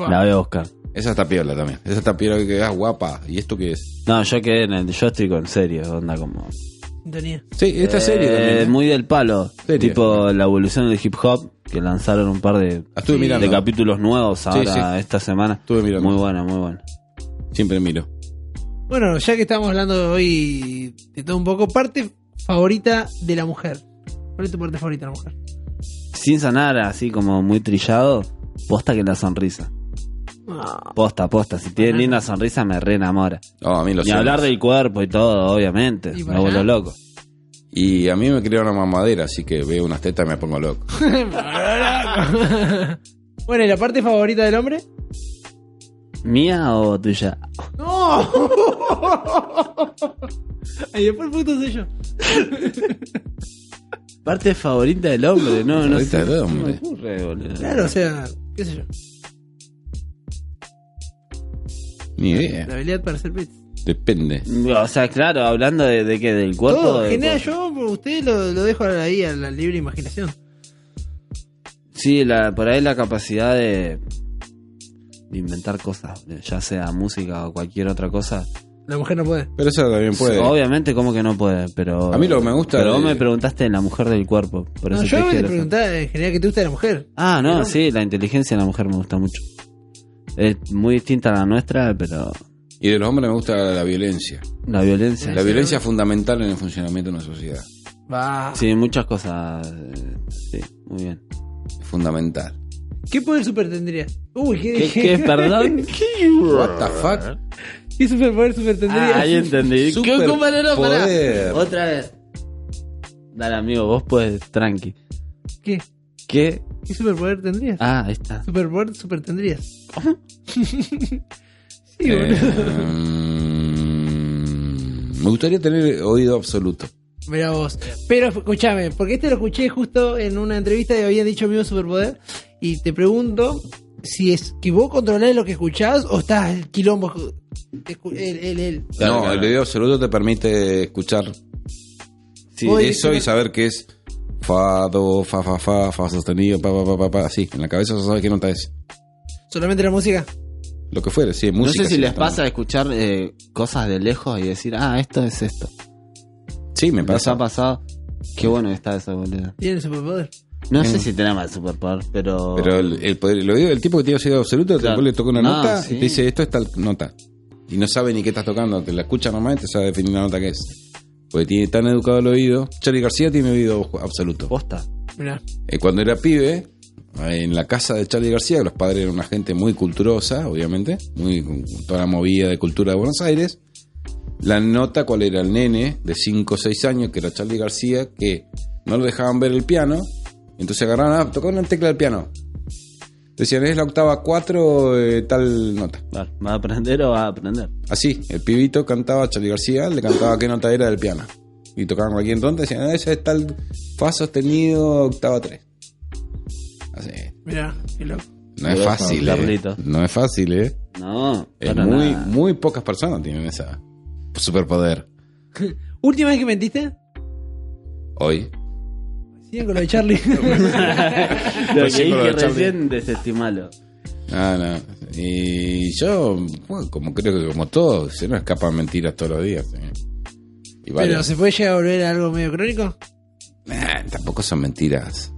Speaker 4: La voy a buscar.
Speaker 3: Esa está piola también. Esa está piola que quedás guapa. ¿Y esto qué es?
Speaker 4: No, yo quedé en el. Yo estoy con serie, onda como.
Speaker 2: Sintonía.
Speaker 3: Sí, esta
Speaker 4: Eh,
Speaker 3: serie también. ¿eh?
Speaker 4: Muy del palo.
Speaker 3: Serie.
Speaker 4: Tipo la evolución del hip hop, que lanzaron un par de,
Speaker 3: La estuve
Speaker 4: de
Speaker 3: mirando.
Speaker 4: capítulos nuevos ahora,
Speaker 3: sí.
Speaker 4: esta semana.
Speaker 3: Estuve mirando.
Speaker 4: Muy buena, muy buena.
Speaker 3: Siempre miro.
Speaker 2: Bueno, ya que estamos hablando hoy de todo un poco, parte favorita de la mujer. ¿Cuál es tu parte favorita de la mujer?
Speaker 4: Sin sanar, así como muy trillado, posta que la sonrisa. Posta, posta. Si tiene linda sonrisa, me re enamora.
Speaker 3: No, Oh, a mí los
Speaker 4: Y
Speaker 3: hombres.
Speaker 4: hablar del cuerpo y todo, obviamente.
Speaker 6: ¿Y
Speaker 4: Me vuelvo
Speaker 6: banana?
Speaker 4: loco.
Speaker 3: Y a mí me criaron una mamadera, así que veo unas tetas y me pongo loco.
Speaker 2: Bueno, ¿y la parte favorita del hombre?
Speaker 4: ¿Mía o tuya?
Speaker 2: ¡No! y después el puto soy yo.
Speaker 4: Parte favorita del hombre, no, no
Speaker 3: Favorita
Speaker 4: sé.
Speaker 3: del
Speaker 4: No me
Speaker 3: hombre.
Speaker 4: ocurre, boludo.
Speaker 2: Claro, o sea, qué sé yo.
Speaker 3: Ni idea.
Speaker 2: La habilidad para ser pez.
Speaker 3: Depende.
Speaker 4: O sea, claro, hablando de, de qué, del cuerpo.
Speaker 2: Todo,
Speaker 4: del
Speaker 2: genera
Speaker 4: cuerpo.
Speaker 2: yo, pues, usted lo, lo dejo ahí a la libre imaginación.
Speaker 4: Sí, la, por ahí la capacidad de, de inventar cosas, ya sea música o cualquier otra cosa.
Speaker 2: La mujer no puede.
Speaker 3: Pero eso también puede.
Speaker 4: Obviamente, como que no puede, pero.
Speaker 3: A mí lo que me gusta
Speaker 4: Pero
Speaker 3: de-
Speaker 4: vos me preguntaste en la mujer del cuerpo. Por
Speaker 2: No,
Speaker 4: eso
Speaker 2: yo
Speaker 4: te
Speaker 2: te
Speaker 4: quiero-
Speaker 2: preguntaba en general qué te gusta de la mujer.
Speaker 4: Ah, no, sí, la inteligencia de la mujer me gusta mucho. Es muy distinta a la nuestra, pero.
Speaker 3: Y de los hombres me gusta la violencia.
Speaker 4: La violencia.
Speaker 3: La violencia es fundamental en el funcionamiento de una sociedad.
Speaker 2: Va.
Speaker 4: Sí, muchas cosas. eh, Sí, muy bien.
Speaker 3: Es fundamental.
Speaker 2: ¿Qué poder super tendría? Uy, ¿qué
Speaker 4: ¿Qué,
Speaker 2: dije?
Speaker 4: qué perdón?
Speaker 3: What the fuck?
Speaker 2: ¿Qué superpoder super tendría?
Speaker 4: Ah, ahí entendí.
Speaker 3: Superpoder.
Speaker 4: ¿Qué- cómo no, no, pará? Otra vez. Dale, amigo, vos puedes, tranqui.
Speaker 2: ¿Qué?
Speaker 4: ¿Qué?
Speaker 2: ¿Qué superpoder tendrías?
Speaker 4: Ah, ahí está.
Speaker 2: Superpoder super tendrías. sí,
Speaker 3: Eh,
Speaker 2: boludo.
Speaker 3: mm, me gustaría tener oído absoluto.
Speaker 2: Mira vos. Pero escúchame, porque este lo escuché justo en una entrevista que habían dicho mío superpoder. Y te pregunto si es que vos controlás lo que escuchás o estás el quilombo. escu- El, el, el.
Speaker 4: Claro,
Speaker 3: no,
Speaker 4: claro.
Speaker 3: el oído absoluto te permite escuchar
Speaker 4: Sí,
Speaker 2: Voy.
Speaker 3: eso y saber qué es fa, do, fa, fa, fa, fa sostenido, pa, pa, pa, pa, pa, así. En la cabeza ya sabes qué nota es.
Speaker 2: Solamente la música.
Speaker 3: Lo que fuere, sí,
Speaker 4: no
Speaker 3: música.
Speaker 4: sé si
Speaker 3: sí,
Speaker 4: les
Speaker 3: está.
Speaker 4: pasa escuchar eh, cosas de lejos y decir, ah, esto es esto.
Speaker 3: Sí, me
Speaker 4: ¿Les
Speaker 3: pasa.
Speaker 4: ha pasado? Qué bueno que está eso, boludo.
Speaker 2: Tiene el superpoder.
Speaker 4: No sé si tenemos el superpoder,
Speaker 3: Mm.
Speaker 4: pero...
Speaker 3: Pero el, el poder- el oído, el tipo que tiene oído absoluto, te
Speaker 4: Claro.
Speaker 3: después le toca una
Speaker 4: No,
Speaker 3: nota
Speaker 4: sí.
Speaker 3: y te dice, esto es tal nota. Y no sabe ni qué estás tocando, te la escucha nomás y te sabe definir la nota que es. Porque tiene tan educado el oído. Charlie García tiene oído absoluto.
Speaker 4: Posta.
Speaker 2: Mirá.
Speaker 3: Eh, cuando era pibe, en la casa de Charlie García, los padres eran una gente muy culturosa, obviamente, muy con toda la movida de cultura de Buenos Aires. La nota cuál era el nene de 5 o 6 años, que era Charlie García, que no lo dejaban ver el piano, entonces agarraban, ah, tocaban una tecla del piano. Decían, es la octava 4, tal nota.
Speaker 4: Vale, ¿Va a aprender o va a aprender?
Speaker 3: Así, el pibito cantaba Charlie García, le cantaba qué nota era del piano. Y tocaban cualquier tonta, decían, ah, esa es tal fa sostenido, octava 3. Así.
Speaker 2: Mirá, qué loco.
Speaker 3: No es
Speaker 4: Lo dejo,
Speaker 3: fácil, eh.
Speaker 4: Carlito.
Speaker 3: No es fácil, eh.
Speaker 4: No,
Speaker 3: Es
Speaker 4: para
Speaker 3: muy,
Speaker 4: nada.
Speaker 3: muy pocas personas tienen esa superpoder.
Speaker 2: ¿Última vez que mentiste?
Speaker 3: Hoy.
Speaker 2: Sigan con lo de Charlie.
Speaker 4: Lo que
Speaker 3: Recién con lo de Charlie.
Speaker 4: dije recién, desestimalo.
Speaker 3: Ah, no. Y yo, bueno, como creo que como todos, se nos escapan mentiras todos los días. eh. Y
Speaker 2: Pero
Speaker 3: varias.
Speaker 2: ¿se puede llegar a volver a algo medio crónico?
Speaker 3: Nah, eh, tampoco son mentiras.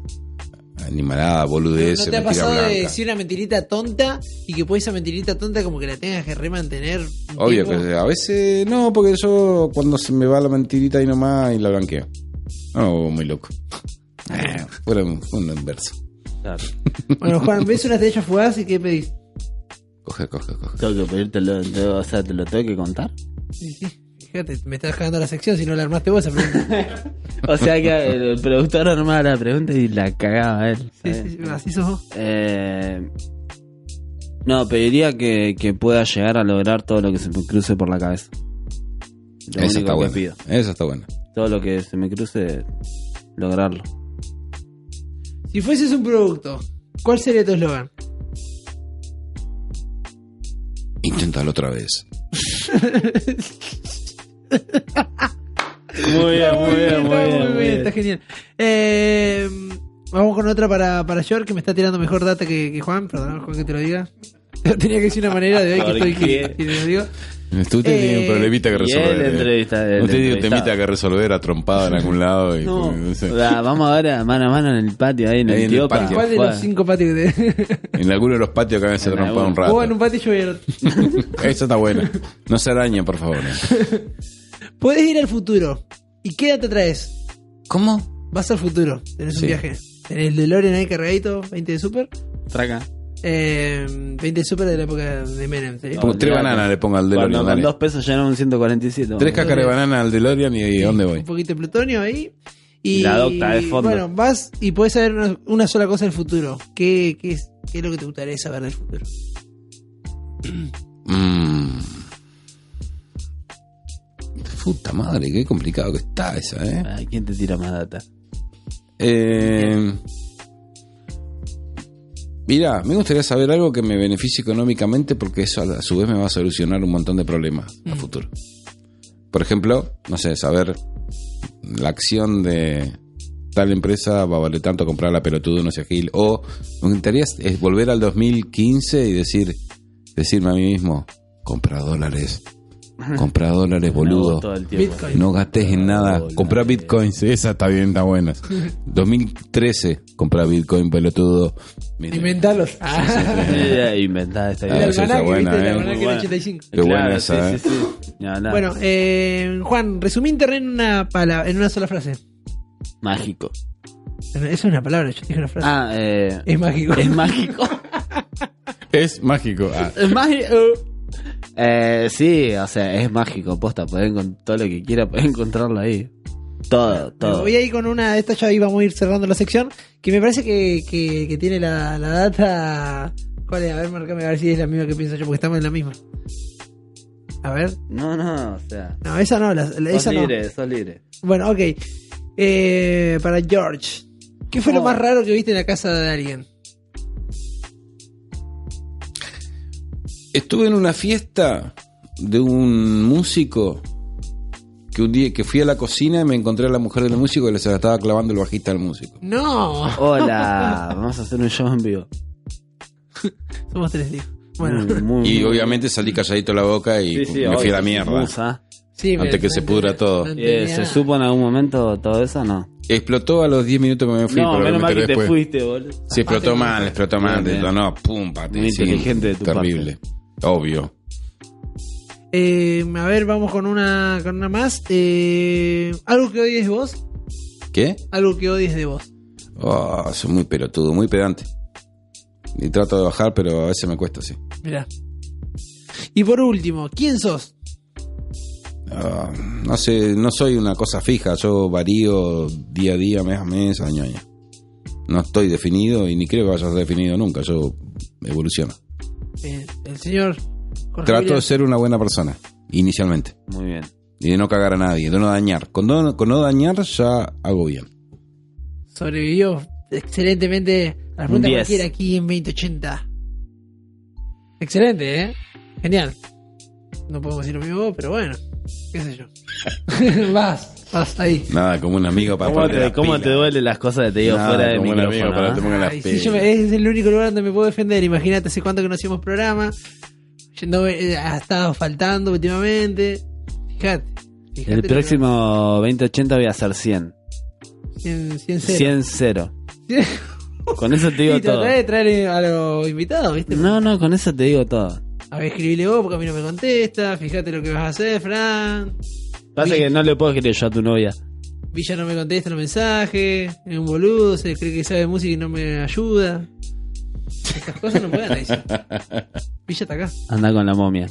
Speaker 3: Animalada, boludez,
Speaker 2: ¿No te ha
Speaker 3: mentira
Speaker 2: pasado de
Speaker 3: blanca.
Speaker 2: decir una mentirita tonta y que por esa mentirita tonta como que la tengas que remantener? un
Speaker 3: Obvio
Speaker 2: tiempo?
Speaker 3: que a veces no, porque yo cuando se me va la mentirita ahí nomás y la blanqueo. No, muy loco. Ah, Fuera un, un inverso.
Speaker 4: Claro.
Speaker 2: Bueno, Juan, ¿ves una estrella fugaz y qué pedís?
Speaker 3: Coge, coge, coge.
Speaker 4: Tengo que pedírtelo, te- o sea, te lo tengo que contar.
Speaker 2: Sí, sí. Fíjate, me estás cagando la sección si no la armaste vos esa pregunta.
Speaker 4: O sea que el, el productor armaba la pregunta y la cagaba él.
Speaker 2: Sí,
Speaker 4: ¿sabes?
Speaker 2: sí, sí, así sos vos.
Speaker 4: Eh, no, pediría que, que pueda llegar a lograr todo lo que se me cruce por la cabeza. Lo
Speaker 3: Eso está
Speaker 4: único que
Speaker 3: bueno.
Speaker 4: pido.
Speaker 3: Eso está bueno.
Speaker 4: Todo lo que se me cruce, lograrlo.
Speaker 2: Si fueses un producto, ¿cuál sería tu eslogan?
Speaker 3: Inténtalo otra vez.
Speaker 4: Muy bien, muy bien,
Speaker 2: Está está genial. Eh, vamos con otra para, para George, que me está tirando mejor data que, que Juan. Perdón, Juan, que te lo diga. Tenía que decir una manera de hoy que
Speaker 4: ¿Por
Speaker 2: estoy que,
Speaker 4: qué?
Speaker 2: que lo digo.
Speaker 3: Usted tiene un
Speaker 2: Eh,
Speaker 3: problemita que
Speaker 4: y el
Speaker 3: resolver. eh.
Speaker 4: entrevista- el
Speaker 3: Usted tiene un
Speaker 4: entrevistado.
Speaker 3: temita que resolver atrompado en algún lado. Y,
Speaker 4: No,
Speaker 3: no sé.
Speaker 4: Ah, vamos ahora mano a mano en el patio, ahí en
Speaker 3: Ahí en
Speaker 4: el
Speaker 3: el
Speaker 4: Tiopa.
Speaker 3: patio.
Speaker 2: ¿Cuál de los cinco patios que te.?
Speaker 3: En alguno de los patios que a veces
Speaker 4: En
Speaker 3: trompado un
Speaker 4: algún-
Speaker 3: rato.
Speaker 2: Vos en un patio y yo voy al otro.
Speaker 3: Eso está bueno. No se arañen, por favor.
Speaker 2: Podés ir al futuro. ¿Y qué edad te traes?
Speaker 3: ¿Cómo?
Speaker 2: Vas al futuro. Tenés
Speaker 3: Sí.
Speaker 2: un viaje. Tenés el DeLorean ahí cargadito, 20 de super.
Speaker 4: Traca.
Speaker 2: Eh, 20 super de la época de Menem. ¿sí?
Speaker 3: Pongo tres
Speaker 4: olvidate.
Speaker 3: bananas le pongo al DeLorean.
Speaker 4: Cuando con
Speaker 3: dale.
Speaker 4: dos pesos ya era un 147.
Speaker 3: Tres
Speaker 4: boludo.
Speaker 3: cáscaras de banana al DeLorean y, y ¿dónde voy?
Speaker 2: Un poquito de plutonio ahí. Y
Speaker 4: La docta de fondo.
Speaker 2: Bueno, vas y puedes saber una, una sola cosa del futuro. ¿Qué, qué, es, ¿Qué es lo que te gustaría saber del futuro?
Speaker 3: Mm. Puta madre, qué complicado que está esa, ¿eh?
Speaker 4: Ay, ¿Quién te tira más data?
Speaker 3: Eh, mira, me gustaría saber algo que me beneficie económicamente porque eso a su vez me va a solucionar un montón de problemas a futuro. Por ejemplo, no sé, saber la acción de tal empresa va a valer tanto comprar la pelotudo, no sé, Gil. O me gustaría es volver al 2015 y decir, decirme a mí mismo, compra dólares, compra dólares, boludo.
Speaker 4: Todo el tiempo.
Speaker 2: Bitcoin.
Speaker 3: No gastes en nada.
Speaker 4: Dólares.
Speaker 3: Comprá bitcoins. Esa está bien, está buena. 2013, comprá bitcoin, pelotudo. Mira,
Speaker 2: Inventalos. Ah,
Speaker 4: Eh, Inventada esta
Speaker 3: Ah,
Speaker 2: el
Speaker 4: idea.
Speaker 3: esa está
Speaker 2: almanaque,
Speaker 3: buena,
Speaker 2: ¿viste? El
Speaker 3: eh.
Speaker 2: almanaque del
Speaker 4: Muy buena. Ah.
Speaker 2: 85.
Speaker 3: Qué buena esa, eh.
Speaker 4: sí, sí, sí. Ni hablar.
Speaker 2: Bueno, eh, Juan, resumí internet en una, pala- en una sola frase.
Speaker 4: mágico.
Speaker 2: Eso es una palabra, yo te dije una frase.
Speaker 4: Ah, eh,
Speaker 2: es mágico.
Speaker 4: es mágico.
Speaker 3: Es mágico. Ah,
Speaker 4: Es mágico. Eh, sí, o sea, es mágico, posta. Podés encontrar todo lo que quiera, podés encontrarlo ahí. Todo,
Speaker 2: Bueno,
Speaker 4: todo.
Speaker 2: Voy a ir con una de estas, ya íbamos a ir cerrando la sección, que me parece que, que- que tiene la, la data... ¿Cuál es? A ver, marcame a ver si es la misma que pienso yo, porque estamos en la misma. A ver.
Speaker 4: No, no, o sea.
Speaker 2: No, esa no, la- la-
Speaker 4: Sos
Speaker 2: esa no.
Speaker 4: libre, sos libre.
Speaker 2: Bueno, ok. Eh, para George, ¿qué fue lo
Speaker 4: Oh.
Speaker 2: más raro que viste en la casa de alguien?
Speaker 3: Estuve en una fiesta de un músico que un día que fui a la cocina y me encontré a la mujer del músico que le se la estaba clavando el bajista al músico.
Speaker 2: No,
Speaker 4: Hola, vamos a hacer un show en vivo.
Speaker 2: somos tres, dijo. Bueno,
Speaker 4: Muy, muy,
Speaker 3: Y
Speaker 4: muy-
Speaker 3: obviamente salí calladito la boca y
Speaker 4: Mm. Sí, sí,
Speaker 3: me fui a la
Speaker 4: obvio,
Speaker 3: mierda.
Speaker 4: musa.
Speaker 2: sí,
Speaker 3: Antes
Speaker 2: pero
Speaker 3: que se
Speaker 2: no
Speaker 3: pudra
Speaker 2: tenía-
Speaker 3: todo.
Speaker 2: no
Speaker 4: Eh,
Speaker 2: tenía
Speaker 4: ¿Se
Speaker 2: nada.
Speaker 4: supo en algún momento todo eso? No.
Speaker 3: Explotó a los 10 minutos que me fui.
Speaker 4: no,
Speaker 3: pero
Speaker 4: menos
Speaker 3: me
Speaker 4: mal que
Speaker 3: enteré
Speaker 4: te
Speaker 3: después.
Speaker 4: fuiste, boludo.
Speaker 3: Sí, explotó mal, explotó mal.
Speaker 4: Bien, bien.
Speaker 3: No, pum, pate,
Speaker 4: Muy
Speaker 3: sí,
Speaker 4: inteligente de tu
Speaker 3: Terrible. Obvio.
Speaker 2: Eh, a ver, vamos con una, con una más. Eh, algo que odies de vos,
Speaker 3: ¿Qué?
Speaker 2: algo que odies de vos.
Speaker 3: Oh, soy muy pelotudo, muy pedante. Y trato de bajar, pero a veces me cuesta, sí.
Speaker 2: Mirá. Y por último, ¿quién sos?
Speaker 3: Ah, no sé, no soy una cosa fija, yo varío día a día, mes a mes, año a año. No estoy definido y ni creo que vaya a ser definido nunca, yo evoluciono.
Speaker 2: Eh, el señor. Jorge
Speaker 3: Trato de
Speaker 2: Villar.
Speaker 3: ser una buena persona, inicialmente.
Speaker 4: Muy bien.
Speaker 3: Y de no cagar a nadie, de no dañar. Con no, con no dañar ya hago bien.
Speaker 2: Sobrevivió excelentemente a la
Speaker 4: Un
Speaker 2: pregunta
Speaker 4: 10.
Speaker 2: cualquiera aquí en 2080. Excelente, ¿eh? Genial. No podemos decir lo mismo, vos, pero bueno. ¿Qué sé yo? vas, vas ahí.
Speaker 3: Nada, como un amigo para
Speaker 4: ¿Cómo,
Speaker 3: ponerte
Speaker 4: te,
Speaker 3: las
Speaker 4: cómo
Speaker 3: pilas.
Speaker 4: te duelen las cosas que te digo
Speaker 3: Nada,
Speaker 4: fuera de
Speaker 3: como un amigo
Speaker 4: micrófono?
Speaker 3: para
Speaker 4: ¿ah?
Speaker 3: te pongan las
Speaker 2: Ay, sí, yo
Speaker 3: pilas.
Speaker 2: me- es el único lugar donde me puedo defender. Imagínate, hace cuánto que no hacíamos programa. Yo no- eh, ha estado faltando últimamente. Fíjate. fíjate
Speaker 4: El
Speaker 2: lo
Speaker 4: próximo 2080 voy a hacer 100.
Speaker 2: que- 100, 100 cero.
Speaker 4: 100 cero. Con eso te digo
Speaker 2: Y
Speaker 4: todo.
Speaker 2: tratar de traer a los invitados, ¿viste?
Speaker 4: No, no, con eso te digo todo.
Speaker 2: A ver, escribile vos porque a mí no me contesta. Fíjate lo que vas a hacer, Fran.
Speaker 4: Pasa
Speaker 2: Bien.
Speaker 4: que no le puedo escribir yo a tu novia.
Speaker 2: Villa no me contesta los mensajes. Es un boludo, se cree que sabe música y no me ayuda. Estas cosas no me van a decir. Villa está acá.
Speaker 4: Anda con la momia.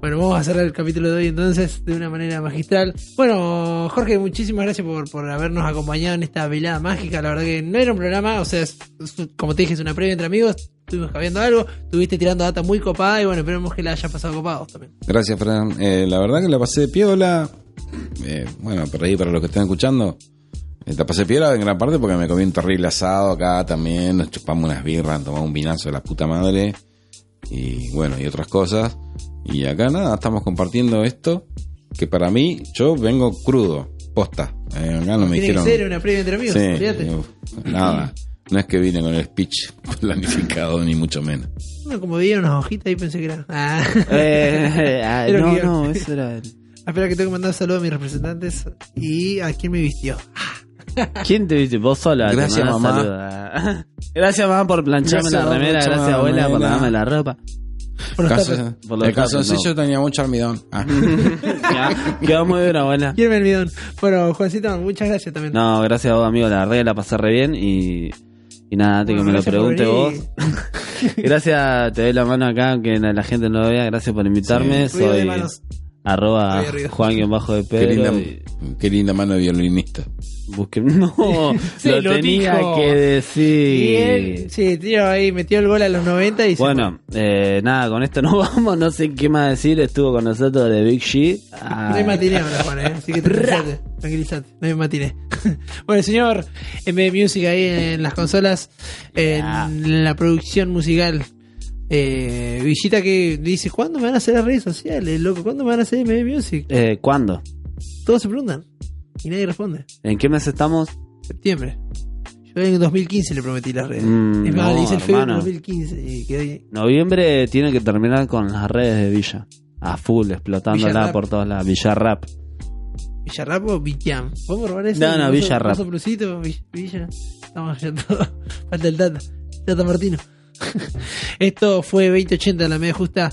Speaker 2: Bueno, vamos a cerrar el capítulo de hoy entonces de una manera magistral. Bueno, Jorge, muchísimas gracias por, por habernos acompañado en esta velada mágica. La verdad que no era un programa, o sea, es- es- como te dije, es una previa entre amigos. Estuvimos caviando algo, estuviste tirando data muy copada y bueno, esperemos que la hayas pasado copado también.
Speaker 3: Gracias, Fran. Eh, la verdad que la pasé piola. Eh, bueno, por ahí, para los que están escuchando, eh, la pasé piola en gran parte porque me comí un terrible asado acá también. Nos chupamos unas birras, tomamos un vinazo de la puta madre. Y bueno, y otras cosas. Y acá nada, estamos compartiendo esto. Que para mí, yo vengo crudo, posta. Eh, acá no me
Speaker 2: Tiene que
Speaker 3: dijeron.
Speaker 2: ser una previa entre amigos,
Speaker 3: Sí,
Speaker 2: olvídate.
Speaker 3: eh, nada. No es que vine con el speech planificado, ni mucho menos.
Speaker 2: Bueno, como veía unas hojitas ahí pensé que era. Ah.
Speaker 4: Eh, ah,
Speaker 2: Pero
Speaker 4: no,
Speaker 2: que-
Speaker 4: no, eso era. el-
Speaker 2: Ah, espera que tengo que mandar un saludo a mis representantes y a quién me vistió.
Speaker 4: ¿Quién te viste? Vos sola. te
Speaker 3: Gracias,
Speaker 4: mandás
Speaker 3: mamá.
Speaker 4: saludos. gracias, mamá, por plancharme
Speaker 3: Gracias,
Speaker 4: la remera.
Speaker 3: mamá,
Speaker 4: Gracias, abuela, por
Speaker 3: mamá.
Speaker 4: darme la ropa.
Speaker 2: Por los
Speaker 3: Calzo-
Speaker 2: tacos.
Speaker 4: Por los
Speaker 3: el
Speaker 4: tacos,
Speaker 3: calzoncillo
Speaker 4: no.
Speaker 3: tenía mucho almidón. Ah.
Speaker 4: Ya, Quedó muy bien, abuela.
Speaker 2: Guillermo Almidón. Bueno, Juancito, muchas gracias también.
Speaker 4: No, gracias a vos, amigo. La verdad que la pasé re bien y, y nada, antes que
Speaker 2: Bueno,
Speaker 4: me lo
Speaker 2: gracias por
Speaker 4: pregunte vos.
Speaker 2: venir.
Speaker 4: gracias, te doy la mano acá, aunque la la gente no lo vea. Gracias por invitarme.
Speaker 2: Sí. Ruido de
Speaker 4: Soy
Speaker 2: manos.
Speaker 4: arroba
Speaker 2: Ruido, ruido.
Speaker 4: Juan-Bajo de
Speaker 3: Qué linda,
Speaker 4: Pedro. y
Speaker 3: qué linda mano de violinista.
Speaker 4: busque- No,
Speaker 2: Se
Speaker 4: lo,
Speaker 2: lo
Speaker 4: tenía
Speaker 2: dijo.
Speaker 4: que decir.
Speaker 2: Y él, sí, tío, ahí metió el gol a los 90 y se
Speaker 4: Bueno, eh, nada, con esto nos vamos. No sé qué más decir. Estuvo con nosotros de Big G.
Speaker 2: fue.
Speaker 4: Ah,
Speaker 2: No hay matiné ahora, Juan, eh, así que tranquilizate, tranquilizate, no hay matiné. bueno, señor, MB Music ahí en las consolas,
Speaker 4: Ah.
Speaker 2: en la producción musical. Eh, Villita que dice, ¿cuándo me van a hacer las redes sociales, loco? ¿Cuándo me van a hacer MB Music?
Speaker 4: eh, ¿Cuándo?
Speaker 2: Todos se preguntan y nadie responde.
Speaker 4: ¿En qué mes estamos?
Speaker 2: Septiembre. Yo en 2015 le prometí las redes.
Speaker 4: Mm,
Speaker 2: es más,
Speaker 4: no,
Speaker 2: le hice el Facebook en
Speaker 4: hermano.
Speaker 2: 2015 y quedé
Speaker 4: Noviembre tiene que terminar con las redes de Villa. A full, explotándola
Speaker 2: Villarrap.
Speaker 4: por todos lados. Villa Rap.
Speaker 2: Villarrap o Villán. ¿Podemos robar eso?
Speaker 4: No, no, Villarrap.
Speaker 2: Paso Plusito, Vi- Villa. Estamos ya todos. Falta el Tata. Tata Martino. Esto fue 2080 la media justa.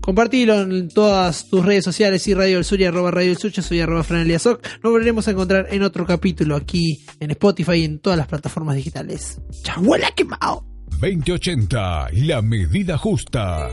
Speaker 2: Compartilo en todas tus redes sociales y Radio del Sur y arroba Radio del Sur. Yo soy arroba Fran Elias Oc. Nos volveremos a encontrar en otro capítulo aquí en Spotify y en todas las plataformas digitales. ¡Chabuela quemado!
Speaker 1: 2080, la medida justa.